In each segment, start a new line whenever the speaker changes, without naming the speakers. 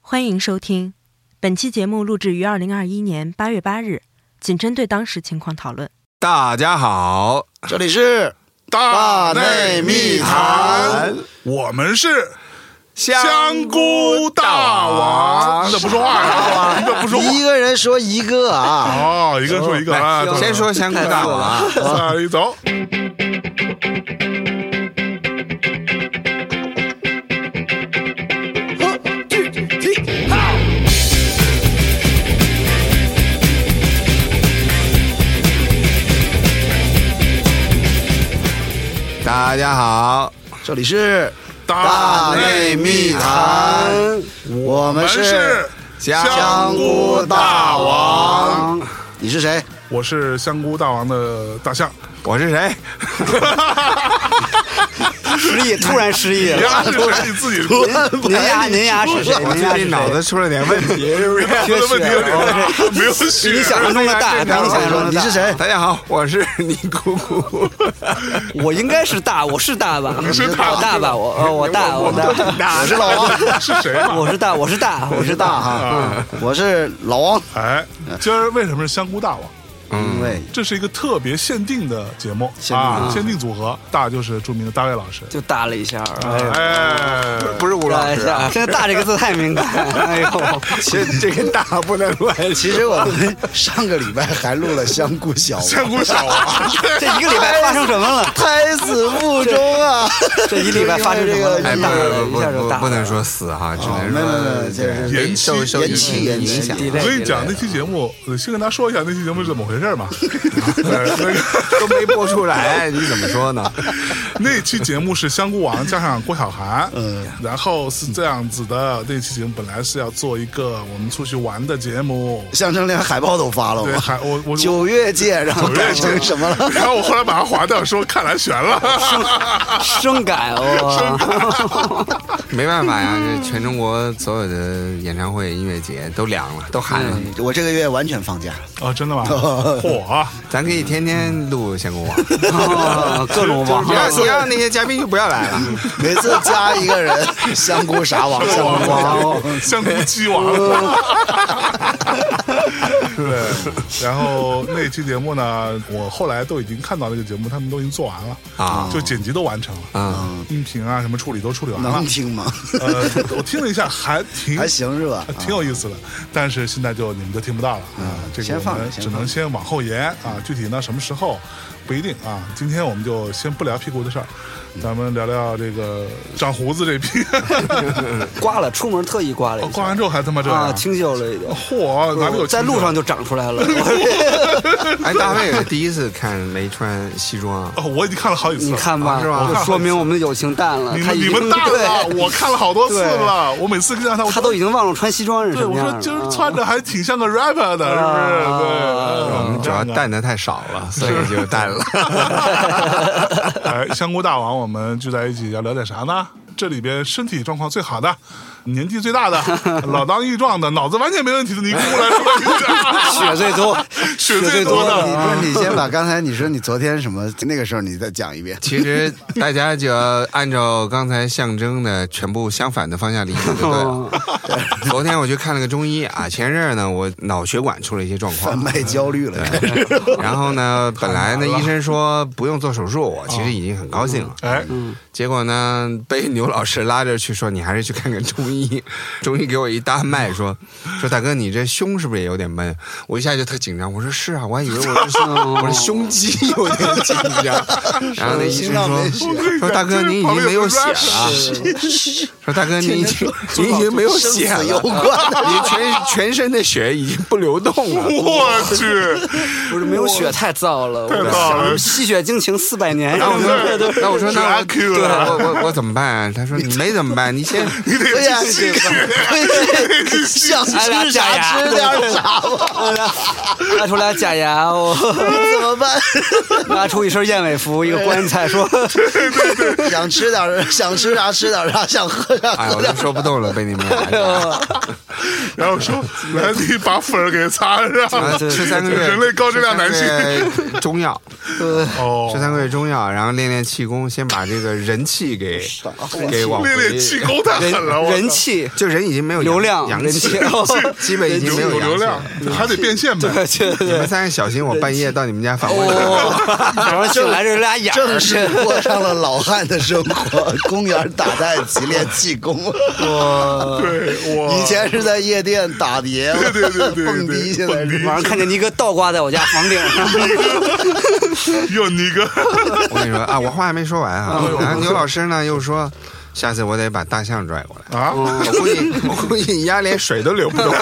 欢迎收听，本期节目录制于二零二一年八月八日，仅针对当时情况讨论。
大家好，
这里是
大
内密谈，
我们是
香
香菇大王。你怎么不说话呀？你怎么不说话？
一个人说一个啊，
哦，一个说一个啊，
来先说香菇大王啊，
三二一，哎走。
大家好，
这里是
大
内密
谈，
我们
我们
是
是
香菇大王，你是谁？
我是香菇大王的大象，
我是谁？
失 忆，突然失忆
你丫是谁？你自己说。
您丫您丫是谁？
我
您
最
丫是
近
谁
脑子出了点问题，是不是？
我的问题有 点大，没有血。
比你想象中的大，比你想象中的大。
你是谁？？ 大家好，我是尼姑姑。
我应该是大，我是大吧？
你是大
我大吧？我 呃，我大，我大，
我是老王，
是谁啊嘛？
我是大，我是大，我是
是大
大。嗯
哈，我是老王。
哎，今儿为什么是香菇大王？
因为
这是一个特别限定的节目
限定
啊
啊，
限定组合，大就是著名的大卫老师。
就大了一下，
哎，
不是吴老
大一
师
下，
啊，
现在“大”这个字太敏感， 哎呦，
这这个大不能乱
其实我们上个礼拜还录了香菇小王，
香菇小啊王，
这一个礼拜发生什么了？
胎死腹中啊！
这一礼拜发生什么了？
哎
哎，
一
不不
下就一下
不
就
不
大
不能
了。
说死哈，只能
哦没有没有
说
没有就是
对
延期
受受
延期
影
延期
响。
delay
我跟你讲，那期节目，呃先跟大家说一下那期节目是怎么回事 嘛。呃那个
都没播出来，你怎么说呢？
那期节目是香菇王加上郭晓涵，嗯，然后是这样子的。那期节目本来是要做一个我们出去玩的节目，
象征连海报都发了，
对，
我
还我我
九月见，然后
九月
改
见
成什么了？
然后我后来把它划掉，说看来悬了。
生改哦，
没办法呀，这全中国所有的演唱会、音乐节都凉了，都寒了。
我这个月完全放假，
啊，真 的吗？啊嚯！
咱可以天天录香菇王，
哦各种 王
不，要不要那些嘉宾就不要来了。
每次加一个人，香菇啥王，香菇啥王，
香菇鸡王。对，然后那期节目呢，我后来都已经看到那个节目，他们都已经做完了
啊
就剪辑都完成了，
啊，
音频啊什么处理都处理完了
能。听吗？
呃，我听了一下，还挺 呃
还行是吧？
嗯
啊
挺有意思的，但是现在就你们就听不到了啊。这个
嗯先
我
放着
们
先
只
放
能先往后延啊，具体呢什么时候不一定啊。今天我们就先不聊屁股的事儿，咱们聊聊这个长胡子这批，
刮了，出门特意刮了一下，
哦刮完之后还他妈这
啊，
样，
清秀了一点，
嚯，哪里有啊
在路上就长出来 了。
哎，大卫第一次看没穿西装，啊
哦，我已经看了好几次
你
了，
看吧，
是吧
就说明我们的友情淡了。
你
他
们
已
你
经
们大了，
对
我看了好多次了，我每次看他，我
他都已经忘了穿西装是
对
什么
我
样
说
了。
今
啊
儿穿着还挺像个 rapper 的，是不是？对，
我嗯们主要
带。
淡的太少了，所以就淡了。
哎，香菇大王，我们聚在一起要聊点啥呢？这里边身体状况最好的，年纪最大的，老当益壮的，脑子完全没问题的尼姑来说一下，
血最多，
血
血
最
最多
多的嗯
你不是你先把刚才你说你昨天什么那个事儿你再讲一遍，
其实大家就要按照刚才象征的全部相反的方向理解就对
嗯
了。昨天我去看了个中医啊，前阵儿呢我脑血管出了一些状
贩
况，
卖焦虑了，
然后呢本来呢医生说不用做手术，我其实已经很高兴了。
哎，
结果呢，被牛老师拉着去说，你还是去看看中医。中医给我一大脉说，说大哥，你这胸是不是也有点闷？我一下就特紧张，我说是啊，我还以为我是我是胸肌有点紧张。然后那医
心
生
脏
说
没血
说大哥您已经没有血了，说大哥您已经您已经没有血了，
生死
你
攸
全全身的血已经不流动了。
我去，
不是没有血太燥了，太
燥了
吸血惊情四百年。
然后我说，那我说那
阿
我
Q
对
了
我我我怎么办啊？他说你没怎么办，你 先
对呀， 对想吃啥吃点啥吧，
拿出俩假牙，我
怎么办？
拿出一身燕尾服，一个棺材，说
想吃点儿想吃啥吃点儿啥，想喝啥
哎，
喝
我
点
都
儿啥。
呃
说不动了，被你们俩。
然后说来你把粉儿给擦
啊
上，
吃三个月
人类高质量男性
吃三个月中药，
哦
吃，三个月中药，然后练练气功，先把这个人气给给往回
练练气，功太狠了，我操
人气
就人已经没有阳
流量
阳气
人
了，
气哦
基本已经
有
没
有
阳
流
气
量
了。，
还得变现呗。
对对
你们
对，
三个小心，我半夜到你们家访问。
哦，早上醒来这俩眼
正
儿
是过上了老汉的生活，公园打太极练气功。
对，我
以前是在夜店打碟，
对对对对对
蹦迪，现在
蹦迪
是
晚上看见你一个倒挂在我家房顶上，
哟你个，
我跟你说啊，我话还没说完啊。
哦
然后牛老师呢又说，下次我得把大象拽过来。
啊，
我估计，我估计你丫
哎
连水都流不动，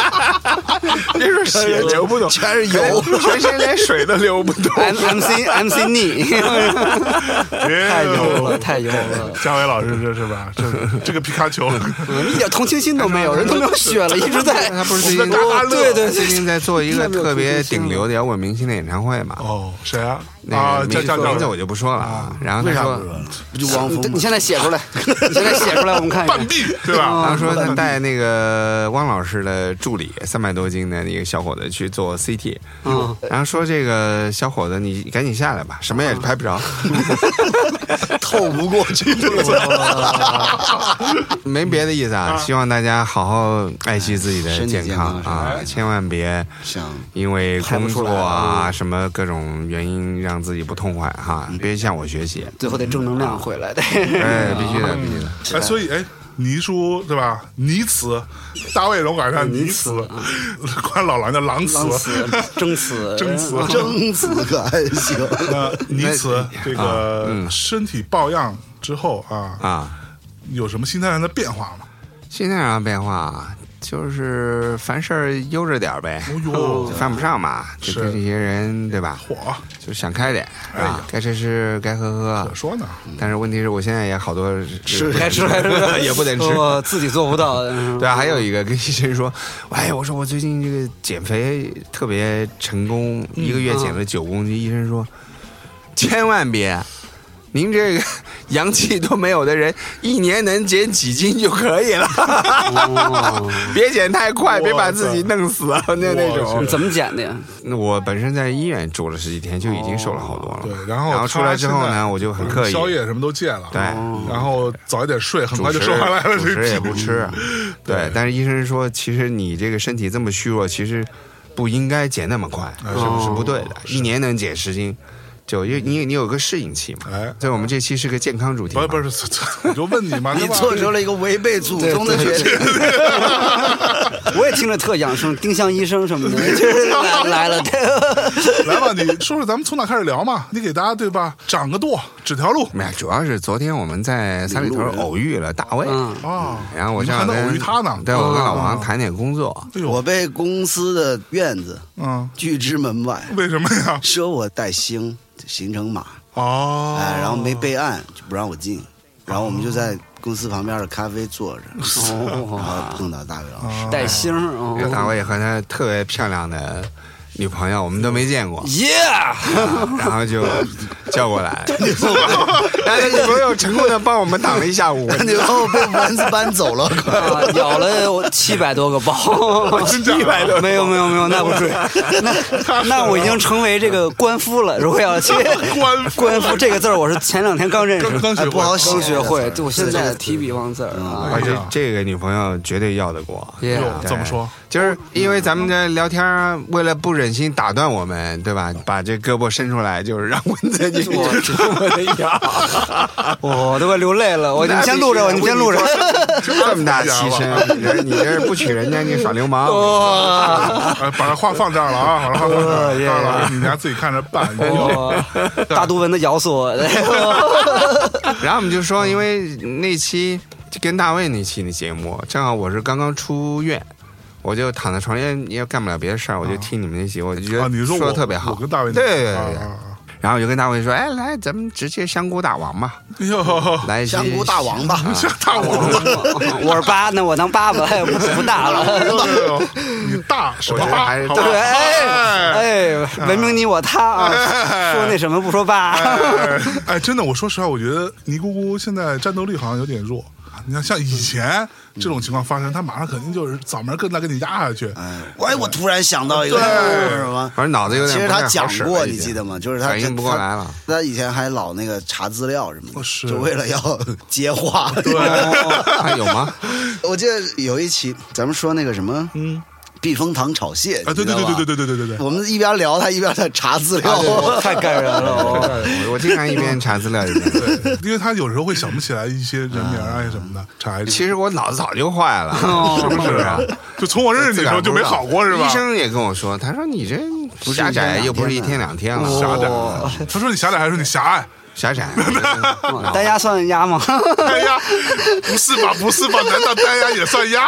别说血流不动，
全是 油。
全身连水都流不动。
M M C M C E 逆，太
太
牛了，太牛了。
嘉哎伟老师这是吧？这这个皮卡丘，
一点同情心都没有，人都没有血了，一直在。
他不是最近
我们在大乐
对对
最近
对，
在做一个特别顶流的摇滚明星的演唱会嘛？
哦，谁啊？
那
啊，
个
叫
名字
叫
名字
叫
我就不说了啊。然后他说，
就汪峰
你现在写出来，你现在写出来，我们看一
半
看。
壁，对吧？啊
然后说他带那个汪老师的助理三百多斤的一个小伙子去做 CT，
嗯，
然后说这个小伙子你赶紧下来吧，什么
啊
也拍不 着，
透不过去，
没别的意思啊。希望大家好好爱惜自己的
身体
健
健
康
康
啊，千万别
想
因为
看不
工
出
作
来
啊什么各种原因让自己不痛快哈，别向我学习。
最后得正能量回来的。
哎，必须的，必须的。
哎，所以哎，倪叔对吧？倪慈，大卫龙赶上倪慈， 管老狼叫狼
狼
慈，
死，争死，嗯
征慈，
争子可还行。
那倪慈
那
这
嗯
个身体抱恙之后啊，
啊，
有什么心态上的变化吗？
心态上的变化就是凡事儿悠着点儿呗，
哦呦，
犯不上嘛，就跟
是
这些人对吧？
火，
就想开点
哎
啊
呀，
该吃吃，该喝喝
可。说呢，
但是问题是我现在也好多
是该吃哦还 是
也不能吃。
我自己做不到。嗯
对啊，还有一个跟医生说，哎，我说我最近这个减肥特别成功，一个
嗯
月减了九公斤。医生说，千万别，您这个阳气都没有的人，一年能减几斤就可以了，
哦
别减太快，别把自己弄死了那那种
你。怎么减的呀？
那我本身在医院住了十几天，就已经瘦了好多了嘛。
哦对，然后他
出来之哦后
现在嗯
呢，我就很刻意，
宵夜什么都戒了，
对，
然后早一点睡，很
主
快
食
就瘦下来了。
主
这
食也
屁
不
股
吃，啊对。但是医生说，其实你这个身体这么虚弱，其实不应该减那么快，
哦
是不是不对的？一年能减十斤，就因为你你有个适应期嘛。
哎，
所以我们这期是个健康主题
不
嘛，
是不是，这这我就问你 嘛，
你
对吧
做出了一个违背祖宗的决定，
我也听着特养生，丁香医生什么的， 就是来来了。
来吧，你说说咱们从哪开始聊嘛？你给大家对吧，长个舵，指条路
没有，主要是昨天我们在三里屯偶遇了大卫，
嗯，
啊。
然后我
你
这两
们还能
天
偶遇他呢啊
对我跟老
哦
王谈点工作，
哎呦
我被公司的院子
嗯，
拒之门外，
为什么呀？
说我带星行程码，
哦，
哎，然后没备案就不让我进，然后我们就在公司旁边的咖啡坐着，然
哦，
后碰到大伟老师，
带星儿
这大
哦
卫和他特别漂亮的女朋友，我们都没见过，
，Yeah，
啊然后就叫过 来， 然后他女朋友成功的帮我们挡了一下 午。
然后哦被蚊子搬走了，
啊 咬了我 七百多个包，
真假的？
没有没有没有，那不 至于，那那我已经成为这个官夫了。如 果要去
官夫
官夫这个字儿，我是前两天刚认识，
刚刚学
哎
会，
不好
刚
写
学会，对我现
这
在
个
提笔忘字儿啊哎
而且这个女朋友绝对要得过。
Yeah
哟
对
怎哎么说？
就是因为咱们在聊天儿，为了不忍心打断我们，对吧？把这胳膊伸出来，就是让蚊子进去。
我的呀， 我都快流泪了。 我你们先 录着，我你们先录着。
这么 大牺牲，你这你这不娶人家，你耍流
哦
氓。
哎 把这话放这儿了啊，把这话
呃
放这儿了，大老师你家自己看着办。
哎
哎
哇，大毒蚊子咬死 我！
然后我们就说，因为那期就跟大卫那期的节目，正好我是刚刚出院，我就躺在床上也干不了别的事儿，我就听你们那期，我就觉得
啊，你
说
我
的特别好。
我跟大卫
对对对
啊
对
啊啊
然后我就跟大卫说，哎，来，咱们直接香菇大王吧，
哎呦，
来一期
香菇大王吧，
大王，
我是八，那我当爸爸，哎，不大了。
你大什么
我觉得还是
哦
好吧
对，
哎
哎哎，文明你我他啊，
哎
说那什么不说爸。
哎，哎真的，我说实话，我觉得尼姑姑现在战斗力好像有点弱。你看，像以前这种情况发生，他马上肯定就是嗓门更大，给你压下去。
哎，我突然想到一个
对
什么，
反正脑子有点
其实
不太
他
好
讲
使
过，
了已
你记
经
得吗？就是他
反应不过来了。
他他以前还老那个查资料什么的，
哦是
就为了要 接话。对，
还有吗？
我记得有一期咱们说那个什么，嗯，避风塘炒蟹
啊，对对对对对对对对对对。
我们一边聊，他一边在查资料。
太感人了哦。
我我经常一边查资料一边。
对，因为他有时候会想不起来一些人名啊什么的，查一查。
嗯其实我脑子早就坏了，是不是啊？
就从我认识你的时候就没好过是吧？
医生也跟我说，他说你这狭窄又不是一天两天了，狭窄，
他说你狭窄还是说你 狭隘？
狭 窄。
单压算压吗？
单压不是吧？不是吧？难道单压也算压？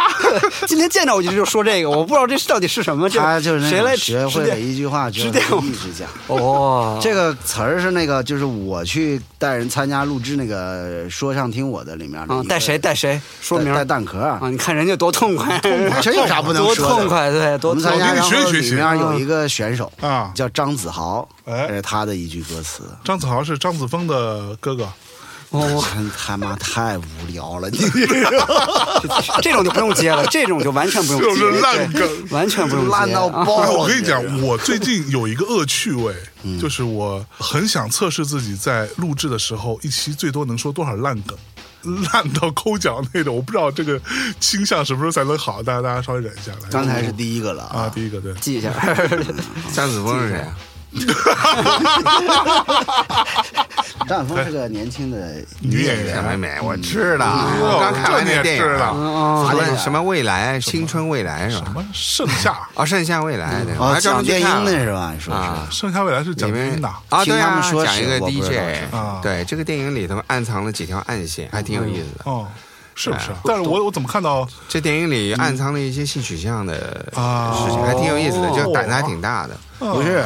今天见着我就就说这个，我不知道这到底是什么。这
他 就是那
谁
种
来
学
指
会了
点
一句话，就
指点我
一直讲。
哦，
这个词儿是那个，就是我去带人参加录制那个说唱听我的里面的一
嗯，
个
带谁带谁说明
带带蛋壳啊
啊？你看人家多痛快，
这有啥不能说的
多痛快，对，
我
多
们
痛
参加，
快。
然
我给
后
你学一
里
学
面有一个选手
啊
叫张子豪，
哎
这是他的一句歌词。
张子豪是张子枫的哥哥，
哦
我真他妈太无聊 了，你
这种就不用接了，这种就完全不 用
就
接，
是烂
对
梗
完全不用接
烂到
啊
爆
哎，
了。
我跟你讲
这是，
我最近有一个恶趣味，就是我很想测试自己在录制的时候一期最多能说多少烂梗，烂到抠脚那种。我不知道这个倾向什么时候才能好，大家大家稍微忍一下来。
刚才是第一个了
啊，
啊，
第一个对，
记一下。
张子枫是谁啊？
张晓峰是个年轻的
女演
小
员
妹妹，
嗯
我知道，我刚看完那电影
嗯
啊
这你也知
什
道
么什么未来，青春未来是
什
吧？
么盛夏，
哦，盛夏未来，对，我
嗯哦，
还专
讲
门去
电
看
影
了
的是吧？你说
啊
是。
盛夏未来是
里
蒋
面
欣的。
啊，
听
对
他
啊
们，说
讲一
是
个
我不知道
DJ，
啊
对，这个电影里头暗藏了几条暗线，还挺有意思的。
哦，是不是啊？但是我我怎么看到
嗯
这电影里暗藏了一些性取向的
啊
事情，还挺有意思的，
哦
就胆子还挺大的。
不是，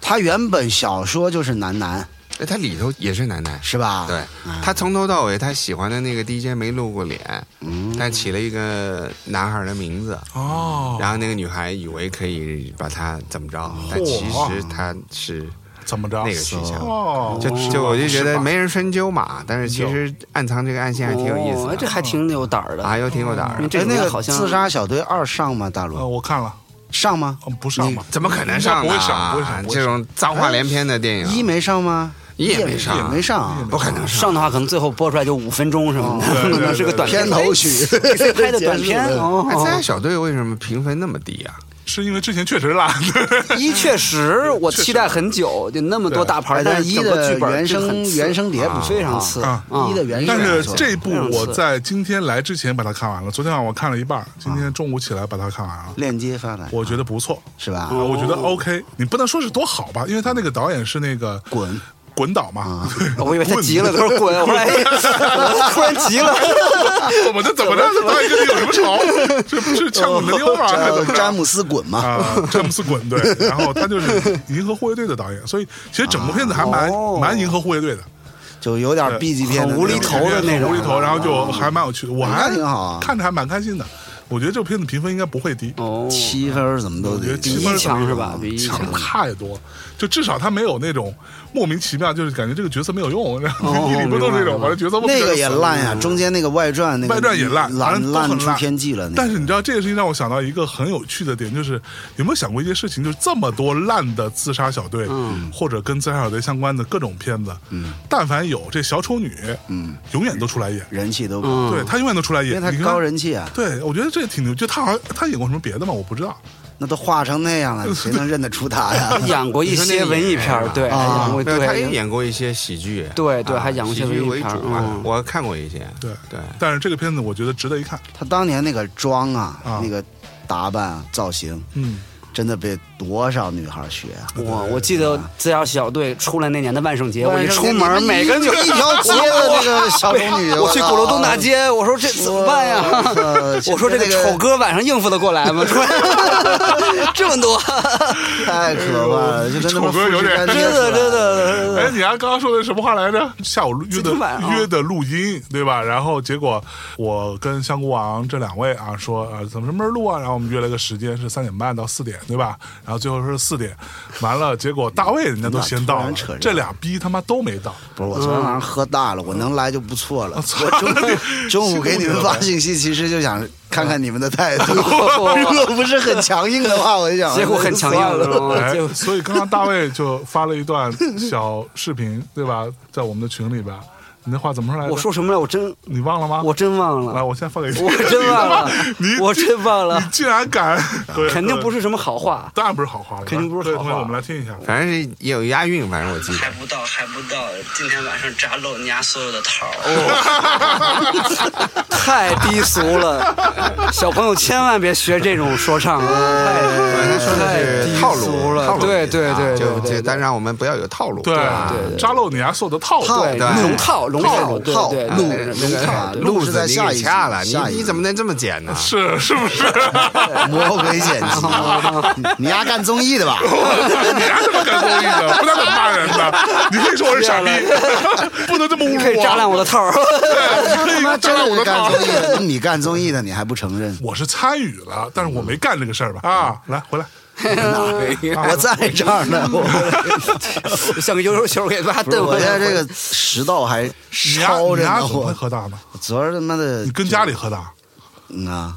他原本小说就是男男，
哎，他里头也是男男，
是吧？
啊
对他从头到尾，他喜欢的那个 DJ 没露过脸，但起了一个男孩的名字，
嗯哦，
然后那个女孩以为可以把他怎么着，但其实他是
怎么着？
那个取向。
哦，
就就我就觉得没人深究嘛，但是其实暗藏这个暗线还挺有意思
哦
的，
这还挺有胆儿的
啊，又挺有胆儿
因为
的。
嗯
这
哎，
里
那
面
个
好像
自杀小队二上吗？大
呃，
陆
我看了，
上吗？
嗯，不上吧？
怎么可能上
不
呢
会上，不会上，不会
这
哎上
种脏话连篇的电影，
一没上吗？
一也没上
也没上啊。
不可能上。
嗯上的话，可能最后播出来就五分钟什么 的，
对
可能
对
是个
对
短
片
片
头曲
谁拍的短片
结束 了
哦
哎，。三亚小队为什么评分那么低啊？
是因为之前确实烂。
一确实，我期待很久，就哦那么多大牌
哎
儿，但
但
是
一
整个
的
剧本
原
就很
声
次
原声碟不
啊
错
非常
啊
次
啊
一的原声
但
碟不
是
错，
这部
非常
我
次
在今天来之前把它看完了，昨天晚上我看了一半儿，今天中午起来把它看完
啊
了，
链接发来
我觉得不错，
是吧？
啊我觉得
哦
OK。你不能说是多好吧，因为他那个导演是那个
滚
滚导
啊
嘛，
我以为他急了，他说滚，我说哎，我突然急了，
怎么着怎么 着，导演跟你有什么仇？ 这不是呛滚的
哦
妞吗？还怎么
詹
着
詹姆斯滚嘛，
啊， 詹姆斯滚对，然后他就是《银河护卫队》的导演，所以其实整部片子还蛮
哦
蛮《银河护卫队》的，
就有点 B 级片的那
很
种
无厘头的那种
无厘头，然后就还蛮有趣的，我还
那挺好
嗯
啊
看着还蛮开心的。我觉得这部片子评分应该不会低，
哦
七分儿怎么都
我觉
得
得七
比
分
一
儿
强是吧？比一强
强。太多，就至少他没有那种莫名其妙，就是感觉这个角色没有用，然后
哦
一里不都是这种，反正角色莫名
那
其妙
个
就
也
死了嗯
烂呀，中间那个外传那个
外传也烂，反正
烂
都很
出天际了。那个
但是你知道这个事情让我想到一个很有趣的点，就是有没有想过一件事情，就是这么多烂的自杀小队，
嗯
或者跟自杀小队相关的各种片子，但凡有这小丑女，永远都出来演，
人气都不，
对她永远都出来
嗯因
演，
为他
你看
高。人气啊，
对，我觉得这挺牛，就她好像她演过什么别的吗？我不知道。
那都画成那样 了，谁能认得出他 呀？
演过一些文艺片儿，对，还演过
对，他也
对，
演过一些喜剧，
对对
啊
还演过一
喜
些
剧
文艺
为
片儿
主嘛
嗯，
我看过一些，
对
对，
但是这个片子我觉得值得一看。
他当年那个妆
啊
啊，那个打扮啊造型，
嗯，
真的被多少女孩学啊！
我我记得自杀小队出来那年的万圣节，我
万
一
圣节
出门，
你
每个人就
一条 街的那个小丑女，
我去鼓楼东大
街。
街，我说这怎么办呀
我？
我说这个丑哥晚上应付得过来吗？这么多，
太可怕了，
嗯
就跟他们
丑哥有点
富士山
真
捏出来
的真的，
哎，你还刚刚说的什么话来着？下午约
今
的
天晚上啊
约的录音，对吧？然后结果我跟香菇王这两位啊说，呃，怎么什么时候录啊？然后我们约了个时间是三点半到四点，对吧？然后最后说是四点，完了结果大卫人家都先到
突
了
然
啊
扯，这
这俩逼他妈都没到。
不是我昨天晚上喝大
嗯
了，我能来就不错了。我中午中午给你们发信息，其实就想看看你们的态 度。如果不是很强硬的话，我就想
哦结果很强硬
算了。
了，
哎
就，
所以刚刚大卫就发了一段小视频，对吧？在我们的群里边，你那话怎么说来着？
我说什么来？我真
你忘了吗？
我真忘
啊来，
了，
我先放给你。
我真忘了
你，
我真忘
你
了，
竟然敢？对
肯定
对
不是什么好话。
当然不是好话了，
肯定不是
对
好话
同学我们来听一下。
反正是也有押韵，反正我记
还
得。
不到，还不到，今天晚上炸漏你家所有的桃儿。
太低俗了，小朋友千万别学这种说唱啊！
反正说的
太
是
低
套
俗
路
了
套路
对对
啊
对
就
对对
就当然我们不要有套路。
对，扎漏你还送的套路，
套
对，
对
龙套龙套，哎对
套
对，
路
对
龙套
对
路
路
是在
子你
下
给
一集
掐了，你
下一
你
集
怎么能这么剪
啊
呢？
是是不是？
魔鬼剪辑， 你丫干综艺的吧？
你还怎么敢故意的？不能敢骂人 的，你可以说我是傻逼，不能这么侮
你可以
辱
扎烂
我。
我的套儿。
对，你可以扎烂我的
干
套
综。艺的，你干综艺的你还不承认？
我是参与了，但是我没干这个事
嗯
儿吧？啊，来回来，
我在这儿呢， 我
像个悠悠球给他对
我现在这
个
个食道还
你丫
烧
你
着
丫
呢，
怎么会
我
喝大呢？
昨儿他妈的
你跟家里喝大？
嗯啊，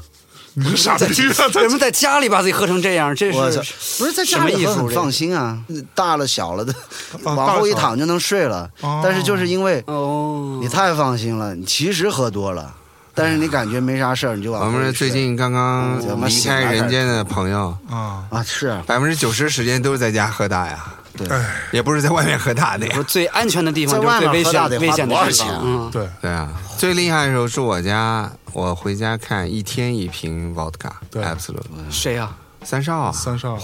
你是傻逼 啊！
为什么在家里把自己喝成这样？这
我
是
操，不是在
什
家
么
里
艺
喝
术
很
这个
放心啊，大了小了的，
啊
往后一躺就能睡了。
哦
但是就是因为
哦
你，太放心了，你其实喝多了，但是你感觉没啥事儿，你就往
我
后
们
一
是
睡
最近刚刚
嗯
离开人间的朋友，
啊，
啊是
百分之九十时间都是在家喝大呀，
哎，
也不是在外面喝大的
不
呀
是。最安全的地方，
在
就是
外
最
面
危
喝大
险
得
危
花
险的
多少
地
钱啊
方。嗯，
对
对啊，最厉害的时候住我家，我回家看一天一瓶 vodka，
对
absolute
谁呀？
三少啊。
三少，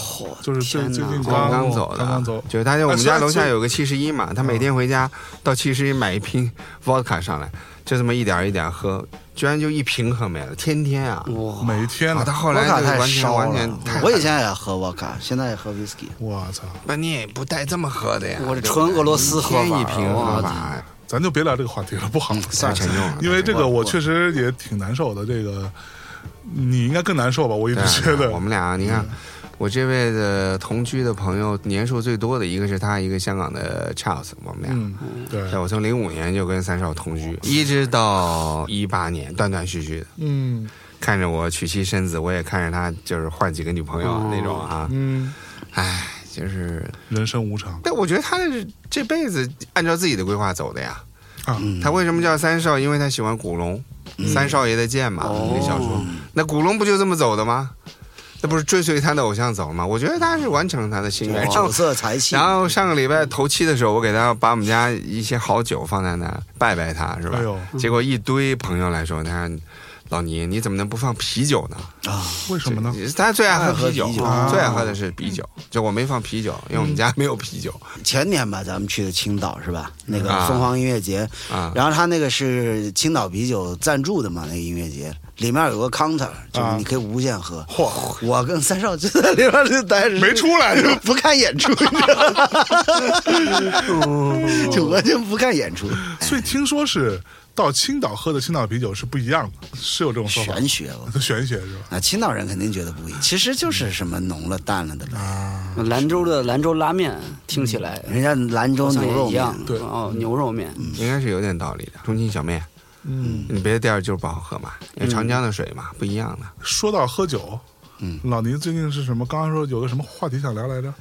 就是最最近
刚
刚
刚走的，
刚刚走，
就是他就我们
哎
家
算嗯
楼下
最
有个七十一嘛，他每天回家到七十一买一瓶 vodka 上来，就这么一点儿一点儿喝，居然就一瓶喝没了，天天啊！
哇，
每天
啊，
呢
他，后
沃
来
卡
就
太
完全
烧
完
了
全太，，
我以前也喝沃卡，现在也喝 whisky。
我操！
那你也不带这么喝的呀，
我这纯俄罗斯喝法
一天一瓶喝法，
咱就别聊这个话题了，不好，
太沉重了。
因为这
太沉重
个
了
我确实也挺难受的，这个你应该更难受吧？我一直
对啊对
觉得
啊我们俩，你
嗯
看。我这位的同居的朋友年数最多的一个是他，一个香港的 Charles，我们俩。
嗯，对，
对，我从零五年就跟三少同居，一直到一八年，断断续续的，
嗯
看着我娶妻生子，我也看着他就是换几个女朋友、
哦
那种啊。
嗯，
唉，就是，
人生无常
但我觉得他是这辈子按照自己的规划走的呀。
啊，
他为什么叫三少？因为他喜欢古龙，三少爷的剑嘛，那小说。那古龙不就这么走的吗？那不是追随他的偶像走了吗？我觉得他是完成了他的心愿。然后
酒色财气，
然后上个礼拜头七的时候，我给他把我们家一些好酒放在那儿拜拜他，是吧？
哎呦
结果一堆朋友来说，他说老倪你怎么能不放啤酒呢？
为什么呢？
他最爱喝啤酒，
爱喝啤酒
啊
最爱喝的是啤酒。就我没放啤酒，
嗯
因为我们家没有啤酒。
前年吧，咱们去的青岛是吧？那个
啊
凤凰音乐节，
啊
然后他那个是青岛啤酒赞助的嘛，那个音乐节里面有个 counter，就是
啊
你可以无限喝。
嚯
我跟三少就在里面就待着，
没出来就
不看 演出，就完全不看演出，
所以听说是到青岛喝的青岛啤酒是不一样的，是有这种说法，
玄学我。
玄学是吧？
那青岛人肯定觉得不一，其实就是什么浓了淡了的
嗯
呗。
兰州的兰州拉面听起来
人家兰州
好像
牛
也
肉
一
面嗯
样，
对
哦，牛肉面，
应该是有点道理的。重庆小面，嗯，你别的地儿就是不好喝嘛，因为长江的水嘛，不一样的。
说到喝酒，嗯，老倪最近是什么？刚刚说有个什么话题想聊来着？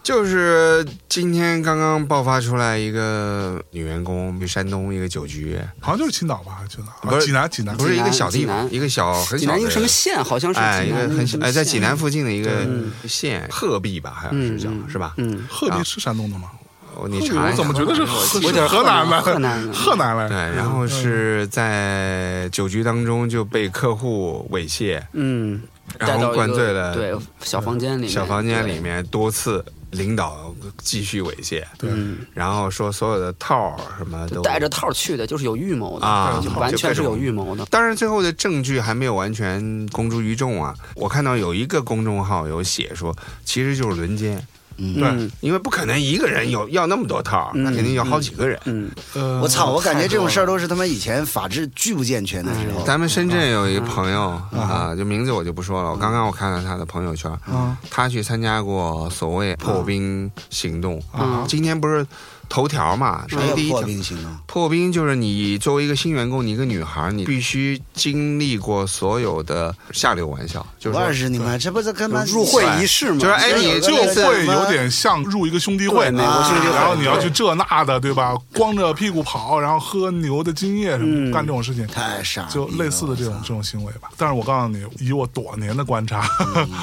就是今天刚刚爆发出来一个女员工去山东一个酒局，
好像就是青岛吧，还是青岛啊
不是
济南，济南
不是一个小地
济
方，
南
一个小哦很
济
小
南
的
一个什么县，好像是
哎，
济
一
南
个
那
很
什
小
么
哎，在
县
济南附近的一个县，
嗯
鹤壁吧，好像是叫
嗯
是吧？
嗯，
鹤壁是山东的吗？
哦你
嗯鹤壁
查
我
一下
怎么觉得是河
我有点
河南的？
河南的
河南来
对，
的。嗯
然后是在酒局当中就被客户猥亵，
嗯，
然后
带到一个
灌醉了
对小房间里面，
小房间
对
里，面多次领导继续猥亵，
对
嗯，
然后说所有的套儿什么都
带着。套去的，就是有预谋的
啊
就完全是有预谋的。
当然，最后的证据还没有完全公诸于众啊。我看到有一个公众号有写说，其实就是轮奸，
嗯
对，
因为不可能一个人有要那么多套，那肯定有好几个人。
嗯，
呃，
我操！我感觉这种事儿都是他们以前法制巨不健全的时候。
嗯咱们深圳有一个朋友啊，就名字我就不说了。我刚刚我看了他的朋友圈，
啊
他去参加过所谓破冰行动。今天不是头条嘛，
啊嗯没
是
有
第一
破
条。
冰行动，
破冰就是你作为一个新员工，你一个女孩，你必须经历过所有的下流玩笑，就是
我
说
二十你们这不是跟他
入会仪式嘛，
就是哎你
就会有点像入一个兄弟会，
对美国兄弟会
然后你要去这那的，对吧？光着屁股跑，然后喝牛的精液什么，
嗯
干这种事情，
太傻逼了，
就类似的这种这种行为吧。但是我告诉你，以我多年的观察，
嗯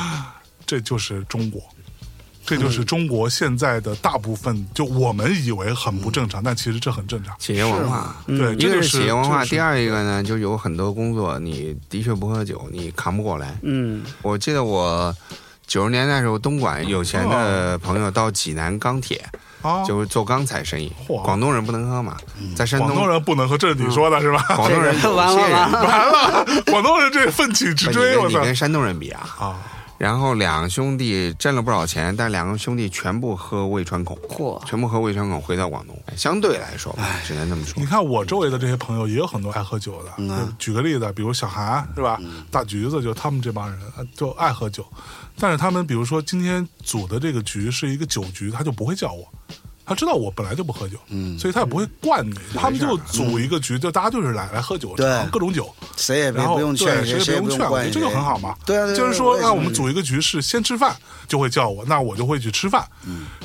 这就是中国。这就是中国现在的大部分，就我们以为很不正常，但其实这很正常。
企业文化。
对，
嗯一
这
个
就是
企业文化，
这就是
第二一个呢，就有很多工作你的确不喝酒，你扛不过来。
嗯，
我记得我九十年代时候，东莞有钱的朋友到济南钢铁，
啊，
就是做钢材生意。
嚯
广东人不能喝嘛，在山
广东
东，
人不能喝，这是
嗯
你说的是吧？
广东人
这
有
个完了
些人
完了
完了， 广东人这奋起直
不
追，
你
我
跟你
操
跟山东人比啊，
啊！
然后两兄弟挣了不少钱，但两个兄弟全部喝胃穿孔，
嚯
全部喝胃穿孔回到广东。哎相对来说吧，只能这么说
你。看我周围的这些朋友也有很多爱喝酒的。就举个例子，比如小韩是吧？大橘子就他们这帮人呃就爱喝酒，但是他们比如说今天组的这个局是一个酒局，他就不会叫我。他知道我本来就不喝酒，所以他也不会惯你。他们就组一个局，就大家就是来来喝酒，
对
尝各种酒，
谁也别
然后
不用劝
对
谁，
谁
谁也
也不
不用
用劝，我
管
觉
谁，
得这就很好嘛。
对啊，对啊
就是说，
对啊
那我们组一个局是先吃饭，就会叫我，那我就会去吃饭。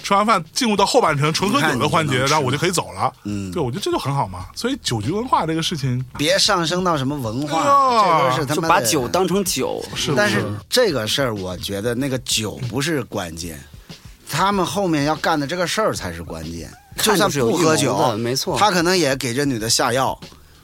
吃完饭进入到后半程纯喝酒的环节，
嗯你看你就能吃
然后我就可以走了。嗯，对，我觉得这就很好嘛。所以酒局文化这个事情，
别上升到什么文化，
哎呀
这都是他
就
们
把
的
酒。当成酒，
是
但是这个事儿，我觉得那个酒不是关键，他们后面要干的这个事儿才是关键。就
看
算
就是有
不喝
预谋
酒，
的没错
他可能也给这女的下药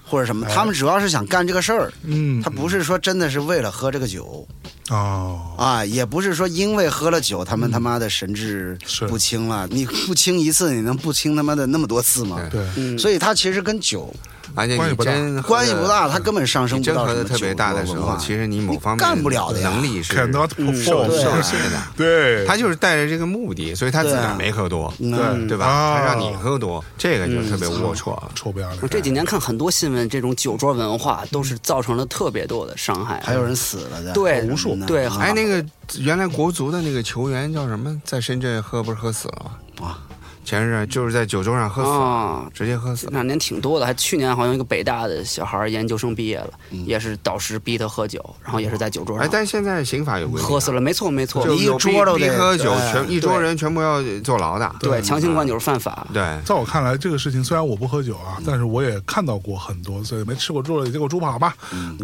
或者什么，他们主要是想干这个事儿。
哎嗯
他不是说真的是为了喝这个酒
哦，
啊，也不是说因为喝了酒，他们他
嗯
妈的神志
是
不清了。你不清一次，你能不清他妈的那么多次吗？
对
对，
嗯
所以它其实跟酒
而且
关系
你
不大
真喝
关系不大，
得
它根本上升
呃你
不
真
到
喝
什
的
么
特别
酒
大
桌
的时
文
候，
化
其实你某方面
干不了的呀
能力是
cannot
嗯
受
perform，
受
对
限的。
对，
他就是带着这个目的，所以他自
对啊
然没喝多，
嗯
对吧？
啊
他让你喝多，这个就特别龌龊了。
臭不要脸
我。这几年看很多新闻，这种酒桌文化都是造成了特别多的伤害。
还有人死了的，
对
什么
无数
的
对
啊
哎，那个原来国足的那个球员叫什么？在深圳喝不是喝死了吗？
啊，
前日就是在酒桌上喝死了，
啊，
直接喝死
这
了。
两年挺多的，还去年好像一个北大的小孩儿研究生毕业了，
嗯
也是导师逼他喝酒，然后也是在酒桌
哎
上，
但现在刑法有规定啊，
喝死了，没错没错
就，
一
有逼
桌都
逼
得
喝酒，
对
全一桌人全部要坐牢的。
对，强行灌酒是犯法。
对，
在我看来，这个事情虽然我不喝酒啊，但是我也看到过很多，所以没吃过猪肉也见过猪跑吧。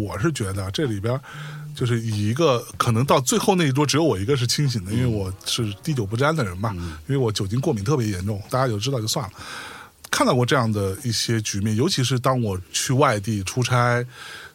我是觉得这里边。就是以一个可能到最后那一桌只有我一个是清醒的，因为我是滴酒不沾的人嘛，因为我酒精过敏特别严重，大家就知道就算了。看到过这样的一些局面，尤其是当我去外地出差、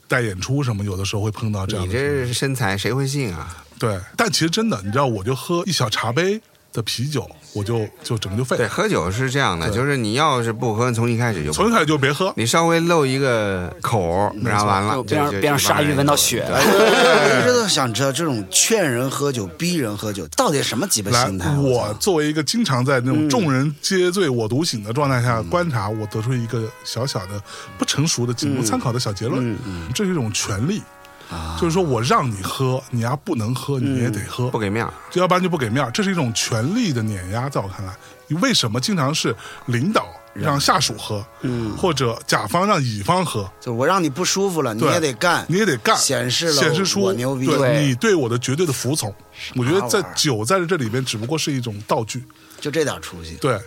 带演出什么，有的时候会碰到这样
你
的情况。
这身材谁会信啊？
对，但其实真的，你知道，我就喝一小茶杯的啤酒，我就就整个就废
对，
了，
喝酒是这样的，
对
就是你要是不喝，从一开始就不
从
喝
一开始就别喝。
你稍微漏一个口儿，然后完了
就，别让
嗯就就
别让鲨鱼闻到血
对
了
我一直都想知道这种劝人喝酒、逼人喝酒到底什么鸡巴
来
心态。，
我
操嗯
作为一个经常在那种众人皆醉我独醒的状态下观察，我得出一个小小的不成熟的、
嗯
仅供参考的小结论：这是一种权利，
啊
就是说我让你喝，你要不能喝，你也得
嗯
喝
不，给面儿。
要不然就不给面儿。这是一种权力的碾压，在我看来，为什么经常是领导让下属喝，
嗯
或者甲方让乙方喝？
就我让你不舒服了，你
对
也得干，
你也得干，
显示了
显示出
我牛逼。
对
对
你对我的绝对的服从。我觉得在
玩意儿啊
酒在这里边只不过是一种道具，
就这点出息，
对，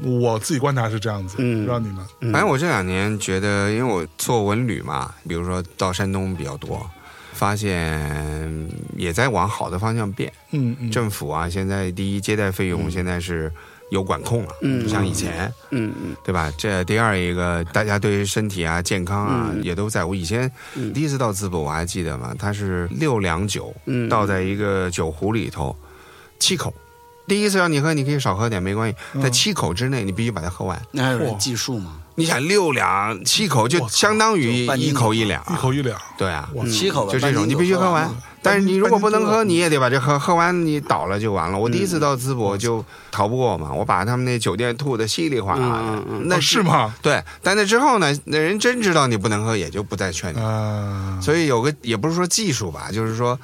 我自己观察是这样子，不知道你们
嗯
反正我这两年觉得，因为我做文旅嘛，比如说到山东比较多，发现也在往好的方向变。
嗯嗯，
政府啊，现在第一接待费用现在是有管控了，不像以前，
嗯嗯，
对吧？这第二一个，大家对于身体啊、健康啊、也都在乎。以前第一次到淄博，我还记得嘛，它是六两酒，
嗯
倒在一个酒壶里头，七口。第一次让你喝，你可以少喝点，没关系，在七口之内，你必须把它喝完。
那还有人计数吗？
你想六两七口，就
我操
相当于
就半斤
一口一两啊，
一口一两，
对啊，
我
七口吧，
就这
半斤
种，你
酒
必须
喝
喝完。。但是你如果不能
半
喝，
斤
你也得把这喝喝完，你倒了就完了。我第一次到淄博就逃不过嘛，我把他们那酒店吐的稀里哗啦
嗯嗯
的。
嗯
那
哦是吗？
对，但那之后呢，那人真知道你不能喝，也就不再劝你。
啊，
所以有个也不是说技术吧，就是说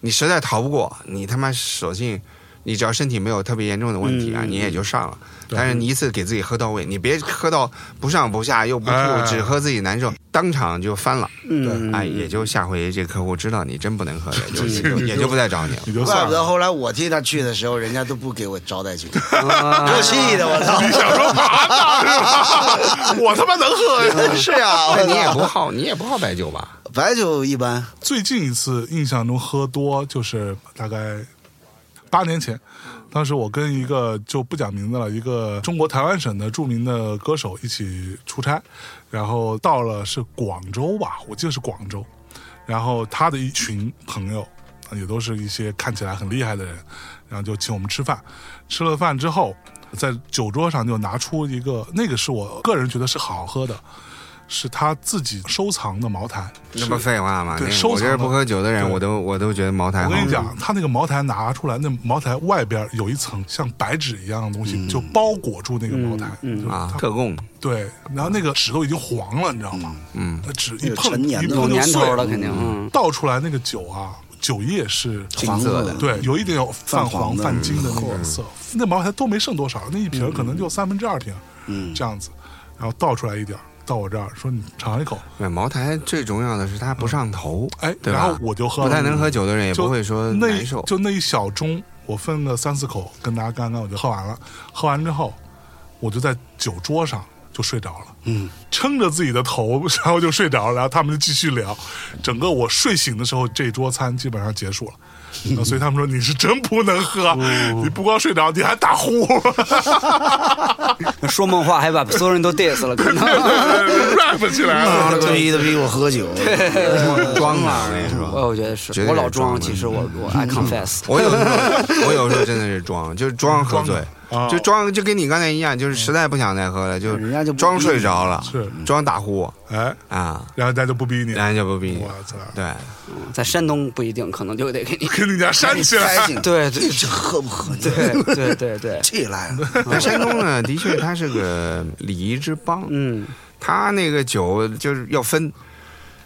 你实在逃不过，你他妈索性你只要身体没有特别严重的问题啊，
嗯嗯
你也就上了。
对
但是你一次给自己喝到位，你别喝到不上不下又不吐，
哎
只喝自己难受，当场就翻了。
嗯，
哎，也就下回这客户知道你真不能喝，也就 也就
嗯
也就不再找你了。
你就
怪
算
不得
了。
后来我替他去的时候，人家都不给我招待酒，给我气的我操！
说嘛呢？ 是吧？我他妈能 喝呀！
是呀，那哎你也不好，你也不好白酒吧？
白酒一般，
最近一次印象中喝多就是大概八年前，当时我跟一个就不讲名字了，一个中国台湾省的著名的歌手一起出差，然后到了是广州吧，我记得是广州，然后他的一群朋友也都是一些看起来很厉害的人，然后就请我们吃饭，吃了饭之后。在酒桌上就拿出一个，那个是我个人觉得是好喝的，是他自己收藏的茅台，
那不废话吗？
对
那
收
我这
藏
是不
的
喝酒的人，
对
我都我都觉得茅台
我
好。
跟你讲，他那个茅台拿出来，那茅台外边有一层像白纸一样的东西，就包裹住那个茅台。嗯
啊，特供
对，然后那个纸都已经黄了，你知道吗？嗯，那纸一碰
陈年的
一
有
碰就
年
碎
头了，肯定。嗯，
倒出来那个酒啊，酒液是
金色的，
对，有一点有泛黄、
泛黄的
泛金的那个颜色。那茅台都没剩多少，那一瓶儿可能就三分之二瓶，嗯，这样子，然后倒出来一点儿，到我这儿说你尝一口，
对，茅台最重要的是它不上头，
哎
对吧
然后我就喝了嗯
不太能喝酒的人也
就
不会说
那
难受。
就那一小盅，我分了三四口，跟大家干干，我就喝完了。喝完之后，我就在酒桌上就睡着了。嗯，撑着自己的头，然后就睡着了。然后他们就继续聊，整个我睡醒的时候，这桌餐基本上 结束了。啊所以他们说你是真不能喝，
哦
你不光睡着，你还打呼，
说梦话还把所有人都 diss 了， 可能
rap 起来
妈
了。
了个逼的逼我喝酒，
装啊，我跟你说，
我我觉得是
绝对
我老
是装嗯
装，
的
其实我我 I confess，
我有时候我有时候真的是装，就是装喝醉，
装啊
就装就跟你刚才一样，就是实在不想再喝了，就
人家就不嗯
装睡着了，
是
装打呼
哎，
啊，
然后大家就不逼你，
人家就不逼你
我。操，
对，嗯
在山东不一定，可能就 得给你。
给你家扇起
该
哎
来。
醒，
对对
你这喝不喝？你
对对对对，
起来了，
但山东呢，的确它是个礼仪之邦，
嗯，
它那个酒就是要分。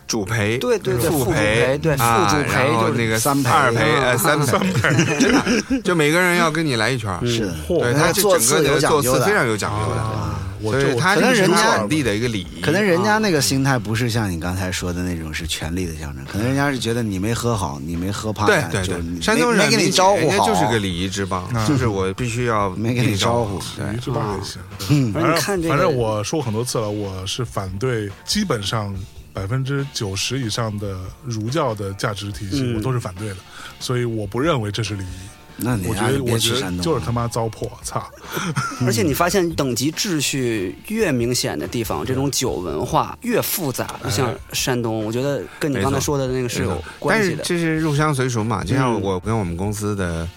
主陪
对对对
副
副陪对
啊
副主陪
然后
就是
那个
三陪嗯
二陪呃三陪， 真的就每个人要跟你来一圈儿，
是，
对，
他
他这
做
整个
次有
的
讲
做
究
事非常
的，啊
有讲究的，啊
我
所以
就
他
可能人家
本地的一个礼仪，
可能人家那个心态不是像你刚才说的那种是权力的象征，可能人家是觉得你没喝好，你没喝怕，
啊对对
就你
对，
没
山东人
没给你招呼
人家
好，
就
啊
是个礼仪之邦，就是我必须要
没给
给
你
招嗯
招呼
对
一，致吧也行。
反
反
正你看
正
这个，
反正我说过很多次了，我是反对基本上百分之九十以上的儒教的价值体系，
嗯
我都是反对的，所以我不认为这是礼仪。
那你
我觉
啊
得
你别
我
去
觉
山东，
得就是他妈糟粕，操！
而
嗯
且你发现等级秩序越明显的地方，这种酒文化越复杂。就像山东，我觉得跟你
哎没错
刚才说的那个是有关
但
系
是
的。
这是入乡随俗嘛，就像
嗯
我跟我们公司的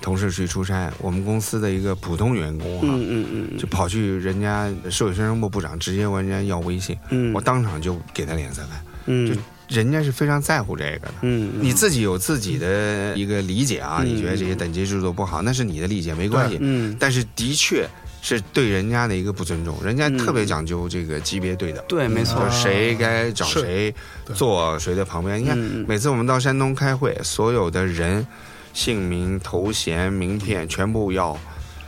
同事去出差，我们公司的一个普通员工哈。
嗯嗯嗯
就跑去人家社会宣传部部长直接问人家要微信，
嗯
我当场就给他脸色看，
嗯
就人家是非常在乎这个的。
嗯嗯
你自己有自己的一个理解啊，你觉得这些等级制度不好，那是你的理解，没关系。
嗯，
但是的确是对人家的一个不尊重，人家特别讲究这个级别对等，
对，没错
就是。谁该找
是
谁
对
坐谁的旁边。你看，
嗯
每次我们到山东开会，所有的人。姓名、头衔、名片全部要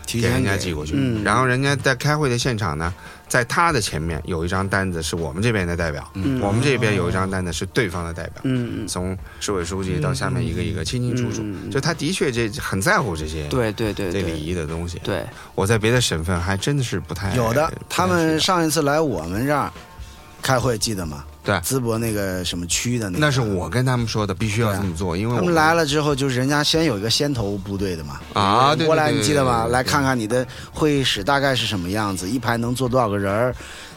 提
给
前
人家寄过去，
嗯
然后人家在开会的现场呢，在他的前面有一张单子是我们这边的代表，
嗯
我们这边有一张单子是对方的代表，
嗯嗯，
从市委书记到下面一个一个清清楚楚，
嗯嗯嗯
就他的确这很在乎这些
对对对
这
对
礼仪的东西。
对，
我在别的省份还真的是不太
有的
哎不太，
他们
知
上一次来我们这儿开会，记得吗？
对
淄博那个什么区的
道
那个，
那是我跟他们说的，必须要这么做，因为
啊他
我
们来了之后，就是人家先有一个先头部队的嘛。
啊，对
过来，你记得吧？
吧？
来看看你的会议室大概是什么样子，一排能坐多少个人儿，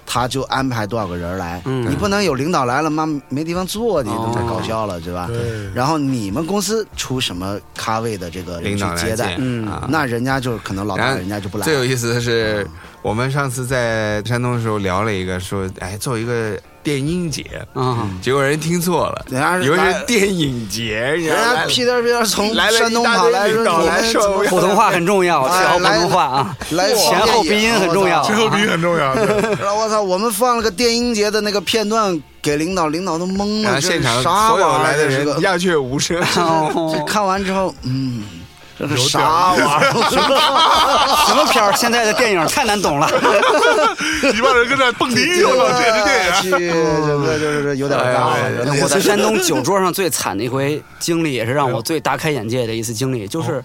他就安排多少个人儿来。
嗯
你不能有领导来了，妈没地方坐，你
哦
太搞笑了，对吧？
对
然后你们公司出什么咖位的这个人
领
去
导来
接待，
见
嗯
啊，
那人家就可能老
然
大
后
人家就不来
最有
了。嗯
意思的是，我们上次在山东的时候聊了一个，说哎做一个电音节，
嗯
啊，
结果人听错了，
人家是
以为
来
是电影节， 人
人家屁颠儿屁颠儿从
来了
山东
一大
跑
堆
来
领
说
导
你
来
们
说
怎么
我要
普通话很重要，
哎
确好普通话啊，
来
前后鼻音很重要
哇
前后鼻音很重
啊
要。对
然后我操，我们放了个电音节的那个片段给领导，领导都懵
然后
了，
啊现场
这是啥
所
玩意
有
儿？
来的
这是个
人鸦雀无 声。
这
哦，
看完之后，嗯，这是啥玩意儿？
啊什么片儿？现在的电影太难懂了。
一帮人跟这蹦迪，
我
我操，这也是电影。
去，整个就是有点尬
哎
了。
我在山东酒桌上最惨的一回经历，也是
哎
让我最大开眼界的一次经
哦
历，就是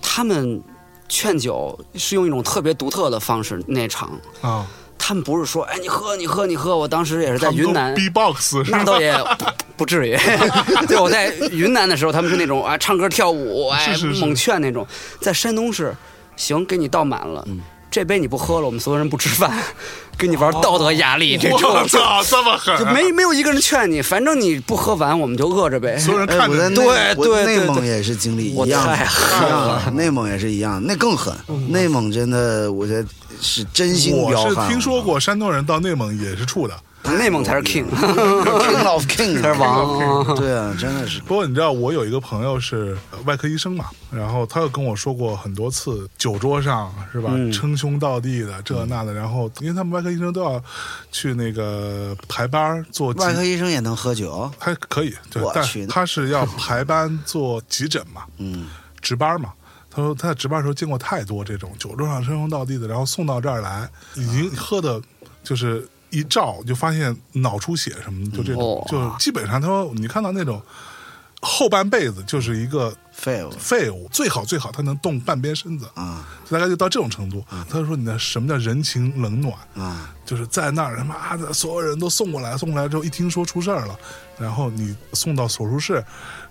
他们劝酒是用一种特别独特的方式。那场
啊，
他们不是说，哎，你喝，你喝，你喝。我当时也是在
他们
云
都
南，
B-box 是
那
吧？
倒也不不至 于。 对，我在云南的时候，他们是那种啊，唱歌跳舞，哎，
是是是
猛劝那种。在山东是，行，给你倒满了。
嗯
这杯你不喝了，我们所有人不吃饭， 给你玩道德压力，这
哦我
种
操，啊这么 狠！
就没没有一个人劝你，反正你不喝完，我们就饿着呗。
所有人
哎，
看
我在
着你，
内
对
我
对对
内蒙
对
也是经历一
我
样
太
的，
狠嗯
一样的，内蒙也是一样，那更狠。内蒙真的，我觉得是真心
我
彪
是
悍。啊
听说过山东人到内蒙也是处的。
内蒙才是 king，
啊，King of King，
才是 王。
对啊，真的是。
不过你知道，我有一个朋友是呃外科医生嘛，然后他又跟我说过很多次，酒桌上是吧，
嗯
称兄道弟的这那的，然后因为他们外科医生都要去那个排班儿做急
外科医生也能喝酒，
还可以，对
我，
但
去
他是要排班做急诊嘛，嗯，值班嘛。他说他在值班的时候见过太多这种酒桌上称兄道弟的，然后送到这儿来，已经喝的，就是一照就发现脑出血什么的，就这种
哇，
就基本上他说你看到那种后半辈子就是一个
废物。
废物，最好最好他能动半边身子
啊，
大概就到这种程度。他说你的什么叫人情冷暖
啊？
就是在那儿他妈的所有人都送过来，送过来之后一听说出事儿了，然后你送到手术室，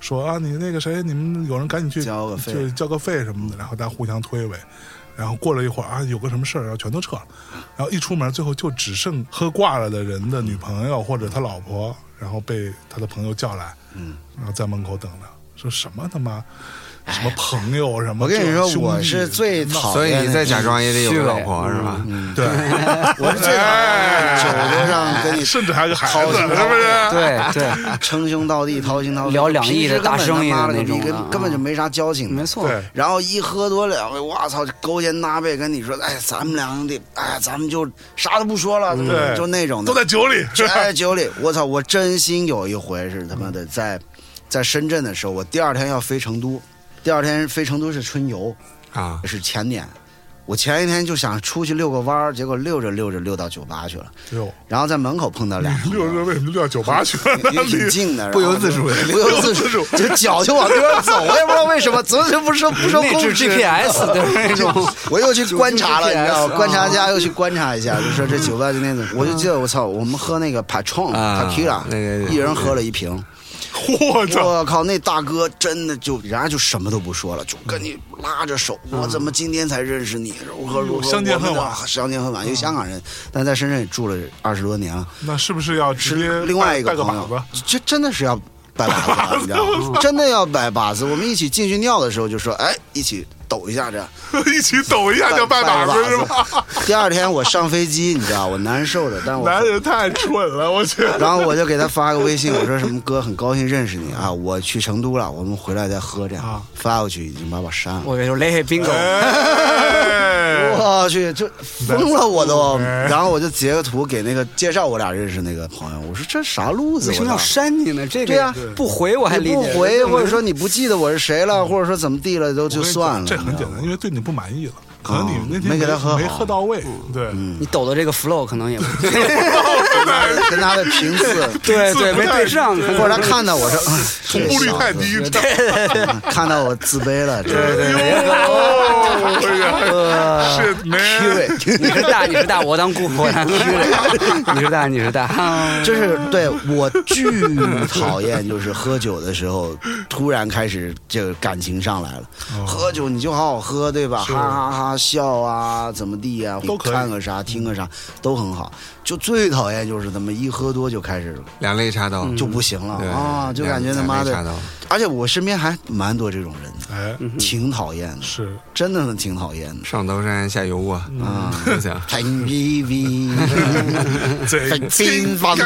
说啊你那个谁，你们有人赶紧去
交个费
就交个费什么的，然后大家互相推诿。然后过了一会儿啊，有个什么事儿，然后全都撤了。然后一出门，最后就只剩喝挂了的人的女朋友或者他老婆，然后被他的朋友叫来，嗯，然后在门口等着，说什么他妈什么朋友什么
哎我
这
跟你
种兄弟，
说，我是最 讨
所以
厌
你再
那种嗯
假装也得有个老婆是吧？
对，
我是最讨厌酒桌上跟你
哎甚至还有个孩子，是
掏
不
心
是？
对对，
称兄道弟、掏心掏肺，
聊两亿
平
的
时根本
大生意的
他妈
那种
你
啊
跟根本就没啥交情。
没。错。
对，
然后一喝多两回，我操，就勾肩搭背跟你说，哎，咱们两个得，哎，咱们就啥都不说了，
嗯
对
就那种的，
都在酒 里，是吧
在酒里，我操！我真心有一回是他妈的在在深圳的时候，我第二天要飞成都，第二天飞成都是春游，
啊，
是前年。我前一天就想出去遛个弯儿，结果遛着遛着遛到酒吧去了，
六
然后在门口碰到俩朋
六
友，
六为什么就六到酒吧去了？
也挺近的，然后
不由自主的
不由自主，就脚就往这边走，我也不知道为什么，怎么就不受不 受
内
控
置
制
GPS 的那种，
我又去观察了，你知道吗？
啊
观察家又去观察一下，就说这酒吧今天怎么？我就记得我操，我们喝那个 Patron
啊
Tequila，
那个
一人喝了一瓶。
我操！
我靠，那大哥真的就，人家就什么都不说了，就跟你拉着手，我怎么今天才认识你？如何如何？
嗯哎相见恨晚
我们
啊嗯
俩相见恨晚。一个香港人，但在深圳也住了二十多年了，
那是不是要直接
是另外一
带
个
个
朋
靶
友
子？，
这真的是要摆靶子了，你知道吗？ 真的要摆靶子。我们一起进去尿的时候就说，哎，一起抖一下这样。
一起抖一下就拜把子是吧？
第二天我上飞机，你知道，我难受的，但是我
男人太蠢了，我去！
然后我就给他发个微信，我说什么哥，很高兴认识你啊，我去成都了，我们回来再喝这样。
啊
发过去已经把我删了。
我跟你说，雷海 bingo，
哎
我去，就疯了我都。 然后我就截个图给那个介绍我俩认识那个朋友，我说这啥路子？
为什么
我
要
操
删你呢？这
对
个
呀
啊不回我还理
你
解，
不回，或者说你不记得我是谁了，或者说怎么地了，都就算了。
这很
你知
简
道吗
单，因为对你不满意了，可能你那天
没给他喝好嗯
没喝到位，对，
你抖的这个 flow 可能 也不对，
跟他的频 次，
对对，
不
没
太
对上，
对
或者他看到我 说，哎
同步率太低了。
看到我自卑了。对对
哎
哦呃
呦，是 man，
你是大，你是大，我当姑婆呀。 你是大，你是大，
就是对我巨讨厌，就是喝酒的时候 突然开始这个感情上来了。
哦
喝酒你就好好喝，对吧？哈哈哈笑啊，怎么地啊，
都可以
看个啥，听个啥都很好。就最讨厌就是他们一喝多就开始
两肋插
嗯
刀
嗯就不行了
对
啊，就感觉他妈
两肋插
的
刀。
而且我身边还蛮多这种人的，
哎，
挺讨厌的。
是
真的真的挺讨厌的。
上刀山下油锅
嗯
啊，就这样。
很 v v，
这
很清风，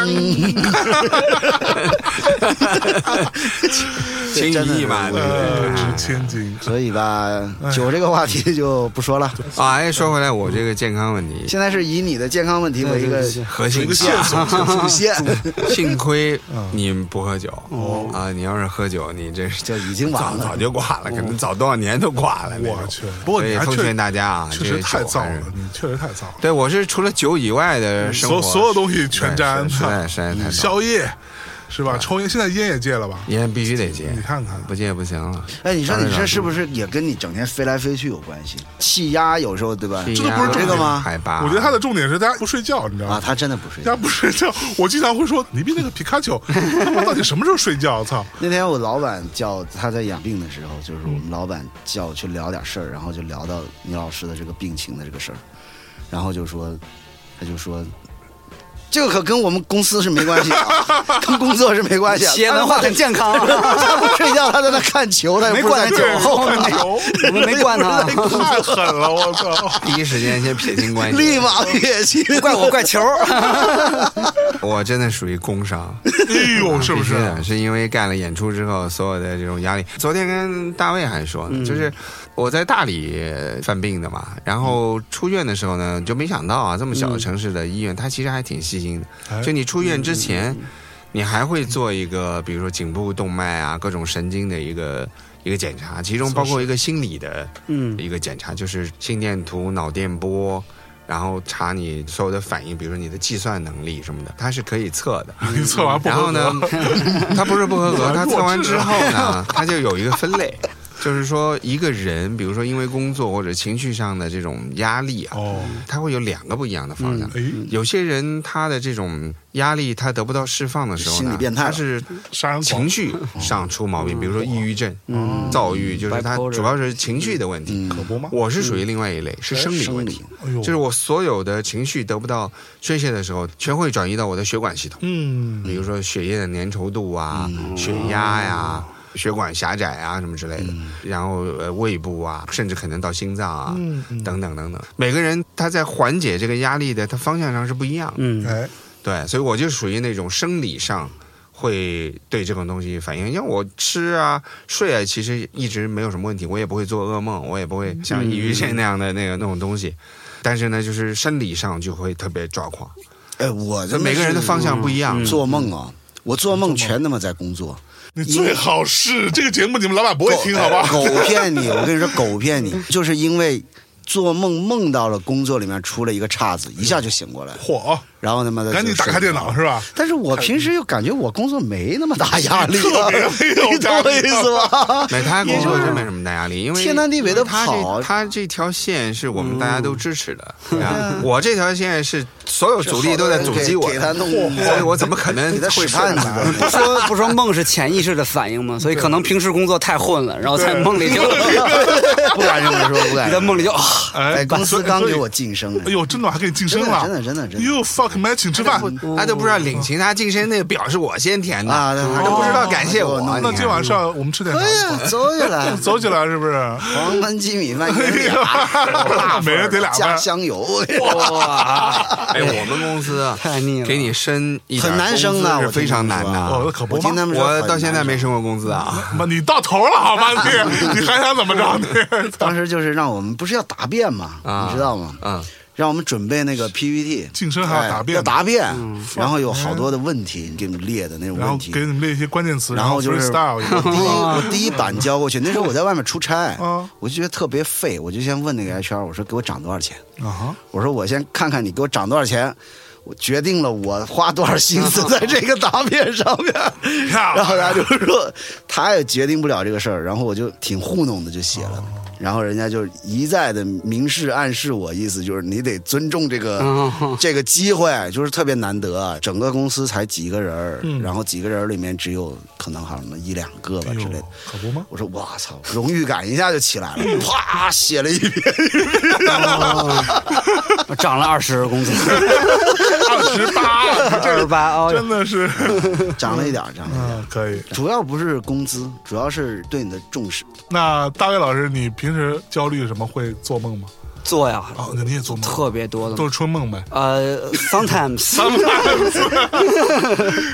轻
真
一
的
嘛，对不
呃，
对？哎
值千金。
所以吧，酒这个话题就不说了。
啊，哎，说回来，我这个健康问题，
现在是以你的健康问题为一嗯个
核心
一个线索，
主 线，嗯
幸亏你不喝酒
哦
啊！你要是喝酒，你这是
就已经晚
早
了
早就挂了，可能早多少年都挂了那种。
我去不过
所
你
以
还
奉
确
劝大家啊，
确
这
实
个
太
酒
燥
还是
了，你确实太燥了。
对，我是除了酒以外的生活，
所所有东西全沾，
实在实在太少。
宵夜是吧？抽烟现在烟也戒了吧？
烟必须得戒，
你看看
不戒不行了。
哎，你说你这是不是也跟你整天飞来飞去有关系？气压有时候对吧？
这
都不是
这
这
个吗
海拔，
我觉得他的重点是大家不睡觉，你知道
啊，
吗？
他真的不睡
大家
觉。
不睡觉，我经常会说你比那个皮卡 丘，他妈到底什么时候睡觉？操！
那天我老板叫他在养病的时候，就是我们老板叫我去聊点事儿，然后就聊到倪老师的这个病情的这个事儿，然后就说，他就说，这个可跟我们公司是没关系的啊，跟工作是没关系啊。
企业文化很健康啊，
他不睡觉，他在那看球，他也
没
不知道
管
在
他酒后呢， 我们 没惯 他，啊
太狠了，我操！
第一时间先撇清 关系，
立马越级。
怪我怪球。
我真的属于工伤，
哎呦，是不
啊必须
是？
嗯的是因为干了演出之后，所有的这种压力。昨天跟大卫还说
嗯
呢，就是我在大理犯病的嘛，然
嗯
后出院的时候呢，就没想到啊，这么小的城市的医院，它其实还挺细心
哎
的。就你出院之前，你还会做一个，比如说颈部动脉啊，各种神经的一个。一个检查，其中包括一个心理的
嗯
一个检查，就是心电图、脑电波，然后查你所有的反应，比如说你的计算能力什么的，它是可以测的。
你测完 不
然后
合
呢
格，，
他不是不合格，他测完之后
弱智
呢，他就有一个分类，就是说一个人，比如说因为工作或者情绪上的这种压力啊，
哦，
他会有两个不一样的方向。
哎，
有些人他的这种压力他得不到释放的时候
心
呢
理，变态了
他是
杀人狂
情绪上出毛病，比如说抑郁症、
嗯
躁郁，就是他
Bipolar
主要是情绪的问题。
可不吗？
我是属于另外一类，是生理
生
问题
理，
嗯哎呦，
就是我所有的情绪得不到宣泄的时候，全会转移到我的血管系统。
嗯，
比如说血液的粘稠度啊、血压呀、血管狭窄啊什么之类的，然后呃胃部啊，甚至可能到心脏啊、
嗯嗯
等等等等。每个人他在缓解这个压力的，他方向上是不一样的。
嗯，
哎，
对，所以我就属于那种生理上。会对这种东西反应，因为我吃啊、睡啊，其实一直没有什么问题，我也不会做噩梦，我也不会像抑郁症那样的那个那种东西，但是呢，就是生理上就会特别抓狂，
哎，我
所以每个人的方向不一样。
做梦
嗯
啊，我做梦全他妈在工作。
你最好是这个节目，你们老板不会听，好吧？
狗骗你，我跟你说，狗骗你，就是因为做梦梦到了工作里面出了一个岔子，一下就醒过来了，
火，
然后他妈的
赶紧打开电脑是
吧？
吧？
但是我平时又感觉我工作没那么大压力、啊，
特别没有啊
你懂我意思 吧？
没，他工作真没什么大压力，因为
天南地北地
他
跑
这他这条线是我们大家都支持的，对吧我这条线是所有阻力都在阻击我
给他
嗯的，
弄，
所以我怎么可 能
给他
会
使
是
绊子
呢？
呗。
不说不说梦是潜意识的反应嘛，所以可能平时工作太混了，然后在梦里就
不敢这么说，不敢这
你在
么
梦里就啊，
说。
哎，
在公司刚
所以
给我晋升，
哎呦，真的我还给你晋升了，
真的真的真的真哎的
又 fuck matching 吃饭，嗯
他都不知道领情，他晋升那个表是我先填的，
啊对
他都不知道感谢我
哦。
你
那
看
今晚上我们吃点
哎
啥？
呀，走起来，
走起来是不是？
黄焖鸡米饭，一人俩
哎呦每人得俩
加
饭，
香油，
哇，
哎，我们公 司啊
太腻了
给你升一点
很难升的
工资
我
是非常
听
难
你说啊
哦，
的。
可不
我听他
吗？
们说
我
很难受，
到现在没升过工资啊，
妈你到头了好吗？
哎
你你还想怎么着？你操
当时就是让我们不是要答辩嘛，
啊
你知道吗？
嗯，
让我们准备那个 PPT，
晋升还要
哎
答辩嗯哎
要答辩，然后有好多的问题，你给你们列的那种
然后
问题。
给你们列一些关键词，
然
后
后就是
freestyle 一
我第一
个。
我第一版交过去，那时候我在外面出差
啊，
我就觉得特别废，我就先问那个 HR，我说给我涨多少钱？
啊哈，
我说我先看看你给我涨多少钱，我决定了我花多少心思在这个答辩上面。
漂
然后他
亮！
就说他也决定不了这个事儿，然后我就挺糊弄的就写
哦
了，然后人家就一再的明示暗示我，意思就是你得尊重这个、
哦
嗯
这个机会，就是特别难得啊，整个公司才几个人儿，然后几个人儿里面只有可能好像一两个吧
嗯哎呦
之类的。，
可不吗？
我说我操，荣誉感一下就起来 了，啪 写了一篇，
哦
涨了二十工资，
二十八，
二十八哦，
真 的是，
长了一点儿，长了一点儿。
嗯，可以。
主要不是工资，主要是对你的重视。
那大卫老师，你平时焦虑什么会做梦吗？
做呀，
哦，你也做梦，
特别多的
都。是春梦 呗，
呃，sometimes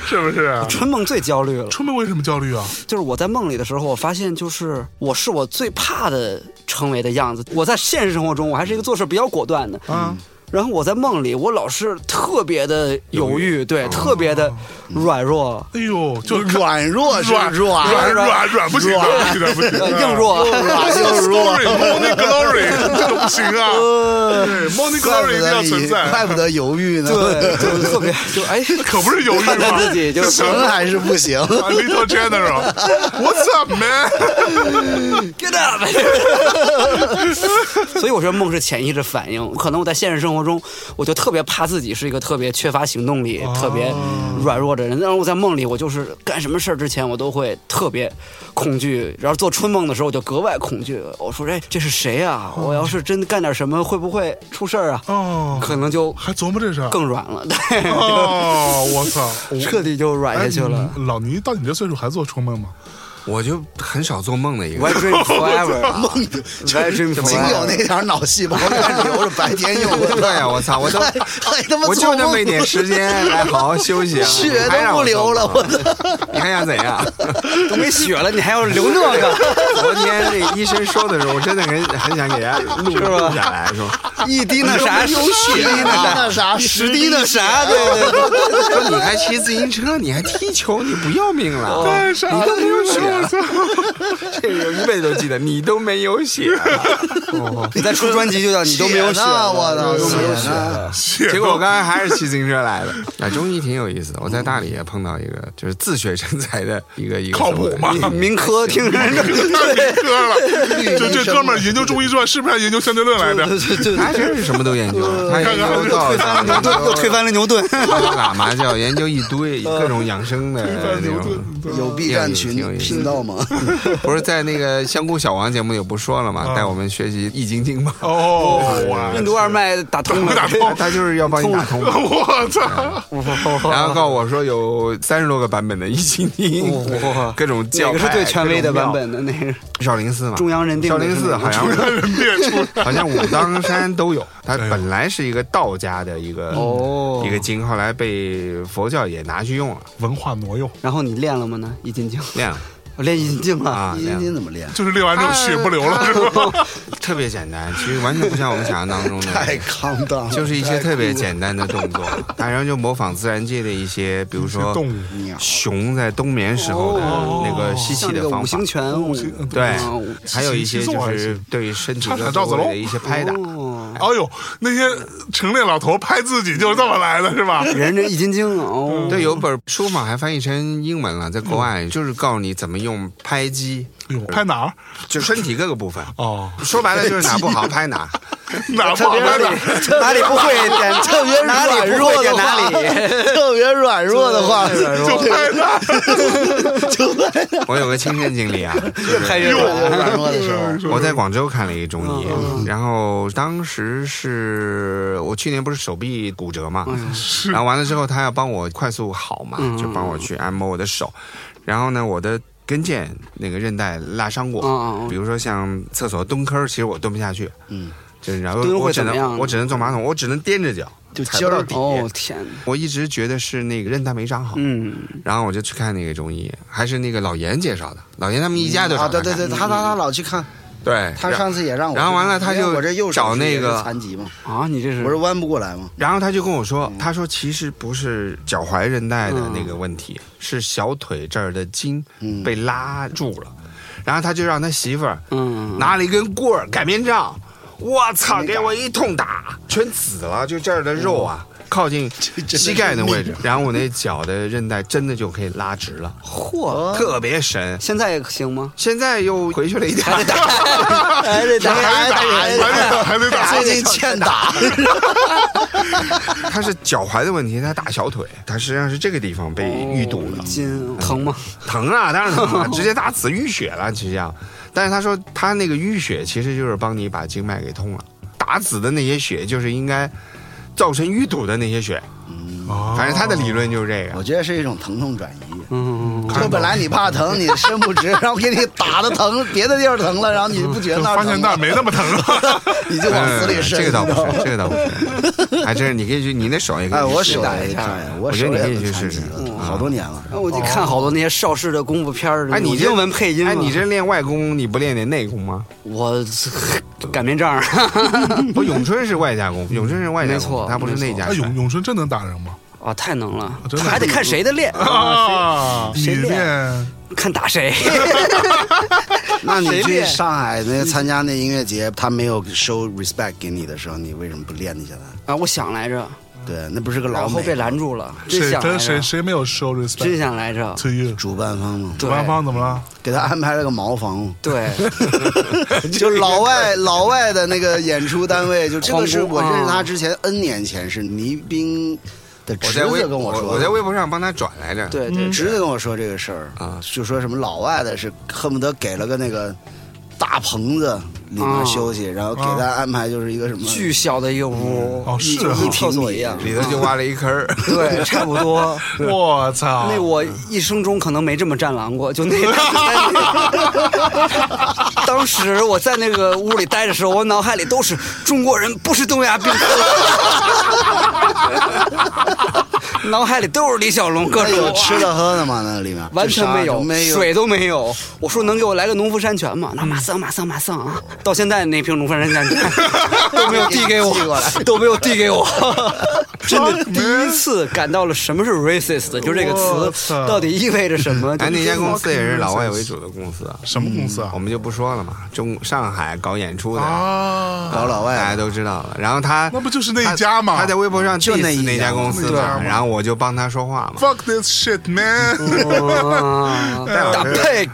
是啊不是？
春梦最焦虑了，
春梦为什么焦虑啊？
就是我在梦里的时候，我发现就是我是我最怕的成为的样子。我在现实生活中，我还是一个做事比较果断的，
啊，
然后我在梦里，我老是特别的犹豫，
哦
对，特别的软弱，
哎呦，就是
软弱是
软软
软
软软不行，
软
不行，不行，啊
硬弱。
又弱，
Glory，Morning Glory，这个不行啊！
呃
对，Morning
怪不
Glory 一定
得
要存
你，怪
在，
不得犹豫呢。
对，就是特别就哎，
可不是犹豫
看
吗
看自己就
行还是 不行？
？Little General，What's up man？
get up。所以我说梦是潜意识反应，可能我在现实生活中，我就特别怕自己是一个特别缺乏行动力、特别软弱的人。然后我在梦里，我就是干什么事儿之前，我都会特别恐惧。然后做春梦的时候，我就格外恐惧。我说，哎，这是谁啊？我要是真干点什么，会不会出事儿啊？
哦，
可能就
还琢磨这事儿？
更软了， 对，
哦，我操！
彻底就软下去了。
哎。你老倪到你这岁数还做春梦吗？
我就很少做梦的 一个
w
人。
I dream forever，啊 I dream
仅有
forever。
那点儿脑细胞在留着，白天用的。
对呀，我操， 我都
还还他妈
我就
做
那么
梦
一点时 间来好好休息啊，
血
还让
都不
我
流
做
了，
梦啊
我的
你还想怎样？
都没血了，你还要留那个？
昨天那医生说的时候，我真的很很想给大家录
是吧
录下来说，
一滴那 啥，
有血那啥，十
一滴
滴
那
的啥，
啥，对对
说
对。
你还骑自行车，你还踢球，你不要命了？
太傻了！我操！
这个一辈子都记得，你都没有血啊。
你再出专辑就叫你都没有
血
血
呢
了，
我的
都没有
血
血
呢
了。
结果我刚才还是骑自行车 来的。啊，中医挺有意思的，我在大理也碰到一个就是自学成才的一个一个
靠谱吗
什么
民科听着，
太理科 了，
对
这这哥们儿研究中医之外，是不是还研究相对论来着？
这这
他真是什么都研究，他
呃
研究到
推翻了牛顿，又推翻了牛 顿。
打麻将，研究一堆各种养生 的那
牛
种
顿。
有 B 站群频道吗？
不是在那个香菇小王节目里不说了
嗯
吗？带我们学习易筋经嘛，
哦，哇！
任督二脉打 通了，
打通
他就是 要帮你打通嘛。
我操！
然后告诉我说有三十多个版本的易筋经
哇，
各种
哪
教
个
派
是最权威的版？本的？那个
各种庙少林寺嘛，
中央认定
少
的
林寺好像
让人变出
好像武当山都有。它本来是一个道家的一个
哦
一个经，后来被佛教也拿去用了，
文化挪用，
然后你练了吗？呢，易筋经，
练了
我练易筋经了。
啊，
易
练
筋
了。
经怎么练？
就是练完之后血不流了，是吧？
特别简单，其实完全不像我们想象当中的。
太康当了，
就是一些特别简单的动作，然后就模仿自然界的一些，比如说
动物
鸟
熊在冬眠时候的那个吸气
像那
的
个
方
五
法
行，拳，五
对
嗯，
还有一些
骑骑坐
就
还
是
行
对身体
唱
的
反赵子龙
的一些拍打。
哦
哎呦，那些城里老头拍自己就是这么来的，是吧？哎
人家易筋经哦，
对，有本书嘛，还翻译成英文了，在国外就是告诉你怎么用拍击，
哎呦，拍哪儿？
就身体各个部分。
哦，
说白了就是哪不好拍哪，
哪儿不好拍哪儿？
哪里不会点，特别哪里不会点哪里。
特别软弱的话，
就拍哪儿？
我有个亲身经历啊，
还
哎
有
呦
软弱的时候，
我在广州看了一个中
嗯
医，然后当时是我去年不是手臂骨折嘛，
嗯
然后完了之后他要帮我快速好嘛，就帮我去按摩我的手，然后呢我的。跟腱那个韧带拉伤过，
嗯嗯嗯
比如说像厕所蹲坑儿，其实我蹲不下去，
嗯，
就是然后
蹲会
我只
怎么样
能
呢
我只能坐马桶，我只能踮着脚，
就
踩
尖
不到
儿
底。
哦天哪，
我一直觉得是那个韧带没长好，
嗯，
然后我就去看那个中医，还是那个老严介绍的，老严他们一
嗯
家都找
啊，
他
对对
看
对，他他他老去看，
对，
他
然
上次也让我去看，
嗯然后完了他就
因为我这右手
找那
是
个嗯
残疾嘛，
啊，你这是
我是弯不 过来嘛，
然后他就跟我
嗯
说，他说其实不是脚踝韧带的那个问题，
嗯
是小腿这儿的筋
嗯
被拉住了。然后他就让他媳妇儿
嗯
拿了一根棍儿擀面杖，我操，给我一通打，全紫了，就这儿的肉
哦
啊。靠 近
的是
膝盖的位置，然后我那脚的韧带真的就可以拉直了，
嚯，
特别神。
现在行吗？
现在又回去了一点儿，
哎，这
还
还得打，还得打，还得 打。
最近欠打，
他是脚踝的问题，他打小腿，他实际上是这个地方被淤堵
哦
了。
筋疼吗？
疼啊，当然疼了、直接打死淤血了，其实上。但是他说他那个淤血其实就是帮你把经脉给通了，打死的那些血就是应该造成淤堵的那些血，
哦
反正他的理论就是这
我
个。
觉得是一种疼痛转移。
嗯，
就本来你怕疼，你伸不 直，然后给你打的疼，别的地儿疼了，然后你不觉得
就
那儿
发现
疼
那儿
了，
没那么疼了。
你就往死里
嗯
伸。
这个倒不
你知道
是，
吗
这个倒不是，哎还真是你可以去，你那手也可以
哎，
去
我
试
手
打
也
一下
对
我
我
觉得
手
你可
也
以
很
去
残
试嗯
疾
试
了，好多年了。
哎我得看好多那些邵氏的功夫片儿，
哎，你这
英文配音嘛，啊
哎，你这练外功，你不练点内功吗？
我擀面杖儿，
不，咏春是外家功，永春是外家
没错
功，他不是内家
哎，
拳。
咏咏春真能打人吗？
啊，太能了
真，的
还得看谁的练，
啊，你
谁谁
练
看打谁。
那你
谁
去
练
上海那参加那音乐节，他没有收 respect 给你的时候，你为什么不练一下呢？
啊，我想来着，
对，那不是个
然
老
后
美
被拦住了，真
谁
想来
跟谁
着，
谁没有 show
真
respect
想来着，
to you？
主办方嘛，
对
官方怎么了？
给他安排了个茅房，
对，
就老外老外的那个演出单位，就这个是
皇宫
我认识他
啊
之前 N 年前是倪斌的
我
侄
在微
子跟我说的嗯
我在微博上帮他转来着。
对对，
侄子跟我说这个事儿
啊
就说什么老外的是恨不得给了个那个大棚子里面
啊
休息，然后给他安排就是一个什么
巨小的一个屋，
哦，
一
是啊
一
厕
平
所
米
一样
里头就挖了一坑 儿。
对，差不多。
我操！
那我一生中可能没这么战狼过，就那当时当时我在那个屋里待的时候，我脑海里都是中国人不是东亚病夫， 脑海里都是李小龙各
那
种
有 吃
哎哇
的喝的吗？那里面
完全没
有，
有，
就没
水都没有。我说能给我来个农夫山泉吗？那马上马上马上啊！到现在那瓶农夫山泉 都没有递给我
寄过来，
都没有递给 我。真的第一次感到了什么是 racist，就这个
我
词
操
到底意味着什么。
哎，那家公司也 是老外为
主，
主的公司，
什么公司啊
我？们就不说了嘛。中上海搞演出的，
啊，
搞老外
大家都知道了。然后他
那不就是那一家吗
他在微博上
就
diss
那一家
那家公司嘛
那一家，嘛
然后我就帮他说话嘛。
Fuck this shit, man！
啊打
哎
peg，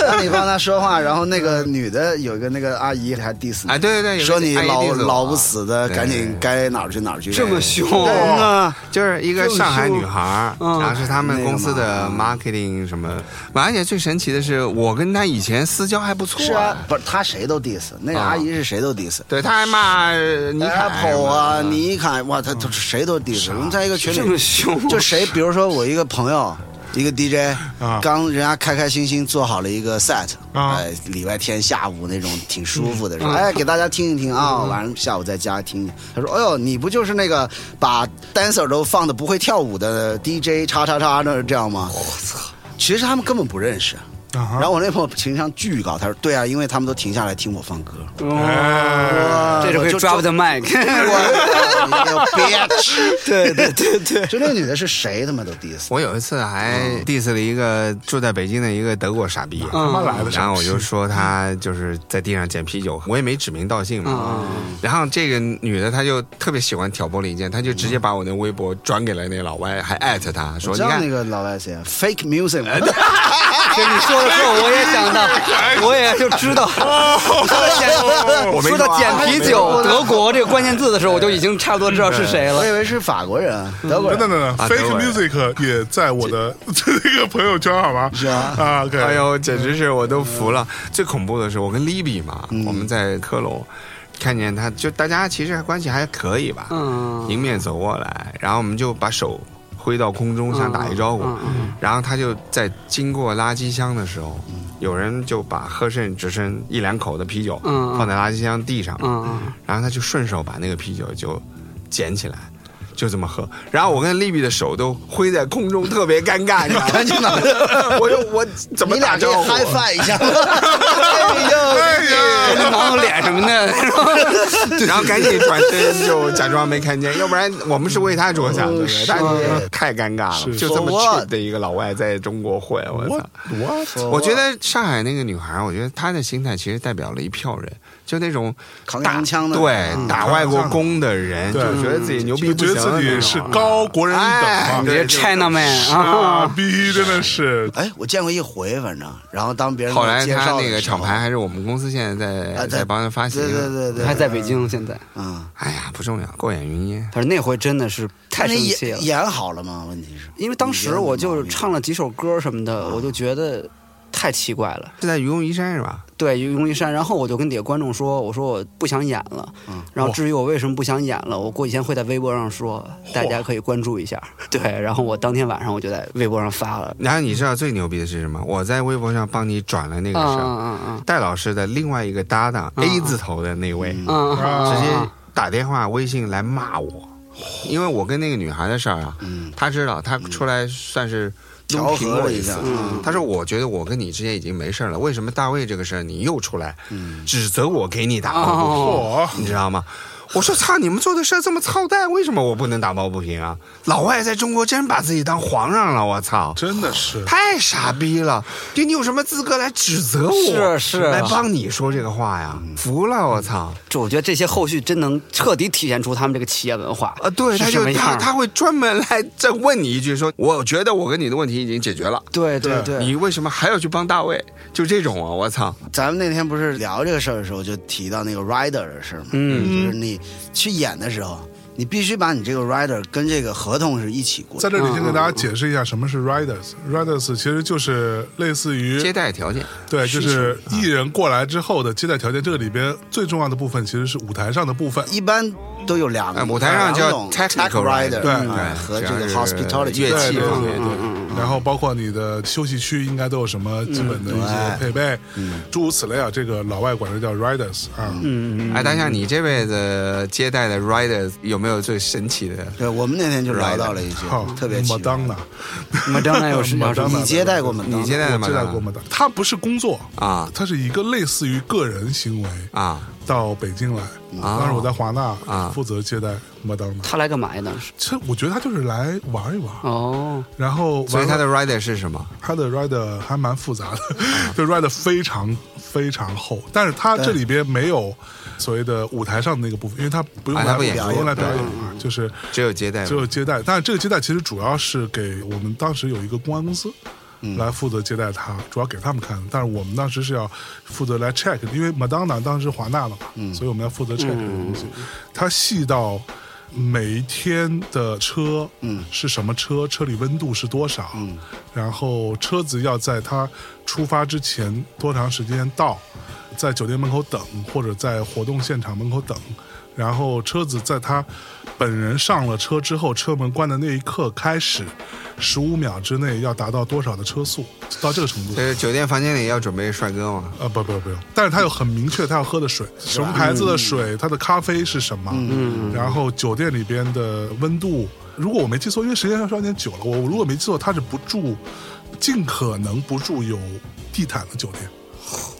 那你帮他说话，然后那个女的有一个那个阿姨还 diss
哎，对对对，有个
说你
阿姨
老
diss 我
老不死的，
啊对
赶紧该哪儿去哪儿去。哎
这么凶
对
啊！
就是一个上海女孩儿，
嗯
然后是他们公司的
嗯
marketing 什么。而且最神奇的是，我跟她以前私交还不错、
是啊，不是他谁都 diss，那个
啊
阿姨是谁都 diss。
对，她还骂呃尼凯嗯什
Apple
么
啊，
的
尼凯哇，他他谁都 diss。我们在一个群
这
里
么，凶，
就谁，比如说我一个朋友，一个 DJ，
啊
刚人家开开心心做好了一个 set，
啊
哎，礼拜天下午那种挺舒服的时候，哎，给大家听一听啊，晚上下午在家听。他说：“哎呦，你不就是那个把 dancer 都放的不会跳舞的 DJ 叉叉叉，那是这样吗？”我操！其实他们根本不认识。
然
然后我那朋友情商巨高，他说：“对啊，因为他们都停下来听我放歌。”
哎，
这是会
就
drop the mic。
哎我你个 bitch！
对对对对，
就那个女的是谁他妈都 diss，
我有一次还 diss 了一个住在北京的一个德国傻逼，
嗯
他妈来的
然后我
傻逼
就说他就是在地上捡啤酒，我也没指名道姓嘛。
嗯
然后这个女的她就特别喜欢挑拨离间，她就直接把我那微博转给了那老外，还艾特他说：“
我
你
知道
看哎
那个老外谁啊，fake music 嘛。
跟你说的时候，我也想
哎
到，我也就知道。
我没
说到捡
说啊
我
啤酒、
没说
德国这个关键字的时候，我就已经差不多知道是谁
我
了
以。为是法国人，德国
等等
人。
等等
啊
，Fake
等会儿
Music 也在我的 这个朋友圈，好吗？
是啊
啊，对，
哎呦，简直是我都服了。最恐怖的是，我跟 Libby 嘛，
嗯
我们在科隆看见他，就大家其实关系还可以吧，
嗯
迎面走过来，然后我们就把手挥到空中，想打一招呼，
嗯嗯
然后他就在经过垃圾箱的时候，有人就把喝剩只剩一两口的啤酒
嗯嗯
放在垃圾箱地上，
嗯，
然后他就顺手把那个啤酒就捡起来。就这么喝，然后我跟 Libby 的手都挥在空中，特别尴尬，你知道吗？
赶紧 拿，
我就我怎么
你俩
打
给
招呼？
嗨翻一 下。哎呦，
哎呀，
那挠挠脸什么的，
然后赶紧转身就假装没看见，要不然我们是为他着想，对不对？但是太尴尬了，
是
就这
For
么
what？
cheap 的一个老外在中国混，我操！
我
我觉得上海那个女孩，我觉得她的心态其实代表了一票人，就那种
扛
打
洋枪的嗯
对打外国工的人，就
对
觉得自己牛逼不
就觉
行
得自
的
己
那
是
种。
高国人一
哎
等
你
嘛
对，
这 China man
傻
啊，
逼真的是。
哎，我见过一回，反正，然后当别人
后来
介
她
绍的
那个
时候
厂牌，还是我们公司现在
啊
在在帮她发行
对。对对对，
还在北京现在。
嗯，
哎呀，不重要，过眼云烟。
反正那回真的是太
那
生
你
气了
演，演好了吗？问题是，
因为当时我就唱
了，
了几首歌什么的，我就觉得太奇怪了。
是在愚公移山是吧？
对，用力删。然后我就跟底下观众说：“我说我不想演了。然后至于我为什么不想演了，我过几天会在微博上说，大家可以关注一下。对，然后我当天晚上我就在微博上发了。
然后你知道最牛逼的是什么？我在微博上帮你转了那个
嗯
事儿，
嗯嗯
戴老师的另外一个搭档、A 字头的那位，
嗯嗯，
直
直
接打电话、微信来骂我，因为我跟那个女孩的事儿啊，
嗯
他知道，他出来算是
调
弄平
和
我
了
一
一下
次。
嗯
他说：“我觉得我跟你之间已经没事儿了，为什么大卫这个事儿你又出来
嗯
指责我给你打抱不平？
哦
我
你知道吗？”我说：“操，你们做的事儿这么操蛋，为什么我不能打抱不平啊？老外在中国真把自己当皇上了，我操！
真的是
太傻逼了！就你有什么资格来指责我？
是啊是嗯
来帮你说这个话呀？服了，我操！
这我觉得这些后续真能彻底体现出他们这个企业文化
啊，对，
是
他
什
就
么样
他
儿。
他会专门来再问你一句说，我觉得我跟你的问题已经解决了，
对对对，
你为什么还要去帮大卫？就这种啊，我操！
咱们那天不是聊这个事儿的时候，就提到那个 rider 的事儿嘛，
嗯
就是你去演的时候，你必须把你这个 rider 跟这个合同是一起过
在
的。
这
嗯
里先给大家解释一下什么是 riders。riders 其实就是类似
嗯
于
接待条件，
对，
需
就
求
啊
是艺人过来之后的接待条件。这个里边最重要的部分其实是舞台上的部分。
一般都有两
哎
个，啊
舞台上叫
两种
technical rider，
rider，
对
嗯
对
和这
就
个
是
hospitality
乐
对
器嗯
对
方
对
面
对然后包括你的休息区应该都有什么基本的一些配备，
嗯
诸如此类啊。这个老外管这叫 riders 啊，
嗯
哎，大象，你这辈子接待的 rider 有没有最神奇的？
对，我们那天就聊到了一句
好，
特别奇
麦
怪
当。娜，
麦当娜 有什么
麦当娜
你接待过吗？
你接待的吗？
我接待过麦当，它不是工作
啊
它是一个类似于个人行为
啊，
到北京来。当时我在华纳
啊
负责接待麦当娜，
他来干嘛呀？当时
其实我觉得他就是来玩一玩，
哦，
然后
啊所以
玩
他的 rider 是什么？
它的 ride 还蛮复杂的，
啊
就 ride 非常非常厚，但是它这里边没有所谓的舞台上的那个部分，因为它不用
啊它
来
不演
用
对
来
嗯
表演啊，就是
只有接待
只有接待。但是这个接待其实主要是给我们当时有一个公安公司。来负责接待他，主要给他们看。但是我们当时是要负责来 check，因为 Madonna 当时华纳了嘛，所以我们要负责 check 这个东西。它细到每一天的车，嗯，是什么车，车里温度是多少，嗯，然后车子要在它出发之前多长时间到，在酒店门口等，或者在活动现场门口等，然后车子在他本人上了车之后，车门关的那一刻开始，十五秒之内要达到多少的车速，到这个程度
就。是酒店房间里要准备帅哥吗？
啊不不不用，但是他有很明确他要喝的水，什么牌子的水，他的咖啡是什么，嗯然后酒店里边的温度，如果我没记错，因为时间上是有点久了，我如果没记错，他是不住，尽可能不住有地毯的酒店，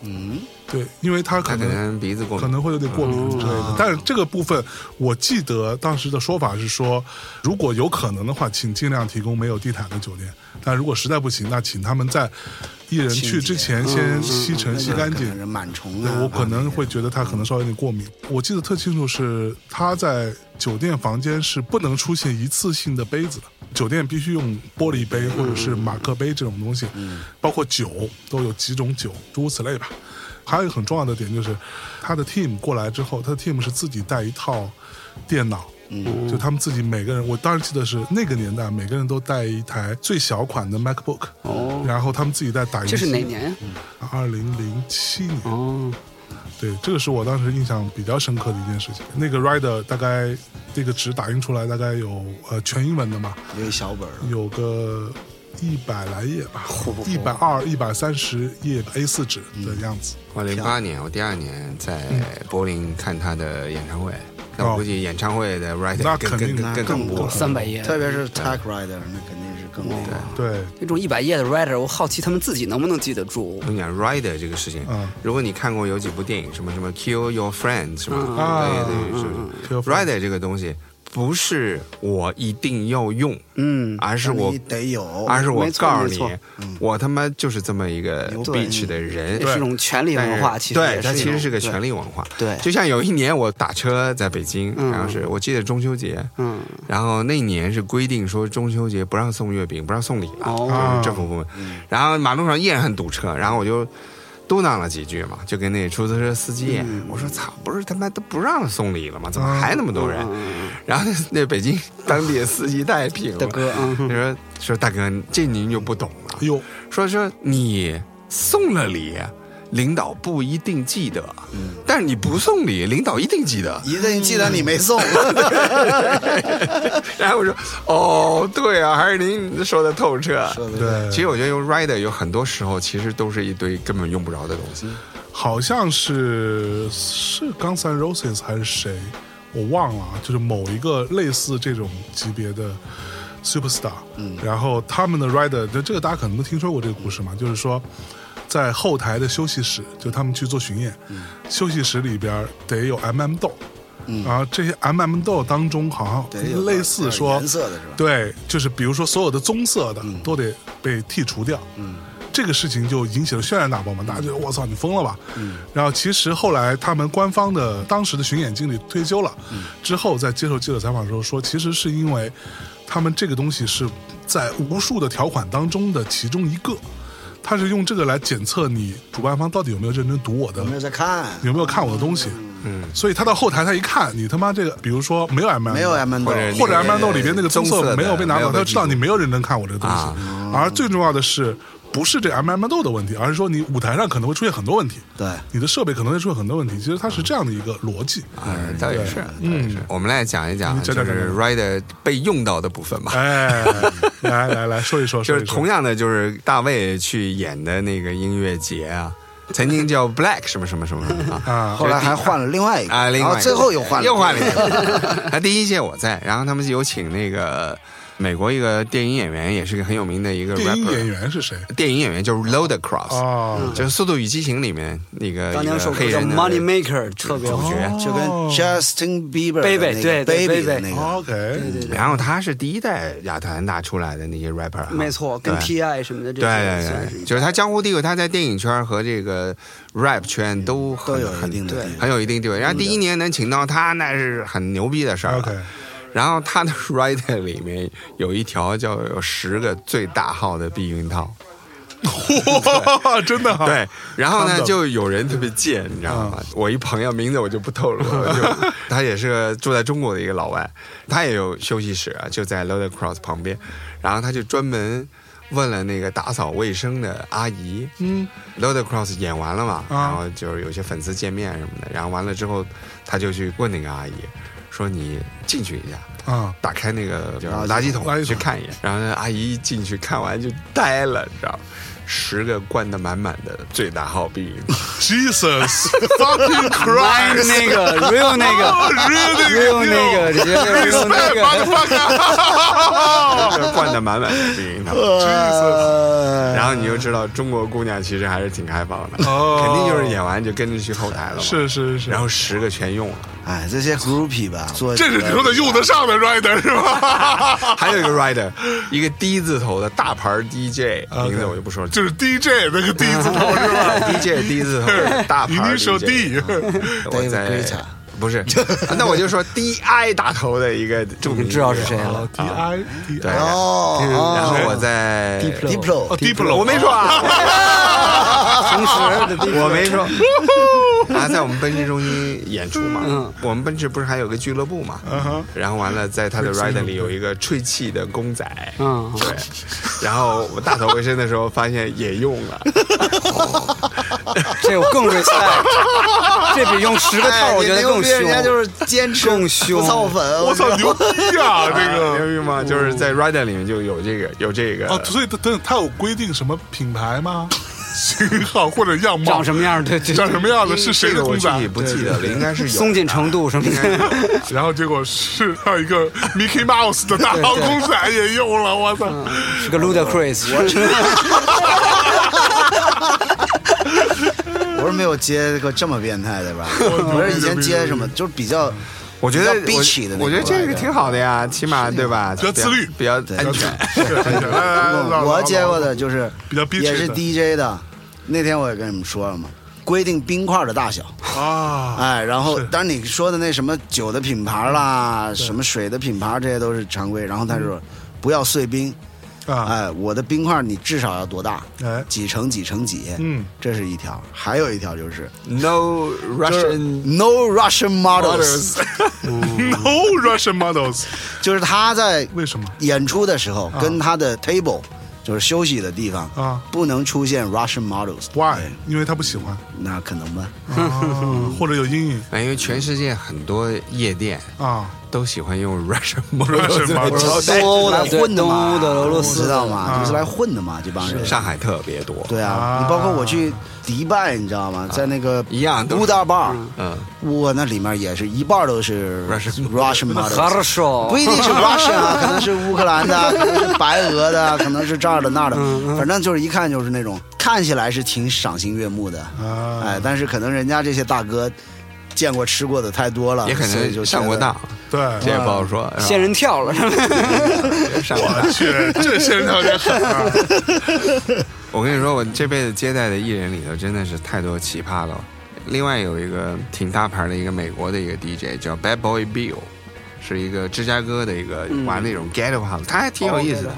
嗯，对，因为他
他
可
可
能
能鼻子过敏
可能会有点过敏之类的。但是这个部分，我记得当时的说法是说，如果有可能的话，请尽量提供没有地毯的酒店。但如果实在不行，那请他们在艺人去之前先吸
嗯
尘吸干净。
是螨虫
对
啊。
我可能会觉得他
嗯
可能稍微有点过敏。我记得特清楚是他在酒店房间是不能出现一次性的杯子的，酒店必须用玻璃杯或者
嗯
是马克杯这种东西，包括酒都有几种酒，诸如此类吧。还有一个很重要的点就是，他的 team 过来之后，他的 team 是自己带一套电脑。
嗯
就他们自己每个人，我当时记得是那个年代，每个人都带一台最小款的 MacBook，、
哦
然后他们自己带打印机。
这是哪？年呀？
二零零七年。
哦，
对，这个是我当时印象比较深刻的一件事情。那个 rider 大概那个纸打印出来大概有呃全英文的嘛，
有一小本儿，
有个一百来页吧，一百二、一百三十页 A 4纸
嗯
的样子。
我零
啊
八年，我第二年在柏林看他的演唱会，
嗯
那我估计演唱会
哦
的 writing
那
更
肯定
更
啊
更更恐怖了。
三百页，
特别是 tech rider，那肯定是更那个。
对，
嗯
那种一百页的 writer，我好奇他们自己能不能记得住
我。跟你讲，rider 这个事情
嗯，
如果你看过有几部电影，什么什么 Kill Your Friend 是吧？
嗯
啊
对对是
嗯
不是？rider 这个东西不是我一定要用，
嗯，
而是
那
我
你得有，
而是我
没错
告诉
没错嗯
你，我他妈就是这么一个
牛逼
bitch 的人
也。是一种权力
但
文
是
化，其实
哎对，
也
它
一
其
种
实是个权力文化。
对
就像有一年我打车在北京，
嗯
然后是我记得中秋节，
嗯，
然后那年是规定说中秋节不让送月饼，不让送礼了，
哦嗯
就是政府部门。然后马路上依然很堵车，然后我就嘟囔了几句嘛，就跟那出租车司机，
嗯
我说：“操，不是他妈都不让送礼了吗？怎么还那么多人？”然后那那北京当地的司机太品了，
嗯大哥，嗯
他说：“说大哥，这您就不懂了。
哎呦，
说说你送了礼，领导不一定记得，但是你不送礼，领导一定记得。
一定记得你没送，啊
嗯
然后我说，哦，对啊，还是您说的透彻。啊
说的
对，
其实我觉得用 Rider 有很多时候其实都是一堆根本用不着的东西。
好像是是刚才 Roses 还是谁，我忘了，啊，就是某一个类似这种级别的 superstar，嗯，然后他们的 rider，就这个大家可能都听说过这个故事嘛，就是说。在后台的休息室，就他们去做巡演，休息室里边得有 MM 豆，然后这些 MM 豆当中好
嗯得有呃
像类似说
颜色的是吧？
对，就是比如说所有的棕色的都得被剔除掉。嗯，这个事情就引起了轩然大波嘛，大家觉得我操，你疯了吧？嗯，然后其实后来他们官方的当时的巡演经理退休了，之后在接受记者采访的时候说，其实是因为他们这个东西是在无数的条款当中的其中一个。他是用这个来检测你主办方到底有没有认真读我的
有没有在看？
有没有看我的东西。嗯，所以他到后台他一看，你他妈这个，比如说没有 M，
没有 M N 豆
或，者
或者 M 豆里边那个棕
棕色
色
的
没有被拿
没有
走，
被
他就知道
记住啊
你没有认真看我这个东西。而最重要的是，不是这 M M 豆的问题，而是说你舞台上可能会出现很多问题，
对，
你的设备可能会出现很多问题。其实它是这样的一个逻辑。
嗯，倒也是，嗯，我们来讲一讲，
你
就
讲讲
是
讲
Rider 被用到的部分吧。
哎，来来来说一 说，
就
说
是
一说
同样的，就是大卫去演的那个音乐节啊，曾经 叫 Black 什么什么什么什么啊。
啊，
后来还换了另外一个，
啊，另
然
外一
后
个
最后又换了，
又换了一个。 他第一届我在，然后他们有请那个美国一个电影演员，也是个很有名的一个
电影
rapper，
演员是谁？
电影演员就是 Load Cross，、
啊，
就是《速度与激情》里面那个
当年
一
有
个
首
黑
歌叫
人的
Money Maker，特别
主
红。
角。
就跟 Justin Bieber 的
Baby，
那
哦对
个
对
Baby 的
Baby
那个，
哦 OK，
然后他是第一代亚特兰大出来的那些 rapper，啊
没错，跟
对
T.I. 什么的这
对
些
对
算
对，
是
就是他江湖地位，他在电影圈和这个 rap 圈都很
都有一
很
定的
对
地位
很有一定地位。然后第一年能请到他，那是很牛逼的事儿了。
OK
然后他的 writer 里面有一条叫有十个最大号的避孕套，
哇，真的 啊
对，然后呢，
Condom
就有人特别贱，你知道吗？我一朋友名字我就不透露了，嗯 就他也是个住在中国的一个老外，他也有休息室啊，就在 Loaded Cross 旁边，然后他就专门问了那个打扫卫生的阿姨，嗯，Loaded Cross 演完了嘛，
啊
然后就是有些粉丝见面什么的，然后完了之后，他就去问那个阿姨，说你进去一下。
啊，
打开那个就是垃
垃
圾
圾
桶
垃圾桶
去看一眼，然后那阿姨一进去看完就呆了，你知道吗？十个灌得满满的最大号避 孕
Jesus fucking
Mind
Christ！
那个 real 那
Oh,
个 real 那个，直接 real 那个，
灌得满满的避孕 套，
呃
然后你就知道中国姑娘其实还是挺开放的，
哦
肯定就是演完就跟着去后台了嘛。
是是是，
然后十个全用了，
哎，这些 groupie 吧，做
这是你说的用得上的 rider 是吧？
还有一个 rider，一个 D 字头的大牌 DJ，
OK
名字我就不说了，
就是 DJ 那个 D 字
啊
头是吧？
DJ D 字头的大牌
一定
DJ，
手 D
我
David
在
Guetta
不是，啊那我就说 DI 打头的一个著名，
你知道是谁了
哦 DI
啊对
DI
哦
然后我在
Diplo
哦 Diplo，
我没说 啊，
同时的
我没说。他在我们奔驰中心演出嘛，我们奔驰不是还有个俱乐部嘛？
哼
然后完了，在他的 rider 里有一个嗯吹气的公仔，
嗯
对。 然后我大扫卫生的时候发现也用了，
这我更 respect，这比用十个套我觉得更
哎人家
凶。
就是坚持
更凶
不造 粉，
我操牛逼啊！这
牛
个
逼吗？就是在 rider 里面就有这个，有哦这个。呃
哦，所以他他他有规定什么品牌吗？型号或者样貌？
长什么样？对对，
长什么样的？是
这
谁的
个我
公
具体
仔？
不记得了，应该是有
松紧程度什么的，
然后结果是还有一个 Mickey Mouse 的大号公仔也用了，我操！
是个 ludicrous。
我是没有接过这么变态的吧？我是以前接什么，就是比较
我觉得
比较
我
bitchy 的那种
我觉得这个挺好的呀，起码对吧？比
较自律
比较安全。
是安哎全来来来老
嗯我
老
接过的就是
比较逼
也
真
是
的
DJ 的。那天我也跟你们说了嘛，规定冰块的大小，
啊，
哎，然后
是
当然你说的那什么酒的品牌啦，什么水的品牌，这些都是常规。然后他说不要碎冰，
嗯啊，
哎，我的冰块你至少要多大？
哎
几乘几乘几？
嗯，
这是一条。还有一条就是，
No
就是
Russian
no Russian models，
嗯 No Russian models，
就是他在
为什么？
演出的时候跟他的 table 就是休息的地方
啊
不能出现 Russian models。
，why？因为他不喜欢，
那可能吧。
啊或者有阴影
哎，因为全世界很多夜店
啊。
都喜欢用 Russian models
Russian
来
models
招待
东欧的
来混的
东
嘛
欧的俄罗斯知道
啊
嘛，就是来混的嘛，这帮 人。
上海特别多。
对啊
啊，
你包括我去迪拜，你知道吗？在那个
一样啊都是
乌大 bar，
嗯，
我那里面也是一半都是
Russian
Russian models。
Хорошо，
不一 定是 Russian 啊，可能是乌克兰的，可能是白俄 的，可能是这儿的那儿的，
嗯
反正就是一看就是那种看起来是挺赏心悦目的，
嗯
啊
哎，但是可能人家这些大哥见过吃过的太多了，
也可
啊所以就啊
能上过
觉得
当，
对，
这也不好说。是吧
仙人跳了，是吧？
上过当。
去，这仙人跳也狠啊！
我跟你说，我这辈子接待的艺人里头真的是太多奇葩了。另外有一个挺大牌的一个美国的一个 DJ 叫 Bad Boy Bill，是一个芝加哥的一个
嗯
玩那种 Ghetto House，他还挺有
哦
意思的。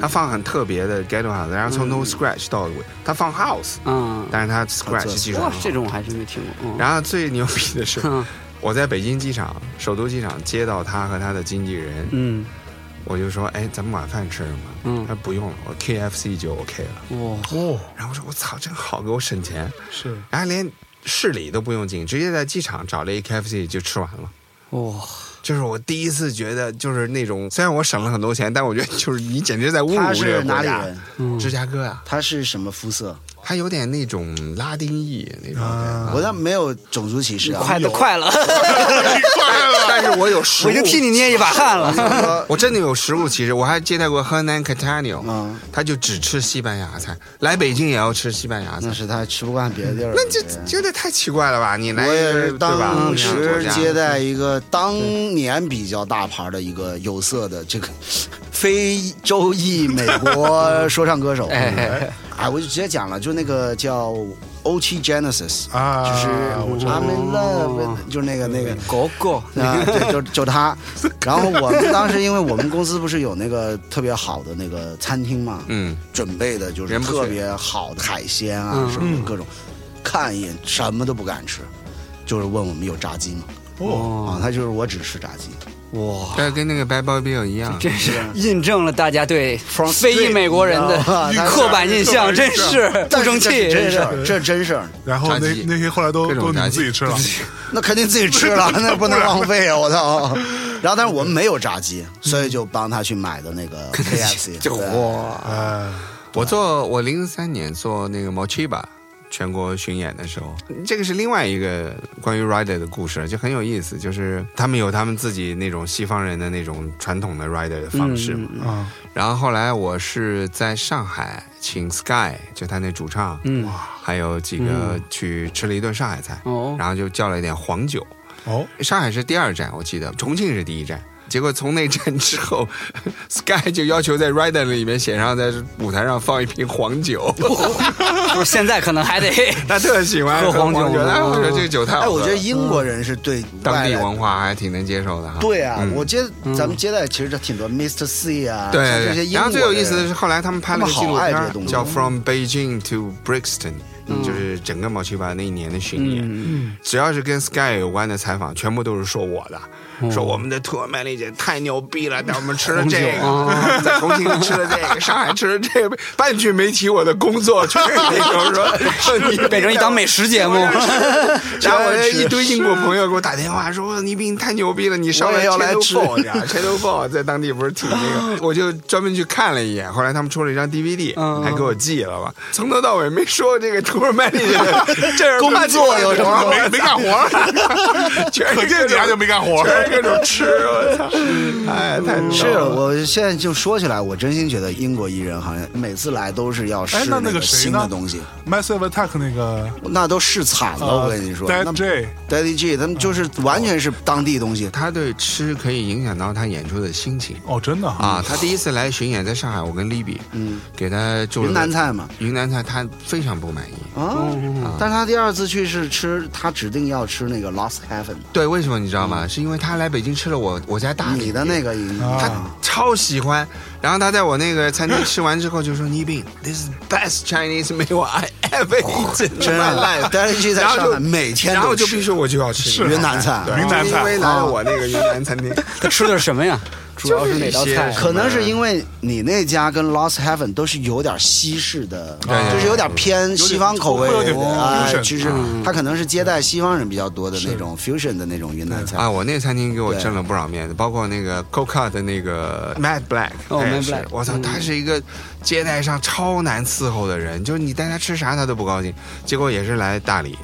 他放很特别的 Ghetto House，然后
嗯
从 No Scratch 到尾，他放 House，
嗯，
但是他 Scratch 技术很
哇，
好
这。种我嗯还真没听过。嗯
然后最牛逼的 是，
哼
我在北京机场、首都机场接到他和他的经纪人，
嗯，
我就说：“哎，咱们晚饭吃什么？”
嗯
他说不用了，我 KFC 就 OK 了。
哇，
哦，
然后我说：“我操，真好，给我省钱。
是”
然后连市里都不用进，直接在机场找了一 KFC 就吃完了。
哇，
这是我第一次觉得，就是那种虽然我省了很多钱，但我觉得就是你简直在侮
他
辱这
是
个
哪
国
里
家。
人？
嗯
芝加哥啊，
他是什么肤色？
他有点那种拉丁裔那种感
啊
觉。
我倒没有种族歧视啊，
快的快了，
但是我有食物，
我已经替你捏一把汗了。
我真的有食物歧视，我还接待过 Hernan Catania，、
嗯
他就只吃西班牙菜，来北京也要吃西班牙菜
那，是他吃不惯别的地儿。
那这
对
这有点太奇怪了吧？你来
我也
一
是
个对吧不
当
一样的国
时
家
接待一个当年比较大牌的一个有色的这个非洲裔美 国说唱歌手，哎，我就直接讲了，就那个叫 O.T. Genesis，
啊，
就是
我知
I'm in love，with-
哦
就是那个那个。
狗狗，
啊，对，就就他，然后我们当时因为我们公司不是有那个特别好的那个餐厅嘛，
嗯，
准备的就是
人不缺
特别好的海鲜啊
嗯
什么的各种，看一眼什么都不敢吃，就是问我们有炸鸡吗？
哦，
嗯
啊，
哇
他就是我只吃炸鸡。
哇，
但是跟那个 Bad Boy Bill 一样，
真是印证了大家对
From
非裔美国人的
street，你知道吗
刻板印象，真是不
但是
争
这
气，
是真
真
事
是。
儿，这是真事儿，
然后
炸
那
鸡
那些后来都
各种
都你
炸
们
鸡
自己吃 了，
那肯定自己吃了，那不能浪费啊！我操。然后，但是我们没有炸鸡，所以就帮他去买的那
嗯
个 KFC。
就
对
哇，
哎，
我做我零三年做那个 Mochiba 全国巡演的时候，这个是另外一个关于 Rider 的故事，就很有意思。就是他们有他们自己那种西方人的那种传统的 Rider 的方式嘛。
啊，
然后后来我是在上海请 Sky，就他那主唱，
嗯，
还有几个去吃了一顿上海菜，
哦
然后就叫了一点黄酒。
哦，
上海是第二站，我记得重庆是第一站。结果从那站之后 ，Sky 就要求在 Rider 里面写上，在舞台上放一瓶黄酒，
哦不是现在可能还得
他特喜欢
喝黄酒
酒。哎，我觉得
嗯
这个酒太好喝
哎，
了
我觉得英国人是对
当
外
地
来
文化还挺能接受的哈。
对啊，
嗯
我接咱们接待其实这挺多，Mr. C 啊，
对
像这些
对，
英
然后最有意思的
是
是，后来他们拍了个纪录
他们好爱
片
这个嗯东
儿，
西
叫《From Beijing to Brixton》，就是整个毛奇巴那一年的巡
嗯
演。只要是跟 Sky 有关的采访，全部都是说我
嗯
的，说我们的特曼丽姐太牛逼了，带我们吃了这
哦
个，在重庆吃了这个，上海吃了这个，半句没提我的工作，全是那种说 说你
变成一档美食 节目。
然后我这 一堆英国朋友给我打电话说：“倪斌太牛逼了，你上
我
来
也要来
Channel
吃
Four 去啊，Channel Four 在当地不是挺那 个？我就专门去看了一眼，后来他们出了一张 DVD，
嗯
还给我寄了吧。从头到尾没说这个图尔曼利 的这是
工作有什么
么，
没没干 活儿，
全
可
是
见
这
你还就没干活儿，
全是各种吃，我操！哎，太逗
嗯是，
了
我现在就说起来，我真心觉得英国艺人好像每次来都是要
哎
试
那那
个
个谁
新
呢
的东西，
Massive Attack 那个
那都试惨了。
啊
呃
我跟你说
Dead
那
J
Daddy G 他们就是完全是当地东西，
他对吃可以影响到他演出的心
嗯
情。
哦，真的哈
啊，他第一次来巡演在上海，我跟 Libby，嗯，给他做了
云南菜嘛
云南菜他非常不满意，
啊。但是他第二次去是吃，他指定要吃那个 Lost Heaven，
对，为什么你知道吗？是因为他来北京吃了我我家大
你
米
的那个已经
他
啊
超喜欢。然后他在我那个餐厅吃完之后就说：“倪斌，This is best Chinese meal I ever eaten
真
in my
的
life。
Daddy G 在
然后
上
就
海每 天
然后
都
就必
吃啊
须我就要吃
是
云南菜，
对
云南菜
因为来了我那个云南餐厅，
他吃的是什么呀？主要是哪道
就是一
菜啊
些？
可能是因为你那家跟 Lost Heaven 都是有点西式的，
对
就是有点偏西方口味
有点
啊
fusion，
就是他可能是接待西方人比较多的那种 fusion 的那种云南菜
啊，。我那个餐厅给我挣了不少面子，包括那个 Coca 的那个 Matt Black，
哦
他也
Matt
是
Black，
我操，
嗯
他是一个接待上超难伺候的人，就是你带他吃啥他都不高兴，结果也是来大理。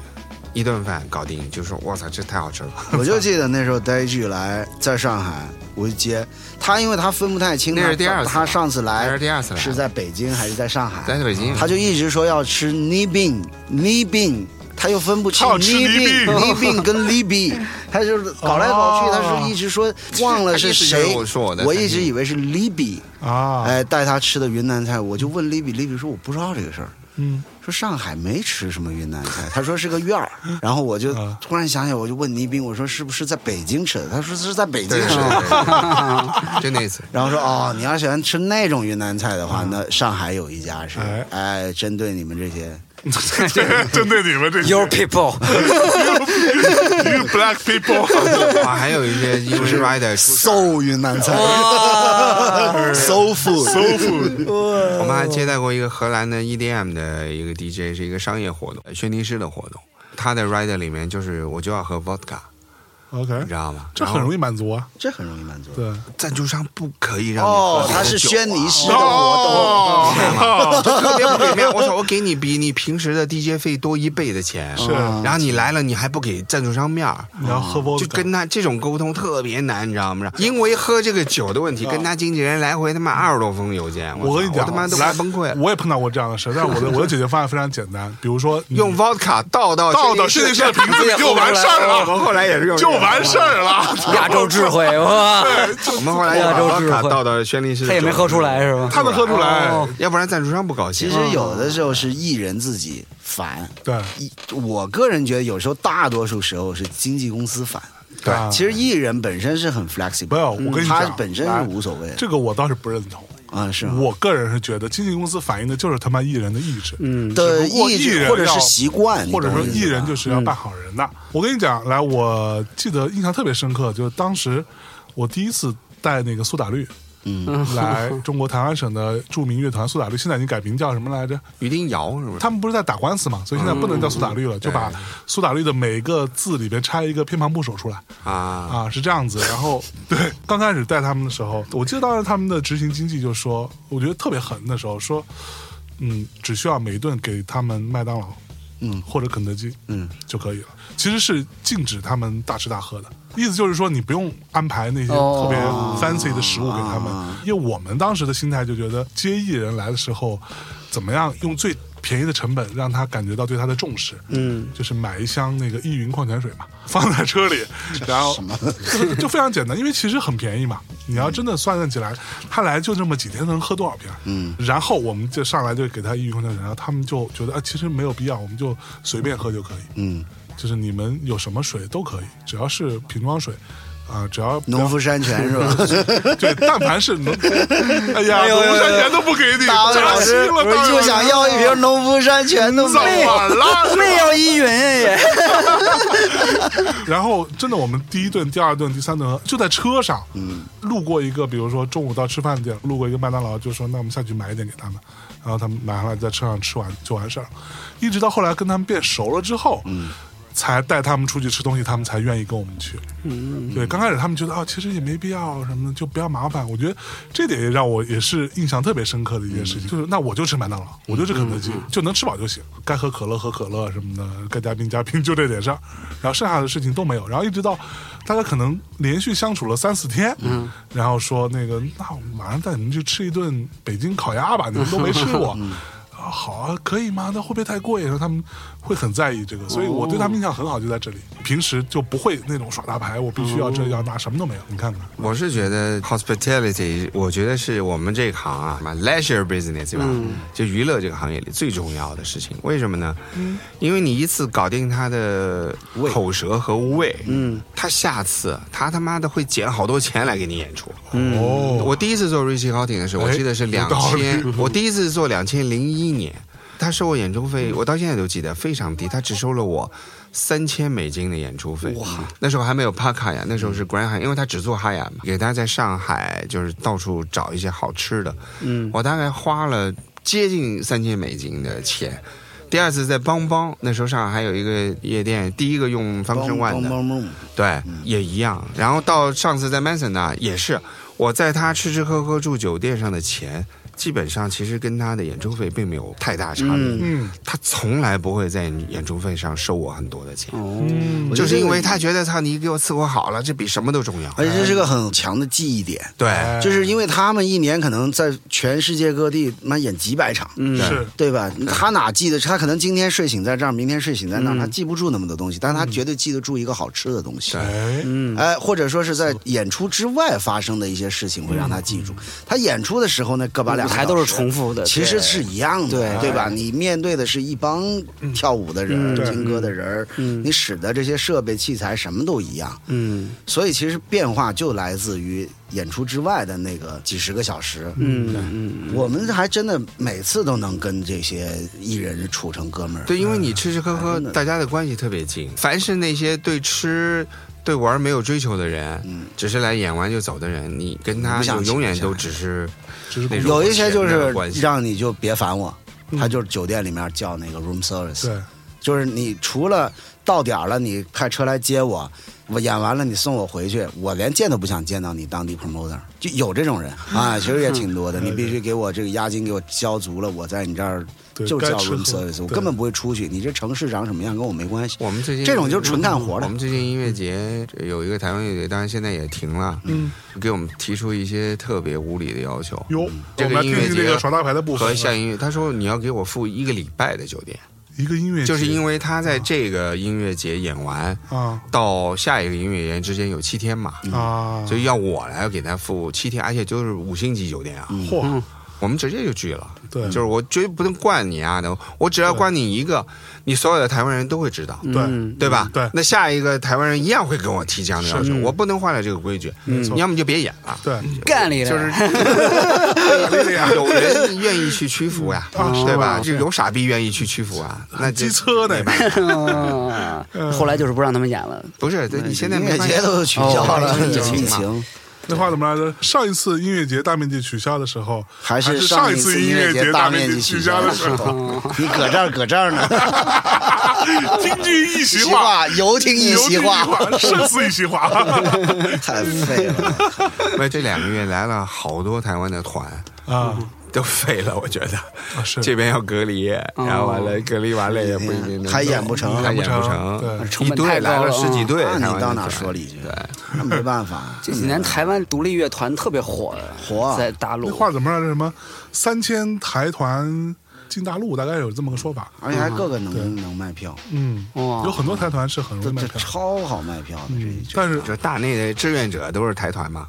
一顿饭搞定，就说我操，这太好吃了！
我就记得那时候呆剧来在上海，我就接他，因为他分不太清，
那是
他
第二次
他上次
还
来
哎是第二次来，啊
是在北京还是在上海？
在北京，
他就一直说要吃泥饼，泥饼，他又分不清
他要吃
泥
泥
饼、
饼
泥饼跟泥饼，他就是搞来搞去，
哦
他说一直说忘了是
他一直以
谁
为我说我的，
我
餐厅
一直以为是 Libby，
啊，
哎，带他吃的云南菜，我就问 Libby，Libby 说我不知道这个事儿。
嗯，
说上海没吃什么云南菜，他说是个 院儿，然后我就
啊
突然想起来，我就问倪斌，我说是不是在北京吃的？他说是在北京
对对
吃
对
的。
对，对 就那次，
然后说哦，你要喜欢吃那种云南菜的话，那上海有一家是
啊哎
哎，针对你们这 些
针对你们这些
Your people，
you black people，
啊，还有一些 u s rider 出事儿
so 云南菜 ，so food，
搜狐
我们还接待过一个荷兰的 EDM 的一个 DJ，是一个商业活动，轩尼诗的活动。他的 rider 里面就是我就要喝 vodka，你
OK，
知道吗？
这很容
易，
易满足啊，
这很容易满足。
对，
赞助商不可以让你喝
哦
这，个
他是
酒
轩尼诗的活
哦，
特别不给面。我操，我给你比你平时的 DJ 费多一倍的钱，
是
然后你来了，你还不给赞助商面儿。
你要喝 v
哦就跟他这种沟通特别难，你知道吗？因为喝这个酒的问题，跟他经纪人来回他妈二十多封邮件，
嗯我
操
跟你讲，
我他妈都快
来
崩溃了。
我也碰到过这样的事，但是我的我的解决方案非常简单，比如说你
用 vodka 嗯倒到
倒到
轩
轩
尼诗
尼诗的瓶子里就完事儿了
我们后来也是用这
就
个
完事儿了。
亚洲智慧哇！
我们后来也把
亚洲智
vodka
慧
倒到轩尼诗的酒里，
他也没喝出来是吧？
他能喝出来，
哦
要不然赞助商不啊高兴。
其实有
哦
的时候是艺人自己烦，
对
一我个人觉得有时候大多数时候是经纪公司烦。
对啊
其实艺人本身是很 flexible，嗯
没有我跟你
他
讲
本身是无所谓的
这个我倒是不认同。
啊，是吗
我个人是觉得经纪公司反映的就是他妈艺人的意志，嗯，
的
只不过
意
艺
志
人
或者是
要
习惯，你
或者
懂
说
我意思
艺人
吧
就是要扮好人的。我跟你讲，来，我记得印象特别深刻，就是当时我第一次带那个苏打绿。嗯，来中国台湾省的著名乐团苏打绿，现在已经改名叫什么来着？
于丁瑶是不是？
他们不是在打官司嘛，所以现在不能叫苏打绿了，就把苏打绿的每一个字里边插一个偏旁部首出来
啊，
啊，是这样子。然后对，刚开始带他们的时候，我记得当时他们的执行经济就说，我觉得特别狠的时候说，嗯，只需要每一顿给他们麦当劳，嗯，或者肯德基，嗯就可以了。其实是禁止他们大吃大喝的，意思就是说你不用安排那些
哦
特别 fancy 的食物给他们，因为我们当时的心态就觉得接艺人来的时候，怎么样用最便宜的成本让他感觉到对他的重视，嗯，就是买一箱那个依云矿泉水嘛，放在车里，然后 就就非常简单，因为其实很便宜嘛。你要真的算算起来，他来就这么几天能喝多少瓶？嗯，然后我们就上来就给他依云矿泉水，然后他们就觉得啊，其实没有必要，我们就随便喝就可以，嗯，就是你们有什么水都可以，只要是瓶装水。啊、只要不要
农夫山泉是 吧？
对，但凡是能，哎呀，
哎呦
我
哎呦
山泉都不给你，
大伟
扎
哎老
心
师，
了，
我就想要一瓶农夫山泉 都
怎
没有。
么了？
没有依云也，
然后真的，我们第一顿、第二顿、第三顿就在车上，嗯，路过一个，比如说中午到吃饭点，路过一个麦当劳，就说那我们下去买一点给他们，然后他们买回来在车上吃完就完事儿了，一直到后来跟他们变熟了之后，嗯。才带他们出去吃东西，他们才愿意跟我们去。嗯，对，刚开始他们觉得啊、其实也没必要什么的，就不要麻烦。我觉得这点也让我也是印象特别深刻的一件事情，就是那我就吃麦当劳，我就吃肯德基，就能吃饱就行，该喝可乐喝可乐什么的，该加冰加冰，就这点事儿。然后剩下的事情都没有。然后一直到大家可能连续相处了三四天，嗯，然后说那个，那我马上带你们去吃一顿北京烤鸭吧，你们都没吃 过。啊，好啊，可以吗？那会不会太贵？然后他们会很在意这个，所以我对他们印象很好，就在这里。平时就不会那种耍大牌，我必须要这要那，什么都没有。你看看，
我是觉得 hospitality，我觉得是我们这行啊，嘛 leisure business 对吧？就娱乐这个行业里最重要的事情。为什么呢？因为你一次搞定他的口舌和胃，嗯，他下次他他妈的会捡好多钱来给你演出。
哦，
嗯我第一次做 Richie Houghton 的时候，
哎
我记得是
有
两
道理
千，我第一次做两千零一年。他收我演出费，
嗯
我到现在都记得非常低，他只收了我三千美金的演出费。哇！那时候还没有帕卡
嗯
呀，那时候是 Grand Hyatt，因为他只做哈雅嘛，给大家在上海就是到处找一些好吃的。嗯，我大概花了接近三千美金的钱。第二次在邦邦，那时候上海还有一个夜店，第一个用 Function One 的，
帮帮忙
对，也一样。然后到上次在 Manson 那儿也是，我在他吃吃喝喝住酒店上的钱，基本上其实跟他的演出费并没有太大差别。
嗯，
他从来不会在演出费上收我很多的钱，
嗯
我
就
觉得哎
是
这
因
个
为他觉得操你给我伺候好了，这比什么都重要。
而且这是个很强的记忆点，
对，
哎
就是因为他们一年可能在全世界各地妈演几百场，
嗯，
是
对吧？他哪记得？他可能今天睡醒在这儿，明天睡醒在那
嗯
儿，他记不住那么多东西，但他绝对记得住一个好吃的东西。
哎，
哎，或者说是在演出之外发生的一些事情会让他记住。他演出的时候呢，个把两
舞嗯台都是重复的，
其实是一样的，
对嗯
对吧？你面对的是一帮跳舞的人儿、
对
听歌的人儿，你使的这些设备器材什么都一样，
嗯
所以其实变化就来自于演出之外的那个几十个小时。
嗯嗯
我们还真的每次都能跟这些艺人处成哥们儿，
对，因为你吃吃喝
嗯
喝，大家的关系特别近。凡是那些对吃、对玩没有追求的人，只是来演完就走的人，你跟他
嗯不想
就
请
永远
下
都
来
只是
只是
那种
有一些就
钱的
是
关系
让你就别烦我，他就是酒店里面叫那个 room service，
对，
嗯就是你除了到点儿了，你派车来接我，我演完了你送我回去，我连见都不想见到你当地 promoter，就有这 种人啊，其实也挺多的。你必须给我这个押金给我交足了，我在你这儿
对
就
该
叫
吃
room
喝
service，我
对
根本不会出去。你这城市长什么样跟我没关系。
我们最近
这种就是纯干活的
我们最近音乐节有一个台湾乐队，当然现在也停了，嗯，给我们提出一些特别无理的要求。
哟，
这
我们
个
来
音
听
乐
听这
节
个耍大牌的部
和
分，啊
下音乐，他说你要给我付一个礼拜的酒店，
一个音乐节，
就是因为他在这个音乐节演完
啊
到下一个音乐节之间有七天嘛，
啊，
所以要我来给他付七天，而且就是五星级酒店啊，
嚯，
我们直接就拒了。
嗯对
就是我绝对不能惯你啊的，我只要惯你一个，你所有的台湾人都会知道。
对
嗯
对吧？
对
那下一个台湾人一样会跟我提这样的要求，
嗯
我不能坏了这个规矩。
错
你要么就别演了，
对，
干你了
就是 有人愿意去屈服呀，
啊
对吧？
哦
就有傻逼愿意去屈服啊，那这
机车呢
没办法
嗯，后来就是不让他们演了，
不是，对你现在
音
没
乐
发
节
现
都取消了，
哦
疫
疫情
情
那话怎么来着？上一次音乐节大面积取消的时候，
还
是
是
上
一
次
音
乐
节
大
面
积
积取
消
消
的时候，
候， 你搁这儿搁这儿呢，
听君一席
席
话，
话犹听 一
犹听
席
一
话，
话，胜似一 席话。
太废了。
没这两个月来了好多台湾的团。
啊，
都废了，我觉得
是嗯
这边要隔离，然后完了隔离完了也不一定能走
还演不成
还演不
还不成对
成，
成
一
本
队
太高
来了
了
十几队，
嗯那
台湾
你
的
到
团
哪说理去？那没办法，
这几年台湾独立乐团特别火，
火啊
在大陆
那，话怎么来着？什么三千台团进大陆，大概有这么个说法。
而且还各个能能卖票，
嗯，
哇
有很多台团是很容
这
易卖
这
票，
超好卖票的，这这
但是
就大内的志愿者都是台团嘛。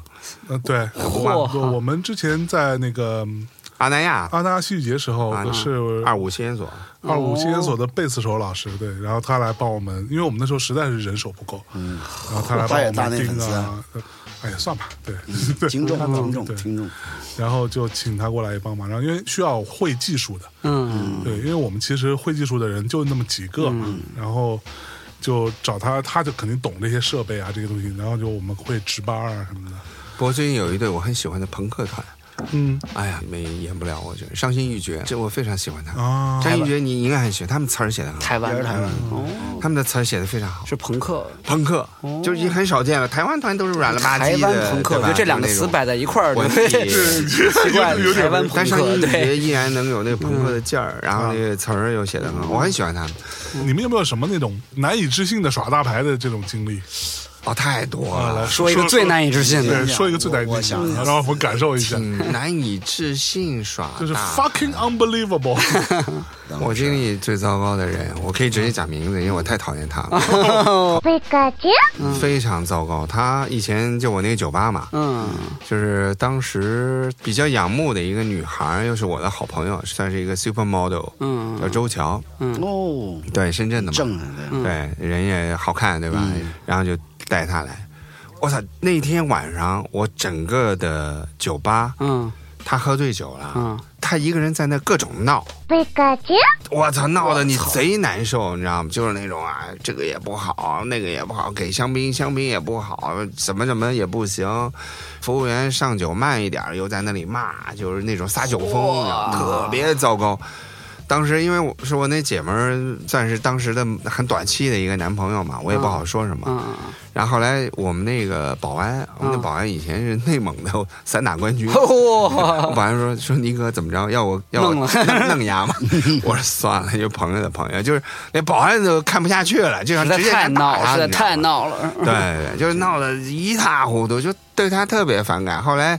呃，对，我我我们之前在那个嗯
阿那亚
阿那亚戏剧节时候
啊
是
二五吸烟所，
二五戏研所的贝斯手老师，对，然后他来帮我们，因为我们那时候实在是人手不够，嗯，然后他来帮
他
我
也大
们
内
盯
粉丝
啊
啊，
哎呀，算吧，对对，
听众啊听
对
众听众，
然后就请他过来帮忙，然后因为需要会技术的，
嗯，
对，因为我们其实会技术的人就那么几个嘛，然后就找他，他就肯定懂这些设备啊这些东西，然后就我们会值班啊什么的，
不过最近有一队我很喜欢的朋克团，
嗯
哎呀，没演不了，我觉得伤心欲绝，这我非常喜欢他。
啊，
哎
伤心欲绝你应该很喜欢，他们词儿写的很好，
台湾的
台湾
哦，
他们的词儿写的非常好。
是朋克，
朋克就已经很少见了，台湾团都是软了吧
台
唧的。
湾朋克，
对
我觉
吧
得这两个
就那
词
种
摆在一块儿，
文
对，
体
奇怪了，台湾
但
朋
上
克，
音
对，
节依然能有那个朋克的劲
嗯
儿，然后那个词儿又写的很好，我很喜欢他们。
你们有没有什么那种难以置信的耍大牌的这种经历？
哦，太多
啊，来
了，
呃说一个最难以置信的
对，说一个最难以置信
我我
的，
想
让我们感受一下，
挺嗯难以置信耍大。
就是 fucking unbelievable，
我经历最糟糕的人，我可以直接讲名字，因为我太讨厌他了，
Pikachu,
非常糟糕。他以前就我那个酒吧嘛，
嗯，
就是当时比较仰慕的一个女孩儿，又是我的好朋友，算是一个 super model，
嗯
叫周乔，
哦，
对，深圳的嘛，
正啊，
对，
嗯
人也好看，对吧？然后就带她来。我操！那天晚上我整个的酒吧，
嗯
他喝醉酒了，
嗯
他一个人在那各种闹，
皮卡丘，
我操，闹得你贼难受，你知道吗？就是那种啊，这个也不好，那个也不好，给香槟香槟也不好，怎么怎么也不行。服务员上酒慢一点，又在那里骂，就是那种撒酒疯，你知道吗特别糟糕。当时因为我是我那姐们儿，算是当时的很短期的一个男朋友嘛，我也不好说什么。
嗯，
然后后来我们那个保安，我们那
嗯
保安以前是内蒙的 散打冠 军。
哇，
保安说说尼哥怎么着？要我要我
弄
弄
了
弄牙吗？ 我说算了，就朋友的朋友，就是那保安都看不下去了，就想
实
啊直
在
接
太
想打
闹，
他
实在
你知道吗
太闹了。
对对，对就是闹得一塌糊涂，就对他特别反感。后来，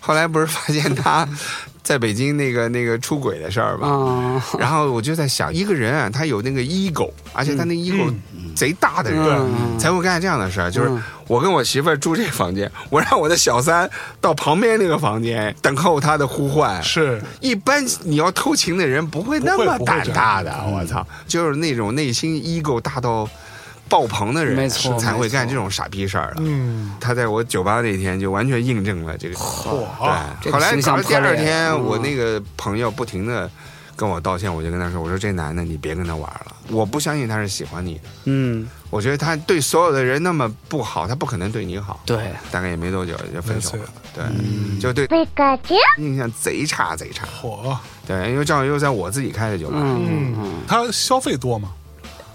后来不是发现他在北京那个那个出轨的事儿吗？
嗯，
然后我就在想，一个人啊，他有那个 ego，而且他
嗯
那 ego 贼大的人，
嗯
才会干这样的事儿。就是
嗯
我跟我媳妇儿住这个房间，我让我的小三到旁边那个房间等候他的呼唤。
是
一般你要偷情的人不会那么
不会不会
胆
这样嗯
大的，我操，就是那种内心 ego 大到爆棚的人，
没错
才会
没错
干这种傻逼事儿的。
嗯，
他在我酒吧那天就完全印证了这个。
嚯，
对，
这
后
个
来
形
搞到
象
第
破
二
裂
天，
嗯
我那个朋友不停的跟我道歉，我就跟他说：“我说这男的你别跟他玩了，我不相信他是喜欢你的。
嗯，
我觉得他对所有的人那么不好，他不可能对你好。”
对，
大概也没多久就分手了，对，就对
皮卡丘，
印象贼差贼差。
嚯，
对，因为正好又在我自己开的酒吧，
嗯，
他消费多吗？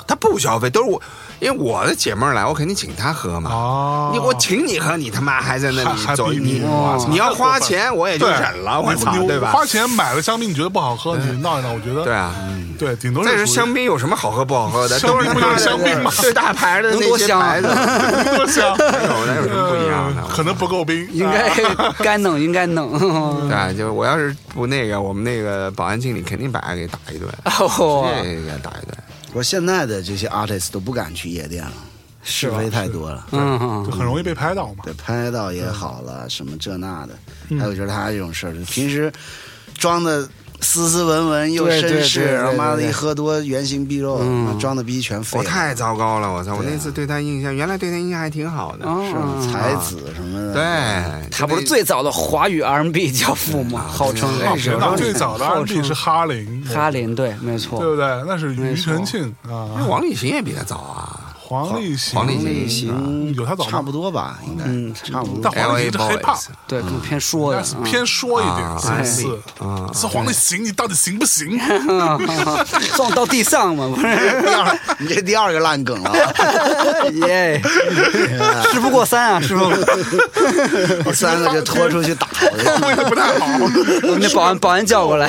他不消费，都是我，因为我的姐妹儿来，我肯定请她喝嘛。
啊，
你我请你喝，你他妈还在那
还
里走，
还逼
你
逼我操
你要花钱，我也就
对
忍了，我
你
操，
你
对吧？
花钱买了香槟，你觉得不好喝，你闹一闹，我觉得
对啊，
对，顶多
再说
是
香槟有什么好喝不好喝的？
香槟
都是他妈
不就是
的
香槟吗
最大牌的
能
那
多
些
香啊
牌子，
槟多香，
哪有 哪有什么不一样的？
呃可能不 够冰， 啊
应该该弄，应该弄。 哦
对啊，就我要是不那个，我们那个保安经理肯定把他给打一顿，
哦，
这个打一顿。
我现在的这些 artist 都不敢去夜店了，是非太多了。
嗯
就，很容易被拍到嘛。
对，拍到也好了，什么这那的，
嗯
还有就是他这种事儿，就平时装的斯斯文文又
对对
绅
对
士，
对
然后妈的
对嗯
一喝多原形毕露，妈装的逼全废
我
了，
太糟糕了，我操！我
对啊
那次对他印象，原来对他印象还挺好的，啊
哦
是才子什么的，
对，
他不是最早的华语 R&B 教父吗？号称
那
为
谁呢？啊最 早的 R&B 是哈林，
哈，林，对，没
对
错。
不对？那是庾澄庆
那
啊，
王力行也比他早啊。
黄立行，啊
黄立行啊
类型
有他早吗
差不多吧，应该、
嗯
差不
但
多。
黄立
L.A.
行是 hip
Boys
hop，
对，更偏说的，嗯
偏说一点，
啊
三四
啊
是黄立行，你到底行不行？
撞到地啊上嘛，不是？
第二，你这第二个烂梗了，啊
耶，事不过三啊，是不？
第三个就拖出去打 了。
我也不太好。
我们那保安保安叫过来，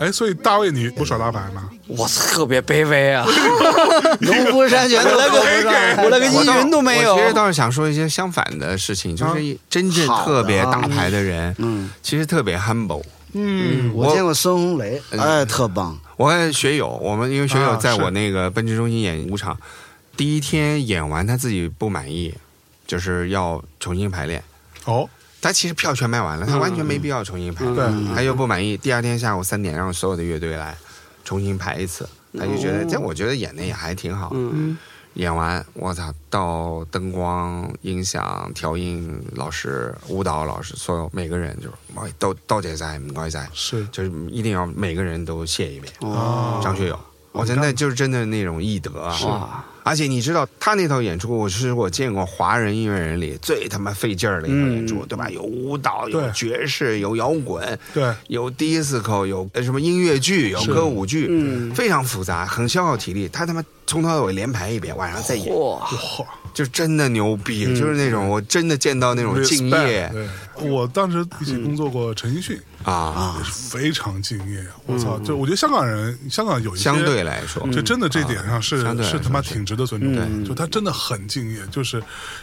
哎，所以大卫，你不耍大牌吗？
我特别卑微 啊，
农夫山泉都
我连个
够不上
我连个
我
依
倒
云都没有
我其实倒是想说一些相反的事情，就是真正特别
啊好的
大
啊
牌的人，
嗯，
其实特别 humble。
嗯，
我见过孙红雷，哎，特棒，
我看学友，我们因为学友
啊
在
是
我那个奔驰中心演五场，第一天演完他自己不满意，就是要重新排练。
哦，
他其实票全卖完了，他完全没必要重新排。
对，
他又不满意，第二天下午三点让所有的乐队来重新排一次，他就觉得，这我觉得演的也还挺好。
嗯
演完，我操，到灯光、音响、调音老师、舞蹈老师，所有每个人就是，喂，都都得在，唔该晒，
是
就是一定要每个人都谢一遍。
啊，
张学友，我真的就是真的那种艺德啊！
哇，
而且你知道他那套演出，我是我见过华人音乐人里最他妈费劲儿的一套演出，对吧？有舞蹈，有
嗯对
爵士，有摇滚，
对
有 disco，有呃什么音乐剧，有歌舞剧，
嗯
非常复杂，很消耗体力。他他妈从头到尾连排一遍，晚上再演，
哇，
嚯。嗯
就真的牛逼，就是那种我真的见到那种敬业
Respect，对，我当时一起工作过陈奕迅，
啊，
也是非常敬业。我操，就我觉得香港人，香港有一些
相对来说，
就真的这点上是、
啊相对来
是
说
他妈挺值得尊重的，就他真的很敬业，就是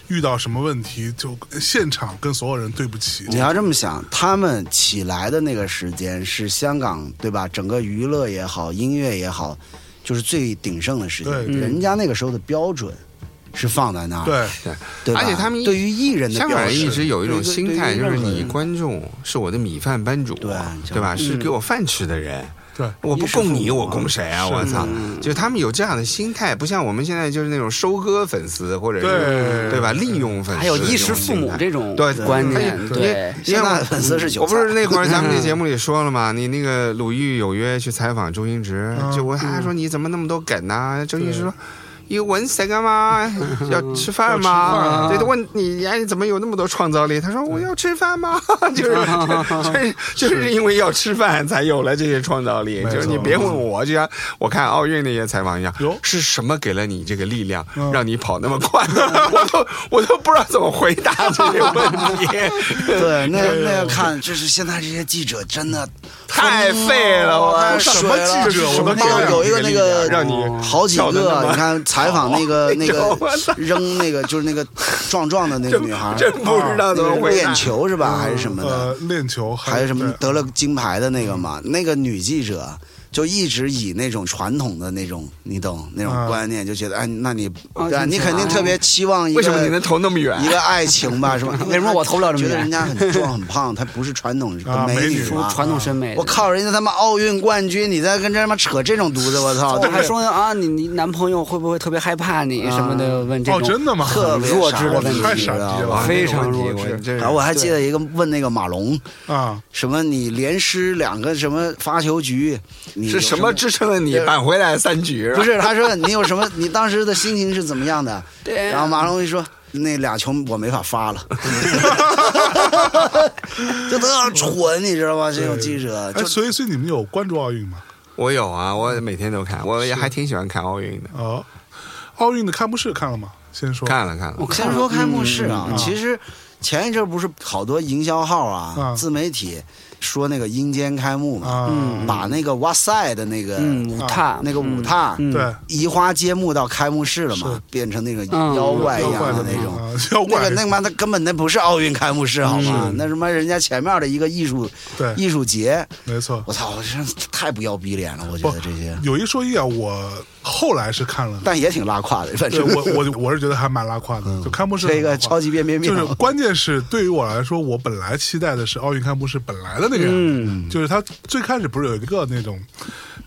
遇到什么问题就现场跟所有人对不起，
你要这么想，他们起来的那个时间是香港，对吧？整个娱乐也好，音乐也好，就是最鼎盛的时间。
对嗯
人家那个时候的标准是放在那儿，
对，
对
对吧
而且他们
对于艺人的
香
标
港人
准
一直有一种
对对
心态，
对于
就是
任何
你
人
观众是我的米饭班主，
对
对吧？是给我饭吃的人，
对对
我不供你，我供谁啊？
是
我操！就他们有这样的心态，不像我们现在就是那种收割粉丝，或者是
对
对吧？利用粉丝，
还有衣食父母这种
对
观念
因，为
对，
因为
现在
我
的粉丝是韭
我
菜
不是那会儿咱们这节目里说了嘛，你那个鲁豫有约去采访周星驰，
嗯
就我他说你怎么那么多梗呢？周星驰说。You 文谁干嘛？ 要吃饭
啊
吗？对，他问你，哎，你怎么有那么多创造力？他说我要吃饭吗？ 就是就是就是因为要吃饭才有了这些创造力。
错
就是你别问我，就像我看奥运那些采访一样
哟，
是什么给了你这个力量
嗯，
让你跑那么快？ 我都我都不知道怎么回答这个问题。
对，那那要看，就是现在这些记者真的
太废了，我
水
哦什么
了
记者我都
那个有一个那个
让你
好几
跳得那
个，
么
你看采访那个那
哎呦
个
我操
扔那个就是那个壮壮的那个
真
女孩，哦
真不知道怎么
那个
回嗯答
练。球是吧，还是什么
呃
的，，
练球还
还有什么
对
得了金牌的那个嘛，那个女记者。就一直以那种传统的那种，你懂那种
嗯
啊
观念，就觉得，哎，那你，
啊
对吧？你肯定特别期望一个
为什么你能投那么远
一？个爱情吧，是吧？
为什么我投不了这么
觉得
远
人家 很壮很胖，她不是传统
啊
的美
美
女
女
说
嘛
传统审美。
我！靠，人家他妈奥运冠军，你在跟这他妈扯这种犊子，我 操！
我还说啊，你你男朋友会不会特别害怕你什么的？问这
哦，
种
真的吗？
特别
弱智的问题
太傻逼了
非常弱智
智
然后我还记得一个问那个马龙，
啊！
什么你连失两个什么发球局，你
是
有
什么支撑了你扳回来三局？
不，是，他说你有什么，你当时的心情是怎么样的？
对
然后马龙一说。那俩球我没法发了，就特蠢，你知道吧？这种记者
哎，
就
所以所以你们有关注奥运吗？
我有啊，我每天都看，我也还挺喜欢看奥运的。
哦，奥运的开幕式看了吗？先说
看了看了
我，看
先说开幕式啊
嗯，
其实前一阵不是好多营销号啊
啊、
自媒体说那个阴间开幕嘛，
啊，
把那个哇塞的啊那个
嗯舞踏
那个舞踏
嗯
对，
移花接木到开幕式了嘛
是，
变成那个
嗯
妖怪一
妖
样
怪
的
的
哎那种。
啊妖
那
怪嗯
个那妈的根本那不是奥运开幕式好吗？那什么人家前面的一个艺术
对，
艺术节，
没错。
我操，我真是太不要逼脸了，我觉
不
得这些，
有一说一啊，我后来是看了，
但也挺拉胯的，反
对
正
我我我是觉得还蛮拉胯的，就开幕 式
嗯这个
很拉胯
超级变变变
就，是关键是对于我来说，我本来期待的是奥运开幕式本来的那个样子，
嗯
就是它最开始不是有一个那种。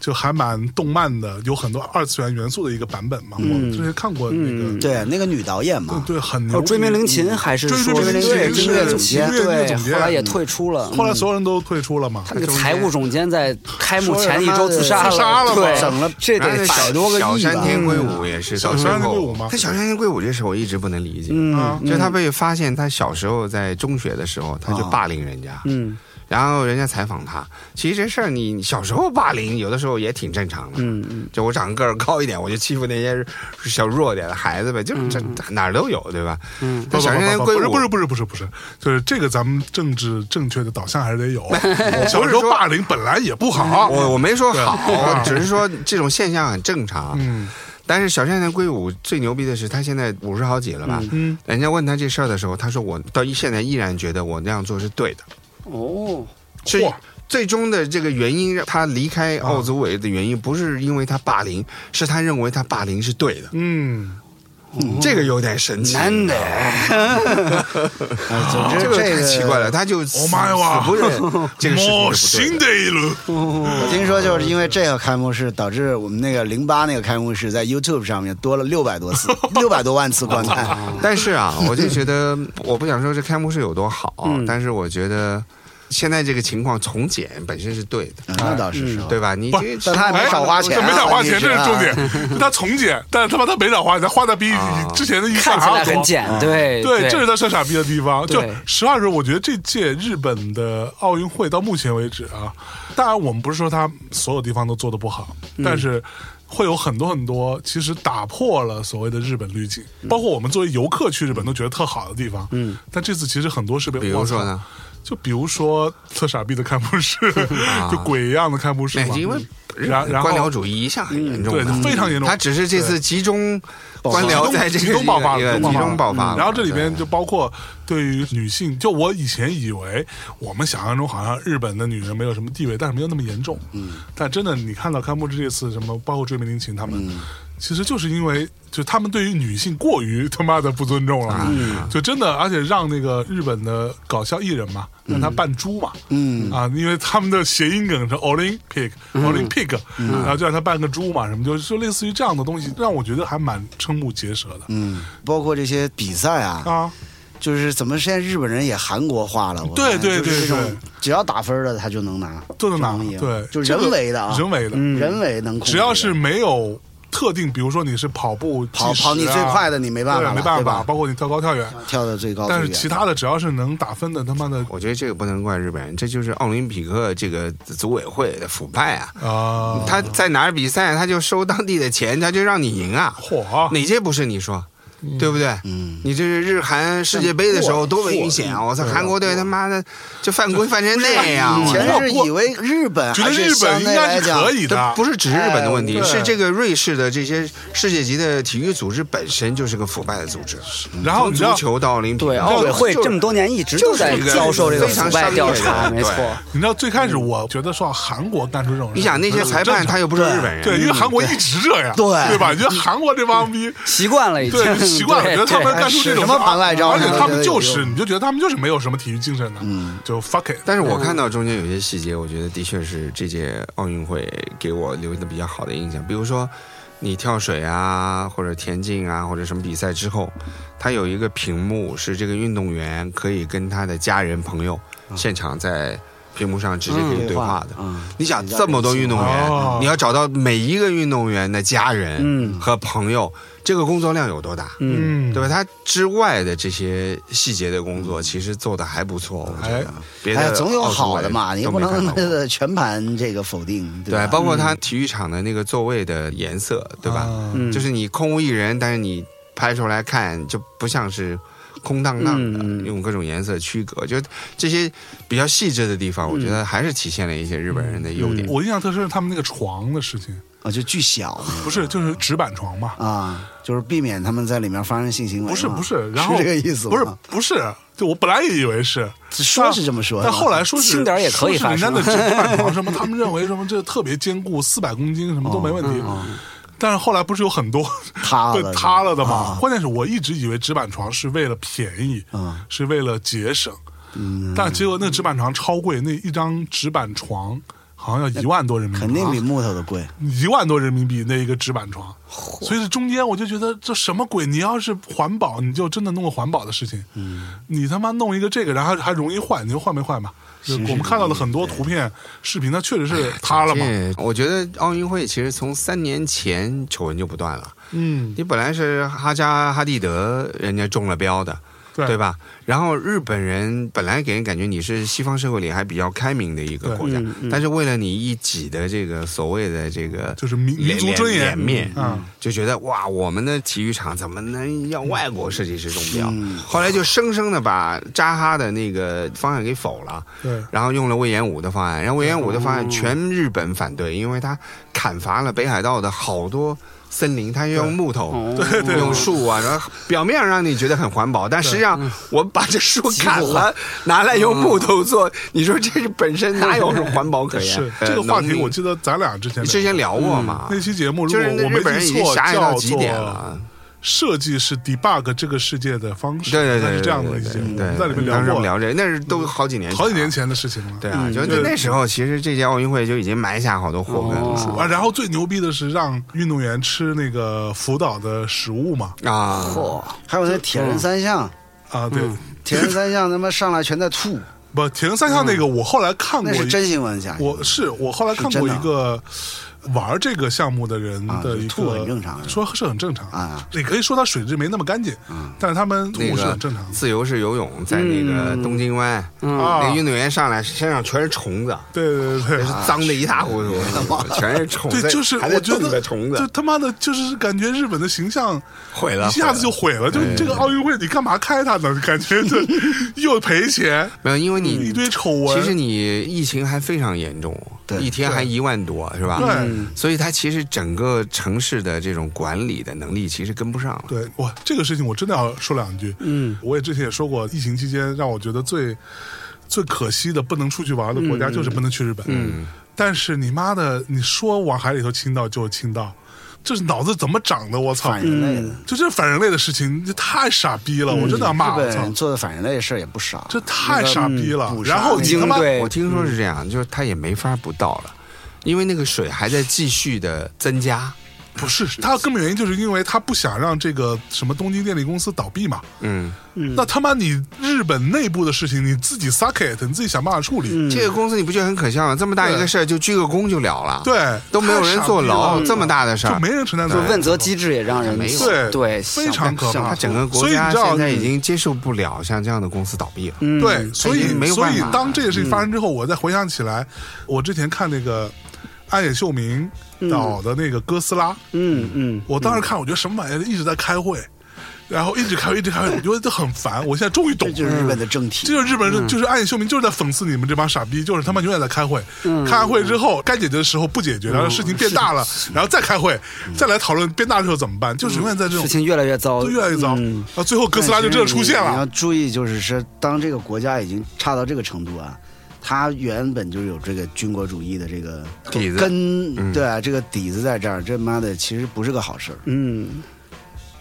就还蛮动漫的，有很多二次元元素的一个版本嘛。
嗯
我之前看过那个，
对那个女导演嘛，
对，很牛
哦，
逼。
追名铃琴还是
追
说
追名铃琴
对
是
追
音
名铃琴
乐
总监音乐
对，
总监
后来也退出了。嗯
后来所有人都退出了嘛。
嗯
那个财务总监在开幕前一周自杀
自杀了嘛
对，
整
了这
然后
得
那
百多个
小
亿
山
吧。
田圭吾也是到
小
最
山田圭
后
吾吗
他小山田圭吾这事我一直不能理解。
啊
就他被发现，他小时候在中学的时候，他就
啊
霸凌人家，
嗯
然后人家采访他，其实这事儿你你小时候霸凌，有的时候也挺正常的。
嗯嗯，
就我长个儿高一点，我就欺负那些小弱点的孩子呗，就是这哪儿都有，对吧？嗯，
不
小
不
山田
不不
圭
不是
吾
不是不是不是不是，就是这个咱们政治正确的导向还是得有。小
不是
时候
说
霸凌本来也不好，
我我没说好，
对
我只是说这种现象很正常。
嗯
但是小山田圭吾最牛逼的是，他现在五十好几了吧？
嗯，
人家问他这事儿的时候，他说我到现在依然觉得我那样做是对的。
哦，
所以
嚯
最终的这个原因，让他离开奥组委的原因，不是因为他霸凌，是他认为他霸凌是对的。
嗯，
这个有点神奇，
难得，
哎总
啊
之
这个太奇怪了，他就死
哦妈呀哇
死不 认这个事
莫
情是
新
不对
的
的。
一轮，
我听说就是因为这个开幕式，导致我们那个零八那个开幕式在 YouTube 上面多了六百多 次，六百多万次观看。
但是啊，我就觉得，我不想说这开幕式有多好，啊
嗯
但是我觉得现在这个情况从简本身是对的，
嗯那倒是实话，
对吧？你
不
这
但他也没少花钱
他
啊，
没少花钱，
你知
这
道
是
吧
重。点。他从简，但是他妈他没少花钱，花的比
啊
之前的预算
看起来
还要
很
多。
简，对
对，这是他设傻逼的地方。就
对
实话说，我觉得这届日本的奥运会到目前为止啊，当然我们不是说他所有地方都做的不好，但是会有很多很多其实打破了所谓的日本滤镜，包括我们作为游客去日本都觉得特好的地方。嗯，但这次其实很多是被
比如说
我
呢
操，就比如说特傻逼的开幕 式，就鬼一样的开幕式
那
嘛，
因为
嗯然然后嗯
官僚主义一向很严重的，
对非常严重
他只是这次集中官僚在这个
集中爆发嗯
一个一个集中爆发了。
然后这里边
对
就包括对于女性，就我以前以为我们想象中好像日本的女人没有什么地位，但是没有那么严重。嗯，但真的你看到开幕式这次什么，包括追名林琴他们，其实就是因为就他们对于女性过于他妈的不尊重了，
嗯
就真的，而且让那个日本的搞笑艺人嘛，让他扮猪嘛，嗯啊，因为他们的谐音梗是 Olympic
嗯
Olympic，、然后就让他扮个猪嘛，什么就就类似于这样的东西，让我觉得还蛮瞠目结舌的、
嗯，包括这些比赛啊，
啊。
就是怎么现在日本人也韩国化了？我
对
看
对
就是
对
这种
对
只要打分的他就能拿，
就能拿
能赢
对
就
这个
人为的啊，
人为的
嗯人为能控制的，
只要是没有特定，比如说你是跑步、
跑
计时啊
跑你最快的你没办法了
对没办
对
法，
吧
包括你跳高、跳远。
跳的最高最
但
远，
是其他的只要是能打分的，他妈的
我觉得这个不能怪日本人，这就是奥林匹克这个组委会的腐败啊！
啊，
他在哪儿比赛，他就收当地的钱，他就让你赢啊！
火
哪届不是你说，对不
嗯
对？你这是日韩世界杯的时候多危险啊！我操，韩国队他妈的就犯规犯成那样，啊
以嗯前
我
是以为日本
觉得
还
日
是
本
相
应
对
该
来
是
讲
可以
这
的，啊
不是指日本的问题，
哎
是
对
这个瑞士的这些世界级的体育组织本身就是个腐败的组织。
然后
从
你知道
足球到奥林匹克，
对，奥委会这么多年一直都在
就是一个
遭受这个
非常
腐败
商业
调
的
查，没错。
对
你知道最开始我觉得说韩国干出这种事，
你想那些裁判，他又不是日本人，
嗯对，因为韩国一直这样，
对
对吧？你觉得韩国这帮逼。
习惯了已经，
对，习惯了，觉得他们干出这种
什么
事儿
盘外招
而且他们就
我觉得
是，
有嗯
你就觉得他们就是没有什么体育精神的，就 fuck it。
但是我看到中间有些细节，我觉得的确是这届奥运会给我留的比较好的印象。比如说，你跳水啊，或者田径啊，或者什么比赛之后，它有一个屏幕是这个运动员可以跟他的家人朋友
嗯
现场在屏幕上直接可以对话的。
嗯
你想这么多运动员，
哦
你要找到每一个运动员的家人
嗯
和朋友，这个工作量有多大？
嗯，
嗯
对吧？他之外的这些细节的工作，其实做的还不错，我觉得。别的
哎，总有
奥组
好的
委
嘛，你也
都
不
没看 到
能
过
全盘这个否定，
对，
吧？嗯
包括他体育场的那个座位的颜色，对吧？
啊
嗯
就是你空无一人，但是你拍出来看就不像是空荡荡的，
嗯嗯
用各种颜色区隔，就这些比较细致的地方，我
嗯
觉得还是体现了一些日本人的优点。
我印象特深是他们那个床的事情，
啊，就巨小
不是就是纸板床嘛？
啊，就是避免他们在里面发生性行为嘛。啊
不是不是，然后
是这个意思吗，
不是不是，就我本来也以为是，
说是这么说的
但后来说是
轻点儿也可以
说是人家的
发
纸 板床什么，他们认为什么这特别坚固，四百公斤什么都没问题。
哦
但是后来不是有很多
嗯塌了
对
的
塌了的嘛？
啊
关键是我一直以为纸板床是为了便宜，
啊
是为了节省，
嗯
但结果那纸板床超贵，那一张纸板床好像要一万多人民币，
肯定比木头的贵。
一万多人民币那一个纸板床，所以这中间我就觉得这什么鬼？你要是环保，你就真的弄个环保的事情，
嗯
你他妈弄一个这个，然后还容易坏，你说坏没坏嘛？就我们看到的很多图片、视频，它确实
哎
是塌了嘛，
这我觉得奥运会其实从三年前丑闻就不断了。
嗯，
你本来是哈扎哈蒂德，人家中了标的，
对
对？吧？然后日本人本来给人感觉你是西方社会里还比较开明的一个国家，但是为了你一己的这个所谓的这个
就是民
脸
民族尊严
脸脸面，
嗯
就觉得哇，我们的体育场怎么能让外国设计师中标？后来就生生的把扎哈的那个方案给否了，
对
然后用了魏延武的方案，然后魏延武的方
哦
案全日本反对，因为他砍伐了北海道的好多。森林，他用木头，
哦
对对
用树啊，然后表面上让你觉得很环保，但实际上
嗯
我们把这树砍了，拿来用木头做，你说这是本身哪有什么环保可言？
是
呃
这个
农
话题，
民
我记得咱俩之前聊
之前聊过嘛，
那期节目，如
就
果
是那
我
日本
没
人已
记
经
错，
狭隘
叫
到极
做
点了。
设计是 debug 这个世界的方式，
对对对
应该
对，
是这样的
对
一期节
对
目，
对
我们在里面
当时
聊
我们
过，
聊这，那是都好几年
好几年
了。
前的事情了。
对啊，就
嗯对
那那时候，其实这届奥运会就已经埋下好多祸根了
啊，然后最牛逼的是让运动员吃那个辅导的食物嘛，
啊。
还
嗯
有那铁人三项，
啊，对，
嗯
铁人三项他妈上来全在吐，
不，铁人三项那个我后来看过
那
一，
是真新闻下。
我是我后来看
是真
过
的
一个玩这个项目的人
啊
的一
吐
个
很正常
说是很正常
啊，
你可以说他水质没那么干净，但是他们吐
那
是
个
很正常的
自由式游泳在那个东京湾，那
啊
个，运动员上来身上全是虫子，
对对对对。
脏的一塌糊涂， 全是虫子，
对，就是
还在
我觉
动
得
的虫
就
子，
他妈的，就是感觉日本的形象
毁了，
一下子就
毁了
毁了。就你这个奥运会，你干嘛开它呢？ 感觉就又赔钱，
没有，因为
一
你
堆丑闻。
嗯其实你疫情还非常严重，
对
一天还一万多，是吧？
对
所以它其实整个城市的这种管理的能力其实跟不上了。
对，哇，这个事情我真的要说两句。嗯，我也之前也说过，疫情期间让我觉得最最可惜的不能出去玩的国
嗯
家就是不能去日本。嗯，但是你妈的，你说往海里头倾倒就倾倒，这是脑子怎么长的？我操！
反人
嗯
类的。
就这反人类的事情，这太傻逼了！我真的要嗯骂
日
我
本
操
人！做的反人类的事儿也不少，
这太傻逼了
嗯那个嗯捕杀
然后你他妈
那个对
我听说是这样，就是他也没法不倒了，因为那个水还在继续的增加。
不是他根本原因，就是因为他不想让这个什么东京电力公司倒闭嘛。
嗯，
那他妈你日本内部的事情，你自己 suck it，你自己想办法处理。
嗯
这个公司你不觉得很可笑吗？这么大一个事儿就鞠个躬就了了，
对，
都没有人坐牢，这么大的事
就
儿，
没人承担责
就
任。
问责机制也让人
没有
对
对
非常可怕
想不
他
想
整个国
所以你
家
知道
现在已经接受不了像这样的公司倒闭了。
嗯
对，所以
没有
所
办
以
法
当这个事情发生之后，我再回想起来，我之前看那个安野秀明导的那个《哥斯拉》，
嗯嗯，
我当时看，我觉得什么玩意儿，一直在开会，然后一直开会，一直开会，我觉得这很烦。我现在终于懂
这
了，
就是日本的政体。
这就是日本人，就是暗夜秀明，就是在讽刺你们这帮傻逼，就是他妈永远在开会，开完会之后该解决的时候不解决，然后事情变大了，然后再开会，再来讨论变大的时候怎么办，就是永远在这种
事，情越来越糟，
就越来越糟。
嗯
然后最后哥斯拉就真的出现
你要
了，
注意，就是说，当这个国家已经差到这个程度啊，它原本就有这个军国主义的这个
底子
根，
嗯
对啊，这个底子在这儿，这妈的其实不是个好事儿。
嗯，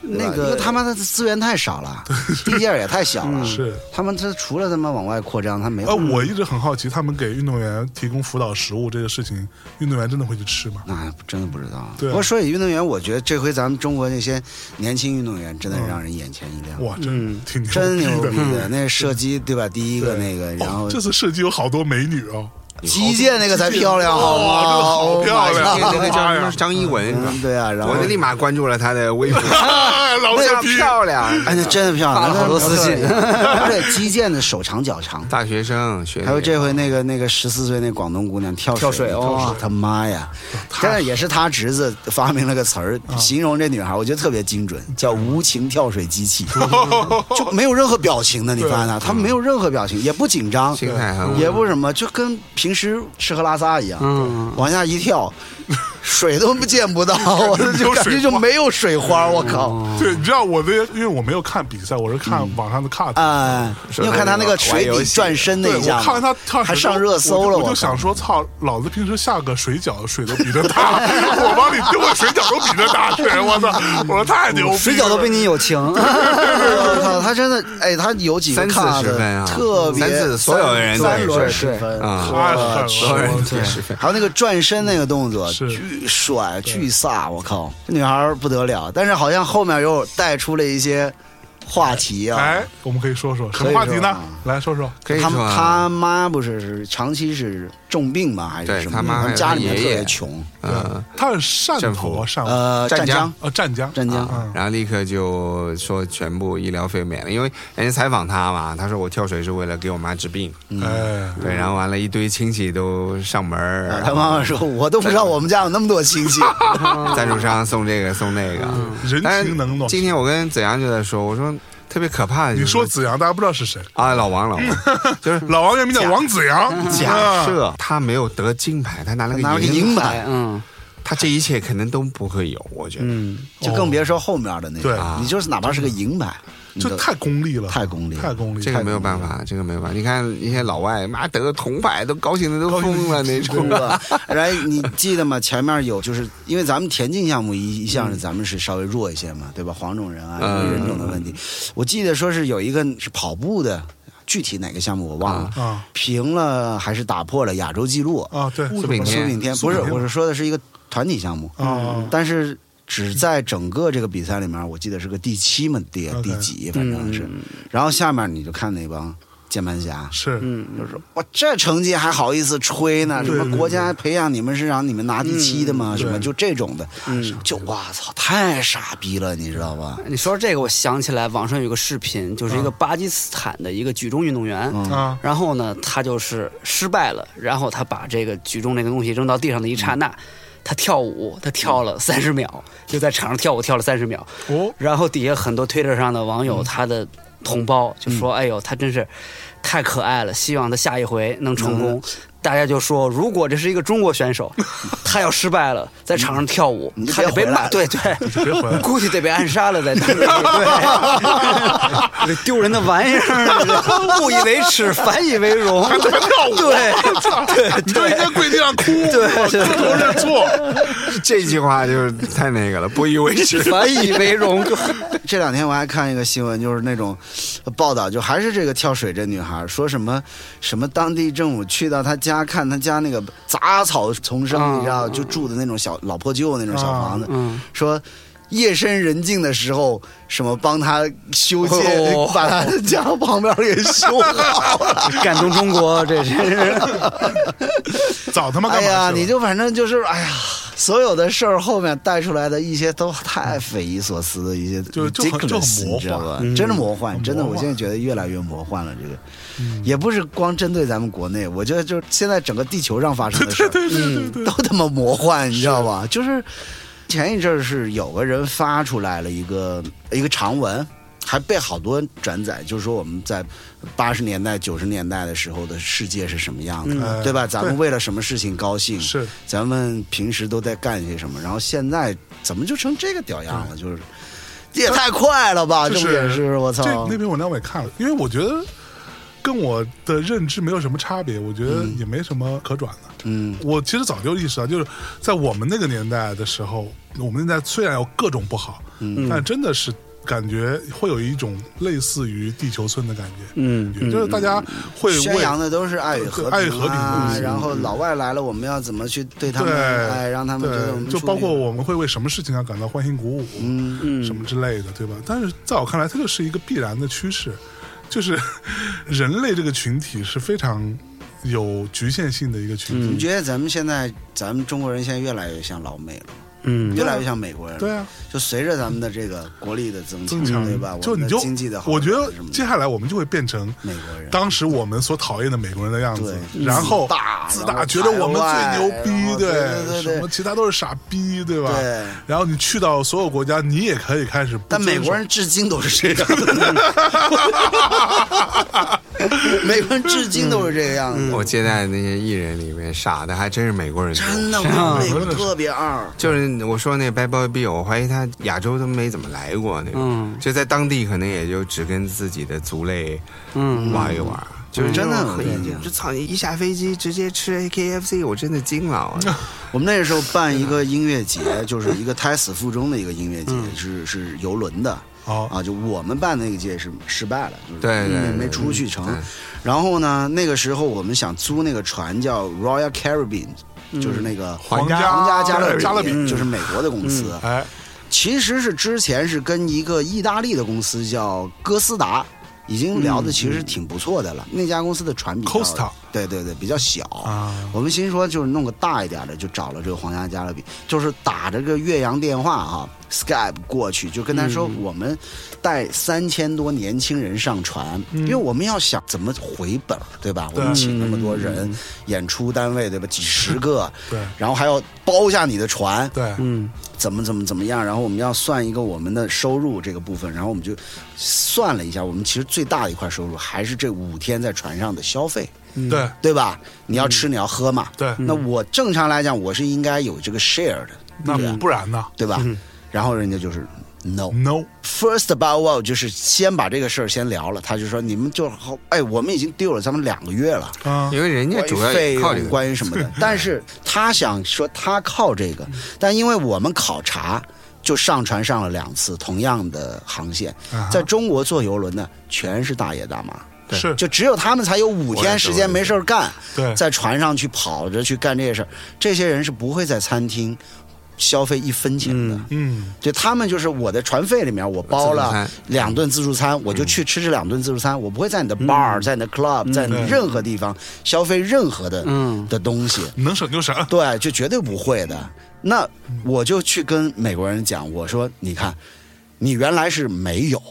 那
对吧因
个
为他妈的资源太少 了，地界儿也太小了，
是。
他们这除了他妈往外扩张，他没
呃，
有。
我一直很好奇，他们给运动员提供辅导食物这个事情，运动员真的会去吃吗？
那真的不知道。
对啊
不过说起运动员，我觉得这回咱们中国那些年轻运动员真的让人眼前一亮，
哇，真挺
嗯
牛
真
逼
牛
的嗯
逼！的。那射击对吧？第一个那个，然
哦
后
这次射击有好多美女 哦，
击剑那个才漂亮，好吗？
哇，这个好漂
那
亮，
个那个叫
妈
什么
呀
张一文，
嗯对啊，然后
我就立马关注了他的微博，
哎老
那
色
样
批，
漂亮，
哎，那真的漂亮，
发了好多私信
对，击剑的手长脚长，
大学生学历
还有这回那个那个十四岁那广东姑娘跳
跳
水，
水
跳
哇
他妈呀！但是也是他侄子 发明了个词儿形容这女孩，我觉得特别精准，叫无情跳水机器，就没有任何表情的，你发现她，她没有任何表情，也不紧张，
心态很
也不什么，就跟平时吃喝拉撒一样，
嗯
往下一跳， 水都不见不到，我就
有水花哦
感觉就没有水花，我靠！
对，你知道我的，因为我没有看比赛，我是看网上的 cut。
嗯啊，你有看他那个水底转身那
对，
一下
我
吗，
看完他跳
还
水之后
上热搜了，
我就我就
靠
想说，操，老子平时下个水饺水都比他大， 我往里丢个水饺都比他大，对，我操，我说太牛逼了，
水饺都比你有情，
我靠，他真的，哎，他有几个
三次
卡
十
的
分啊
特别
三次所有人都
三轮
是
十分
啊
太狠
所有人
了，
都是
还有那个转身那个动作，
是
巨帅巨飒，我靠，这女孩儿不得了。但是好像后面又带出了一些话题啊，
哎，我们可以说说什
可
么
以
话题
说
呢
啊？
来说说，
可以
他
说啊
他妈不是是长期是重病吗？还是
对
什么？
他妈还有
家里
他
面特
爷爷
别穷，
嗯，
他是汕
政
头
府
啊，汕头，
呃，
湛
湛江
江，
呃，湛江，
湛江，
嗯
然后立刻就说全部医疗费免了，因为人家采访他嘛，他说我跳水是为了给我妈治病，
嗯
哎，
对，然后完了，一堆亲戚都上门儿，
啊
然
他
后
妈妈说：“我都不知道我们家有那么多 亲戚。
赞助商送这个送那个，
人
但
情冷暖。
今天我跟子阳就在说，我说特别可怕的、就是，
你说嗯子阳，大家不知道是谁，
啊，老王老王，就是
嗯
老王原名叫王子阳， 啊
假设
嗯
他没有得金牌，他拿了
他拿了
个
个
银，
银
哎
牌，
嗯
他这一切可能都不会有，我觉得。
嗯，
就更别说后面的那
对
个，你就是哪怕是个银牌，你
这
都
太功利了，
太功利了
太功利了，
这个没有办法，这个没有办法。你看一些老外，妈得个铜牌都高兴的都疯了那种
哭。了。然后你记得吗？前面有就是因为咱们田径项目一一向是咱们是稍微弱一些嘛，对吧？黄种人啊，
嗯
这个人种的问题。我记得说是有一个是跑步的，具体哪个项目我忘了，
啊
平了还是打破了亚洲纪录。
啊！对，
苏炳
苏
添
炳添
苏
不是
炳，添
我是说的是一个团体项目，
啊，
但是。只在整个这个比赛里面，我记得是个第七嘛，第
OK
第几，反正是。
嗯
然后下面你就看那帮键盘侠，
是
嗯
就是
我这成绩还好意思吹呢？什
对嗯
么国家培养你们是让你们拿第七的吗？什么
对
就这种的，
嗯
就哇操，太傻逼了，你知道吧？
你说这个，我想起来网上有个视频，就是一个巴基斯坦的一个举重运动员，
嗯
啊，
然后呢，他就是失败了，然后他把这个举重那个东西扔到地上的一刹那，他跳舞，他跳了三十秒，就在场上跳舞跳了三十秒，
哦，
然后底下很多推特上的网友，他的同胞就说：“哎呦，他真是太可爱了，希望他下一回能成功。大家就说，如果这是一个中国选手，他要失败了，在场上跳舞
你，就
他
别
得被
回来
骂，
了
对对
别回来，
估计得被暗杀了，在当地，对，这丢人的玩意儿，不以为耻，反以为荣，还跳舞，对对
你就应该跪地上哭，
对对
都认错。
这句话就是太那个了，不以为耻。
反以为荣，就
这两天我还看一个新闻，就是那种呃报道，就还是这个跳水这女孩说什么什么当地政府去到她家看她家那个杂草丛生，
啊
你知道，就住的那种小老破旧那种小房
啊
子，
嗯，
说。夜深人静的时候，什么帮她修建，
哦
把她的家旁边给修好了。
感动中国，这真是
早他妈干
哎
嘛去了？
呀，你就反正就是，哎呀，所有的事儿后面带出来的一些都太匪夷所思的一些，
就就很就很魔幻
你知道吧？真的魔幻，真的，我现在觉得越来越魔幻了。这个也不是光针对咱们国内，我觉得就是现在整个地球上发生的 事儿，嗯都他妈魔幻，你知道吧？就是前一阵儿是有个人发出来了一个一个长文。还被好多转载，就是说我们在八十年代、九十年代的时候的世界是什么样的，
嗯
对吧？咱们
对
为了什么事情高兴，
是
咱们平时都在干些什么，然后现在怎么就成这个屌样了？就是这也太快了吧！
就
这不也是我
这
操
那？篇文章我也看了，因为我觉得跟我的认知没有什么差别，我觉得也没什么可转的。
嗯，
我其实早就意识到，就是在我们那个年代的时候，我们那代虽然有各种不好，
嗯
但真的是感觉会有一种类似于地球村的感觉，
嗯
也就是大家会
宣
为
扬的都是爱与和平、啊，
爱与和平嗯
然后老外来了，我们要怎么去对他
对
们？哎，让他们觉得我们
对，就
处
包
理
括我们会为什么事情而感到欢欣鼓舞，
嗯
嗯
什么之类的，对吧？但是在我看来，它就是一个必然的趋势，就是 人类这个群体是非常有局限性的一个群
你
体。
觉得咱们现在，咱们中国人现在越来越像老美了，
嗯
越来越像美国人了。
对啊，
就随着咱们的这个国力的增
增强
嗯对吧？
就
我们
你
的
就
经济的好，
我觉得
什么的
接下来我们就会变成
美国人
当时我们所讨厌的美国人的样子，
对
然后
自大
自
然后
大，觉得我们
排外
最牛逼
然，后对对对对
什么其他都是傻逼，对吧？
对
然后你去到所有国家，你也可以开始不
但美
遵守
国人至今都是这样的， 美国人至今都是这个
嗯
样子。
我接待的那些艺人里面，傻的还真是美国人多。
真的，
啊
我美国特别二，
就是我说那 Bad Boy Bill，我怀疑他亚洲都没怎么来过那种，
嗯
就在当地可能也就只跟自己的族类
嗯
玩一玩。就是
真的
可
我跟你
以，
讲
就操你一下飞机直接吃 KFC，我真的惊了啊。
我们那时候办一个音乐节，就是一个胎死腹中的一个音乐节，
嗯
是是游轮的。
哦
啊，就我们办那个届是失败了，就是
对对
没
对
没出
嗯
去成
对。
然后呢，那个时候我们想租那个船叫 Royal Caribbean，就是那个
皇家
皇家加勒嗯
加勒比
就是美国的公司。
哎，
其实是之前是跟一个意大利的公司叫哥斯达，已经聊
嗯
的其实挺不错的了。那家公司的船比较
Costa
对对对，比较小。
啊
我们心说就是弄个大一点的，就找了这个皇家加勒比，就是打着个岳阳电话啊，Skype 过去，就跟他说我们带三千多年轻人上船，因为我们要想怎么回本儿，对吧？我们请那么多人，演出单位对吧？几十个，
对
然后还要包下你的船，
对，
嗯
怎么怎么怎么样，然后我们要算一个我们的收入这个部分，然后我们就算了一下，我们其实最大的一块收入还是这五天在船上的消费，
对
对吧？你要吃，你要喝
嗯
嘛。
对，
那我正常来讲，我是应该有这个 share 的，
嗯
那不然呢
对吧？然后人家就是 no。
？No，
First about all，就是先把这个事儿先聊了。他就说你们就好，哎，我们已经丢了咱们两个月了，
啊，
因为人家
关
主
于
要
费
也靠这
用、
个，
关于什么 的。但是他想说他靠这个，但因为我们考察就上船上了两次同样的航线，
啊
在中国坐游轮呢，全是大爷大妈。
是
就只有他们才有五天时间没事儿干，
对
在船上去跑着去干这些事儿。这些人是不会在餐厅消费一分钱的，
嗯，
就他们就是我的船费里面我包
自助
了
餐嗯
两顿自助餐，我就去吃这两顿自助餐，我不会在你的 bar、在你的 club、在
嗯
你任何地方消费任何的、
嗯
的东西，
能省就省，
对，就绝对不会的。那我就去跟美国人讲，我说你看，你原来是没有，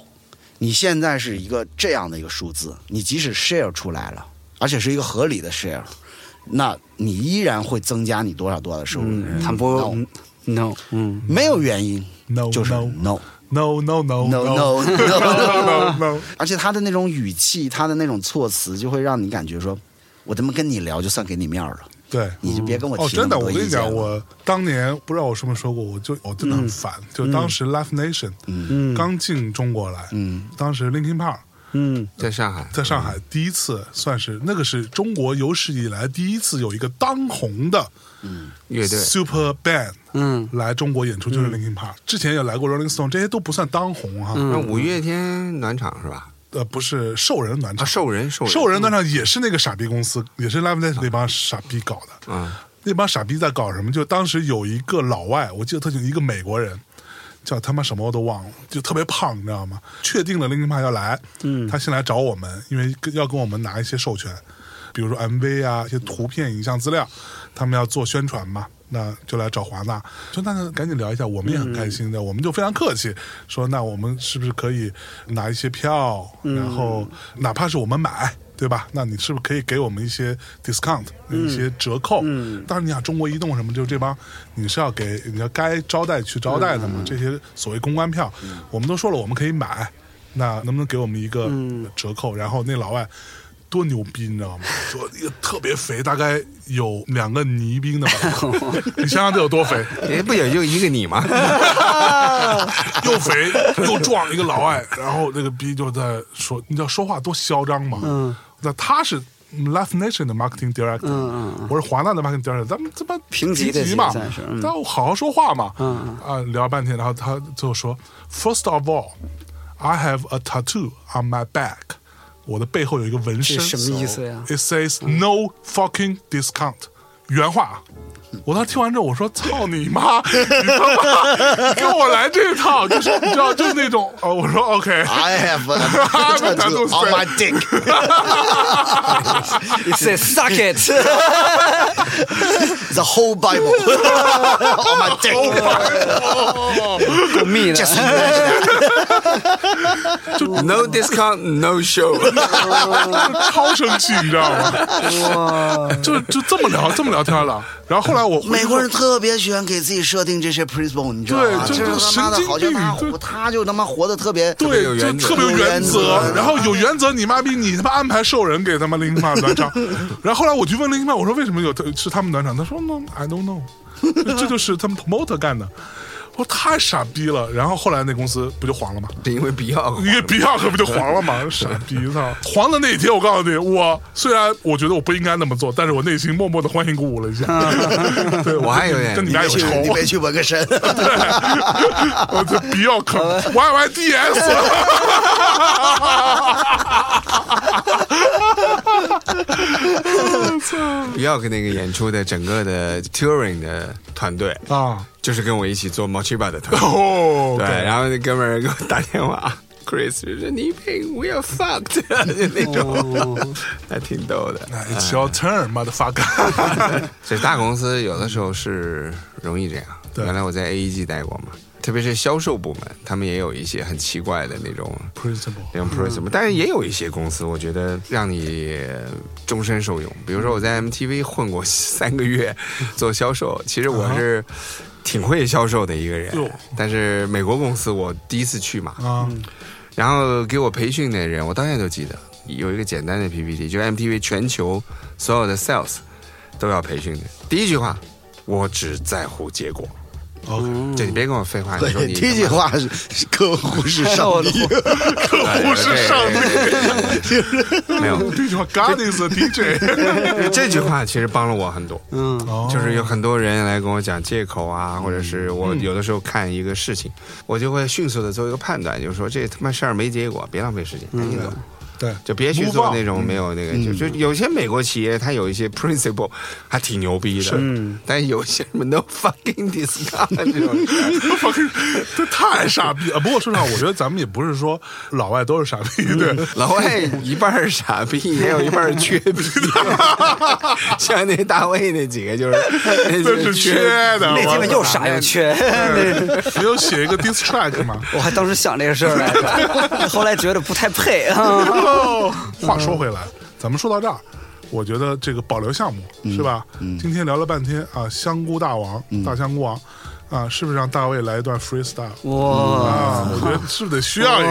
你现在是一个这样的一个数字，你即使 share 出来了，而且是一个合理的 share。那你依然会增加你多少多少的收入？
嗯，他
No
不，no，嗯
没有原因
No，
就是
no
no，
no
no
no no no
no no，
no no，
而且他的那种语气，他的那种措辞，就会让你感觉说，我他妈跟你聊就算给你面儿了，
对。
你就别跟我
哦，
提那
真
么
的，
多
我跟
意
你
见了嗯
讲，我当年不知道我是不是说过，我就我真的很烦，就当时 Live Nation，嗯，刚进中国来，嗯，当时 Linkin Park
嗯，
在上海，
在上海第一次算是那个是中国有史以来第一次有一个当红的
乐队
Super Band，
嗯，
来中国演出就是
嗯
Linkin Park，之前也来过 Rolling Stone，这些都不算当红哈，
那五月天暖场是吧？
呃，不是兽人暖
啊，
场，
兽人，兽人，
兽人暖场也是那个傻逼公司，也是 Live Nation 那帮傻逼搞的，
啊，
那帮傻逼在搞什么？就当时有一个老外，我记得特清，一个美国人，叫他妈什么我都忘了，就特别胖，你知道吗？确定了 Linkin Park 要来，嗯，他先来找我们，因为跟要跟我们拿一些授权，比如说 MV 啊，一些图片、影像资料，他们要做宣传嘛。那就来找华纳，说那赶紧聊一下，我们也很开心的，我们就非常客气，说那我们是不是可以拿一些票，然后哪怕是我们买，对吧？那你是不是可以给我们一些 discount，、一些折扣？嗯，当然你想中国移动什么，就这帮你是要给你要该招待去招待的嘛。这些所谓公关票，我们都说了我们可以买，那能不能给我们一个折扣？然后那老外。多牛逼，你知道吗？说一个特别肥，大概有两个泥冰的吧， 你想想得有多肥，
哎，不也就一个你吗？
又肥又壮一个老外，然后那个逼就在说，你知道说话多嚣张吗？嗯，那他是 Life Nation 的 marketing director，
嗯
我是华纳的 marketing director，咱们这不
平级的
级嘛
也算是，嗯
但我好好说话嘛，
嗯
啊，聊半天，然后他最后说，First of all, I have a tattoo on my back。我的背后有一个纹身，
这什么意思呀
？It says no fucking discount，原话啊。我当时听完之后，我说：“操你妈！你他妈跟我来这套，就是你知道，就是那种 哦。”我说：“OK。
I have a
tattoo
tattoo on，Oh my dick。
你 say suck it，
The whole Bible on my dick.
够密 的，
No discount, no show。
超生气，你知道吗？就就这么聊，这么聊天了。然后后来我回去
美国人特别喜欢给自己设定这些 principle，你知道吗？
对
就
就是是
他妈的，
神经
好像他
病对
他就他妈活得特别
对，
有
就
原则
特别有原
有原
则
则，
然后有原则，你妈逼你他妈安排兽人给他妈林妈暖场，然后后来我去问林妈，我说为什么有是他们暖场，他说 No I don't know，这 就是他们 promoter 干的，我说太傻逼了，然后后来那公司不就黄了吗？
是因为必要。
因为比亚可不就黄了吗？傻逼操！黄的那一天，我告诉你，我虽然我觉得我不应该那么做，但是我内心默默的欢欣鼓舞了一下。对
我还有点
跟你俩有
去
仇，
你没去纹个身，
我这比较可 Y Y D S。
不要跟那个演出的整个的 touring 的团队
啊，
就是跟我一起做 Mochiba 的团队。
哦，
对，然后那哥们儿给我打电话，Chris 就说倪萍，we are fucked，就 那
哦
种， 还挺逗的。
，It's your turn, motherfucker。
所以大公司有的时候是容易这样。
对
原来我在 AEG 待过嘛，特别是销售部门，他们也有一些很奇怪的那种
Principle，
那种 principle，但是也有一些公司，我觉得让你终身受用。比如说我在 MTV 混过三个月，做销售，其实我是挺会销售的一个人
哟，
但是美国公司我第一次去嘛，
啊，
然后给我培训的人，我到现在都记得，有一个简单的 PPT，就是 MTV 全球所有的 sales 都要培训的。第一句话，我只在乎结果。
OK
就你别跟我废话，你说你
第一句话是客户是 上帝，
哎不是上帝。
帝，没有。
这句话，God is a DJ。
这句话其实帮了我很多，
嗯，
哦
就是有很多人来跟我讲借口啊，或者是我有的时候看一个事情，我就会迅速的做一个判断，就是说这他妈事儿没结果，别浪费时间，赶紧走。
对，
就别去
Move
做
on
那种没有那个，就就有些美国企业它有一些 principle 还挺牛逼的，但有些什么 no fucking discount 这种事儿，
这太傻逼了。 不过说实话，我觉得咱们也不是说老外都是傻逼，对。
老外一半儿傻逼，也有一半儿缺逼，像那大卫那几个就是那
那是缺的，
那基本又傻又缺。嗯
没有写一个 diss track 吗？
我还当时想这个事儿来着，后来觉得不太配啊。
话说回来，咱们说到这儿，我觉
嗯
得这个保留项目是吧？今天聊了半天啊，香菇大王、大香菇王。啊，是不是让大卫来一段 freestyle？
哇，
啊，我觉得是不是得需要一个，对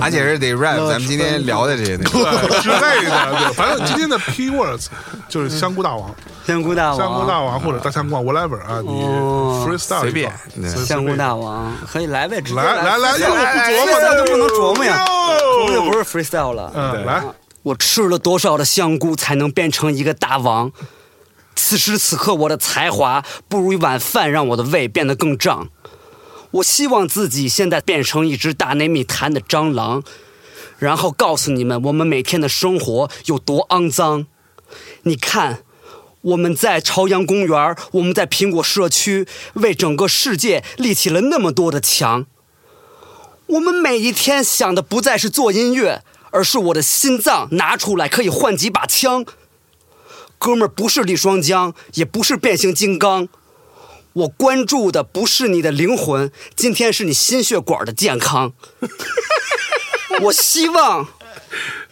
而且是得 rap，咱们今天聊的这 些内容。
对之类的，对，反正今天的 key words 就是香菇大王、
香菇大王，
香菇大王或者大香菇 whatever 啊，你
哦
freestyle
随便对
一段随
香菇大
随
王，可以来呗，直接
来来来，又
来
哎
琢磨哎
这不能琢磨呀，
哟
我就不是 freestyle 了。
嗯，来，
我吃了多少的香菇才能变成一个大王？此时此刻，我的才华不如一碗饭，让我的胃变得更胀。我希望自己现在变成一只大内密谈的蟑螂，然后告诉你们我们每天的生活有多肮脏。你看，我们在朝阳公园，我们在苹果社区，为整个世界立起了那么多的墙。我们每一天想的不再是做音乐，而是我的心脏拿出来可以换几把枪。哥们儿不是李双江，也不是变形金刚，我关注的不是你的灵魂，今天是你心血管的健康。我希望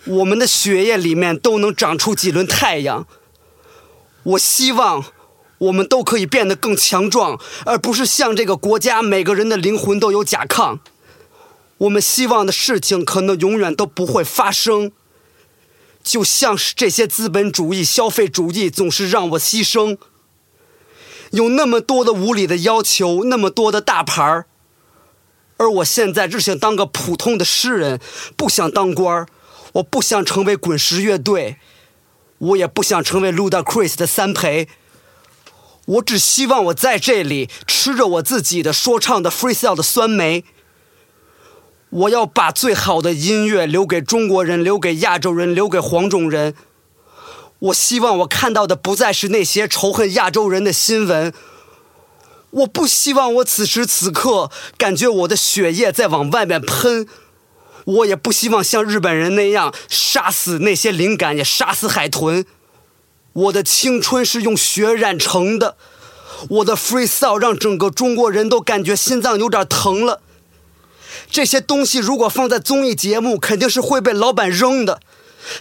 我们的血液里面都能长出几轮太阳。我希望我们都可以变得更强壮，而不是像这个国家每个人的灵魂都有甲亢。我们希望的事情可能永远都不会发生，就像是这些资本主义、消费主义总是让我牺牲。有那么多的无理的要求，那么多的大牌儿，而我现在只想当个普通的诗人，不想当官儿，我不想成为滚石乐队，我也不想成为 Ludacris 的三陪。我只希望我在这里吃着我自己的说唱的 freestyle 的酸梅，我要把最好的音乐留给中国人，留给亚洲人，留给黄种人。我希望我看到的不再是那些仇恨亚洲人的新闻。我不希望我此时此刻感觉我的血液在往外面喷。我也不希望像日本人那样杀死那些灵感，也杀死海豚。我的青春是用血染成的，我的 freestyle 让整个中国人都感觉心脏有点疼了。这些东西如果放在综艺节目，肯定是会被老板扔的。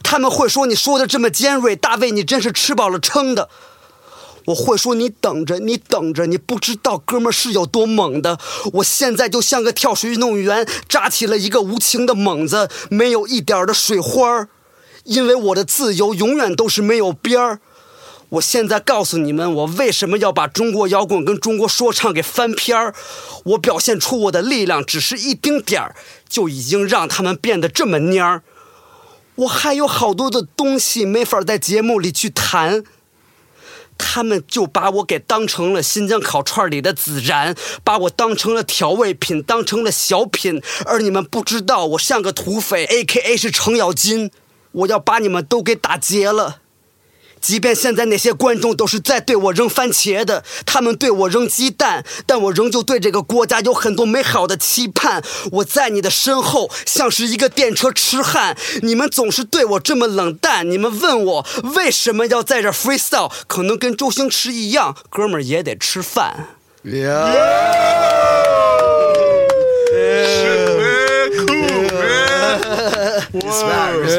他们会说你说的这么尖锐，大卫，你真是吃饱了撑的。我会说你等着，你等着，你不知道哥们儿是有多猛的。我现在就像个跳水运动员，扎起了一个无情的猛子，没有一点儿的水花儿，因为我的自由永远都是没有边儿。我现在告诉你们，我为什么要把中国摇滚跟中国说唱给翻篇儿。我表现出我的力量，只是一丁点儿，就已经让他们变得这么蔫儿。我还有好多的东西没法在节目里去谈。他们就把我给当成了新疆烤串里的孜然，把我当成了调味品，当成了小品。而你们不知道，我像个土匪，A K A 是程咬金，我要把你们都给打劫了。即便现在那些观众都是在对我扔番茄的，他们对我扔鸡蛋，但我仍旧对这个国家有很多美好的期盼。我在你的身后，像是一个电车痴汉。你们总是对我这么冷淡，你们问我为什么要在这 freestyle，可能跟周星驰一样，哥们儿也得吃饭。
Very cool, man.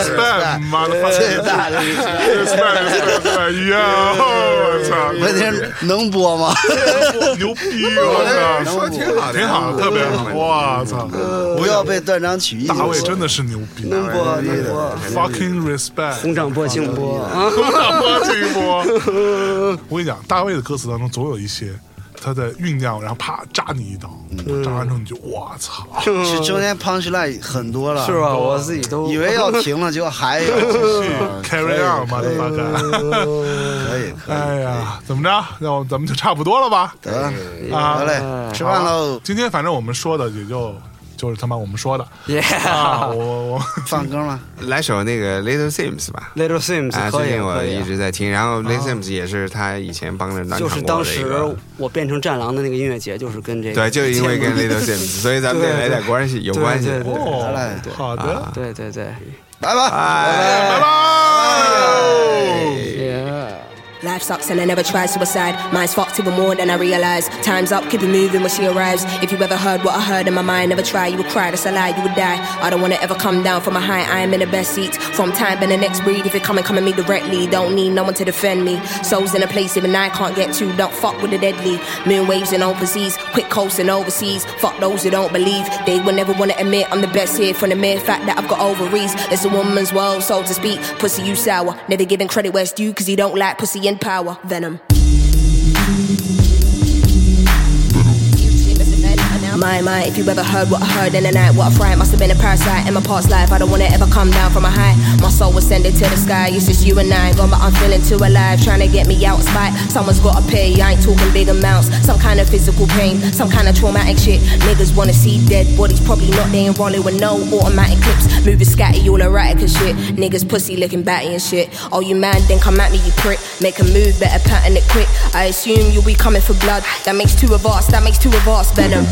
Respect, motherfucker.
大的
Respect, respect, yeah. 我操，
问题是能播吗？
牛逼！我操，
说挺好的，
挺好，特别好。我操，
不要被断章取义。
大卫真的是牛逼
能播能播，
，fucking respect。
红掌拨清波
嗯
啊！
我这一波。我跟你讲，大卫的歌词当中总有一些他在酝酿，然后啪扎你一刀，扎完之后你就我操，
是中间 punch line 很多了，
是？吧？我自己都
以为要停了，结果还有。嗯
carry
哎
on 嘛，大概。
可以，可以，
哎呀，怎么着？那我咱们就差不多了吧？
得了，
啊
得嘞，吃饭喽，
今天反正我们说的也就就是他妈我们说的啊，
Yeah
我我
放歌吗？
来首那个 Little Sims 吧。
Little Sims
啊，
可
最
以
近我
可以啊
一。直在听，然后 Little Sims 也是他以前帮着暖
就
场
是
过
当
的一
时
个。
我变成战狼的那个音乐节，就是跟这个
对，就是因为 跟 Little Sims，所以咱们得来点关系，有关系。
对对对啊
哦
来来，
好的，
对对对
拜拜。
哎。
拜拜。
，Yeah。
La life sucks and I never tried suicide. Mine's fucked even more than I realize. Time's up, keep it moving when she arrives. If you ever heard what I heard in my mind, never try, you would cry, that's a lie, you would die. I don't wanna ever come down from a high, I am in the best seat. From time and the next breed, if it coming, come at me directly. Don't need no one to defend me. Souls in a place even I can't get to, don't fuck with the deadly. Moon waves and open seas, quick coasts and overseas. Fuck those who don't believe, they will never wanna admit I'm the best here. From the mere fact that I've got ovaries, it's a woman's world, so to speak. Pussy, you sour, never giving credit where it's due, cause he don't like pussy in power. Venom. My, my, if you ever heard what I heard in the night, what a fright must have been a parasite in my past life. I don't wanna ever come down from a high. My soul was sending to the sky. It's just you and I, gone, but I'm feeling too alive. Trying to get me out spite. Someone's gotta pay. I ain't talking big amounts. Some kind of physical pain, some kind of traumatic shit. Niggas wanna see dead bodies, probably not. They ain't rolling with no automatic clips. Moving scatty, all erratic and shit. Niggas pussy looking batty and shit. Oh, you mad? Then come at me, you prick. Make a move, better pattern it quick. I assume you'll be coming for blood. That makes two of us. That makes two of us. Venom.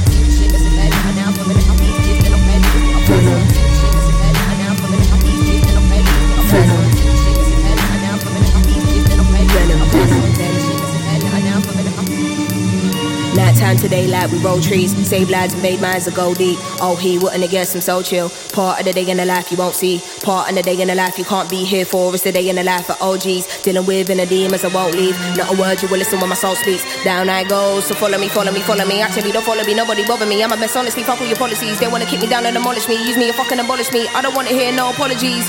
Nighttime today, like we roll trees, save lives and made minds to go deep. Oh, he wouldn't have guessed I'm so chill. Part of the day in the life you won't see, part of the day in the life you can't be here for. It's the day in the life of OGs, dealing with inner demons I won't leave. Not a word you will listen when my soul speaks. Down I go, so follow me, follow me, follow me. Actually, don't follow me, nobody bother me. I'm a mess, honestly. Fuck all your policies. They wanna kick me down and demolish me, use me and fucking abolish me. I don't wanna hear no apologies.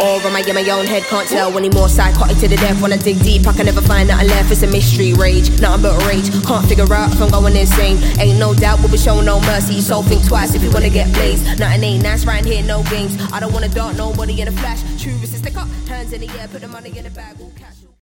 Or am I in my own head? Can't tell anymore. Psychotic to the death. When I dig deep, I can never find nothing left. It's a mystery, rage, nothing but rage. Can't figure out if I'm going insane. Ain't no doubt we'll be showing no mercy. So think twice if you wanna get blazed. Nothing ain't nice right here, no games. I don't wanna dart nobody in a flash. True resist the cup, hands in the air, put the money in the bag. We'll catch you.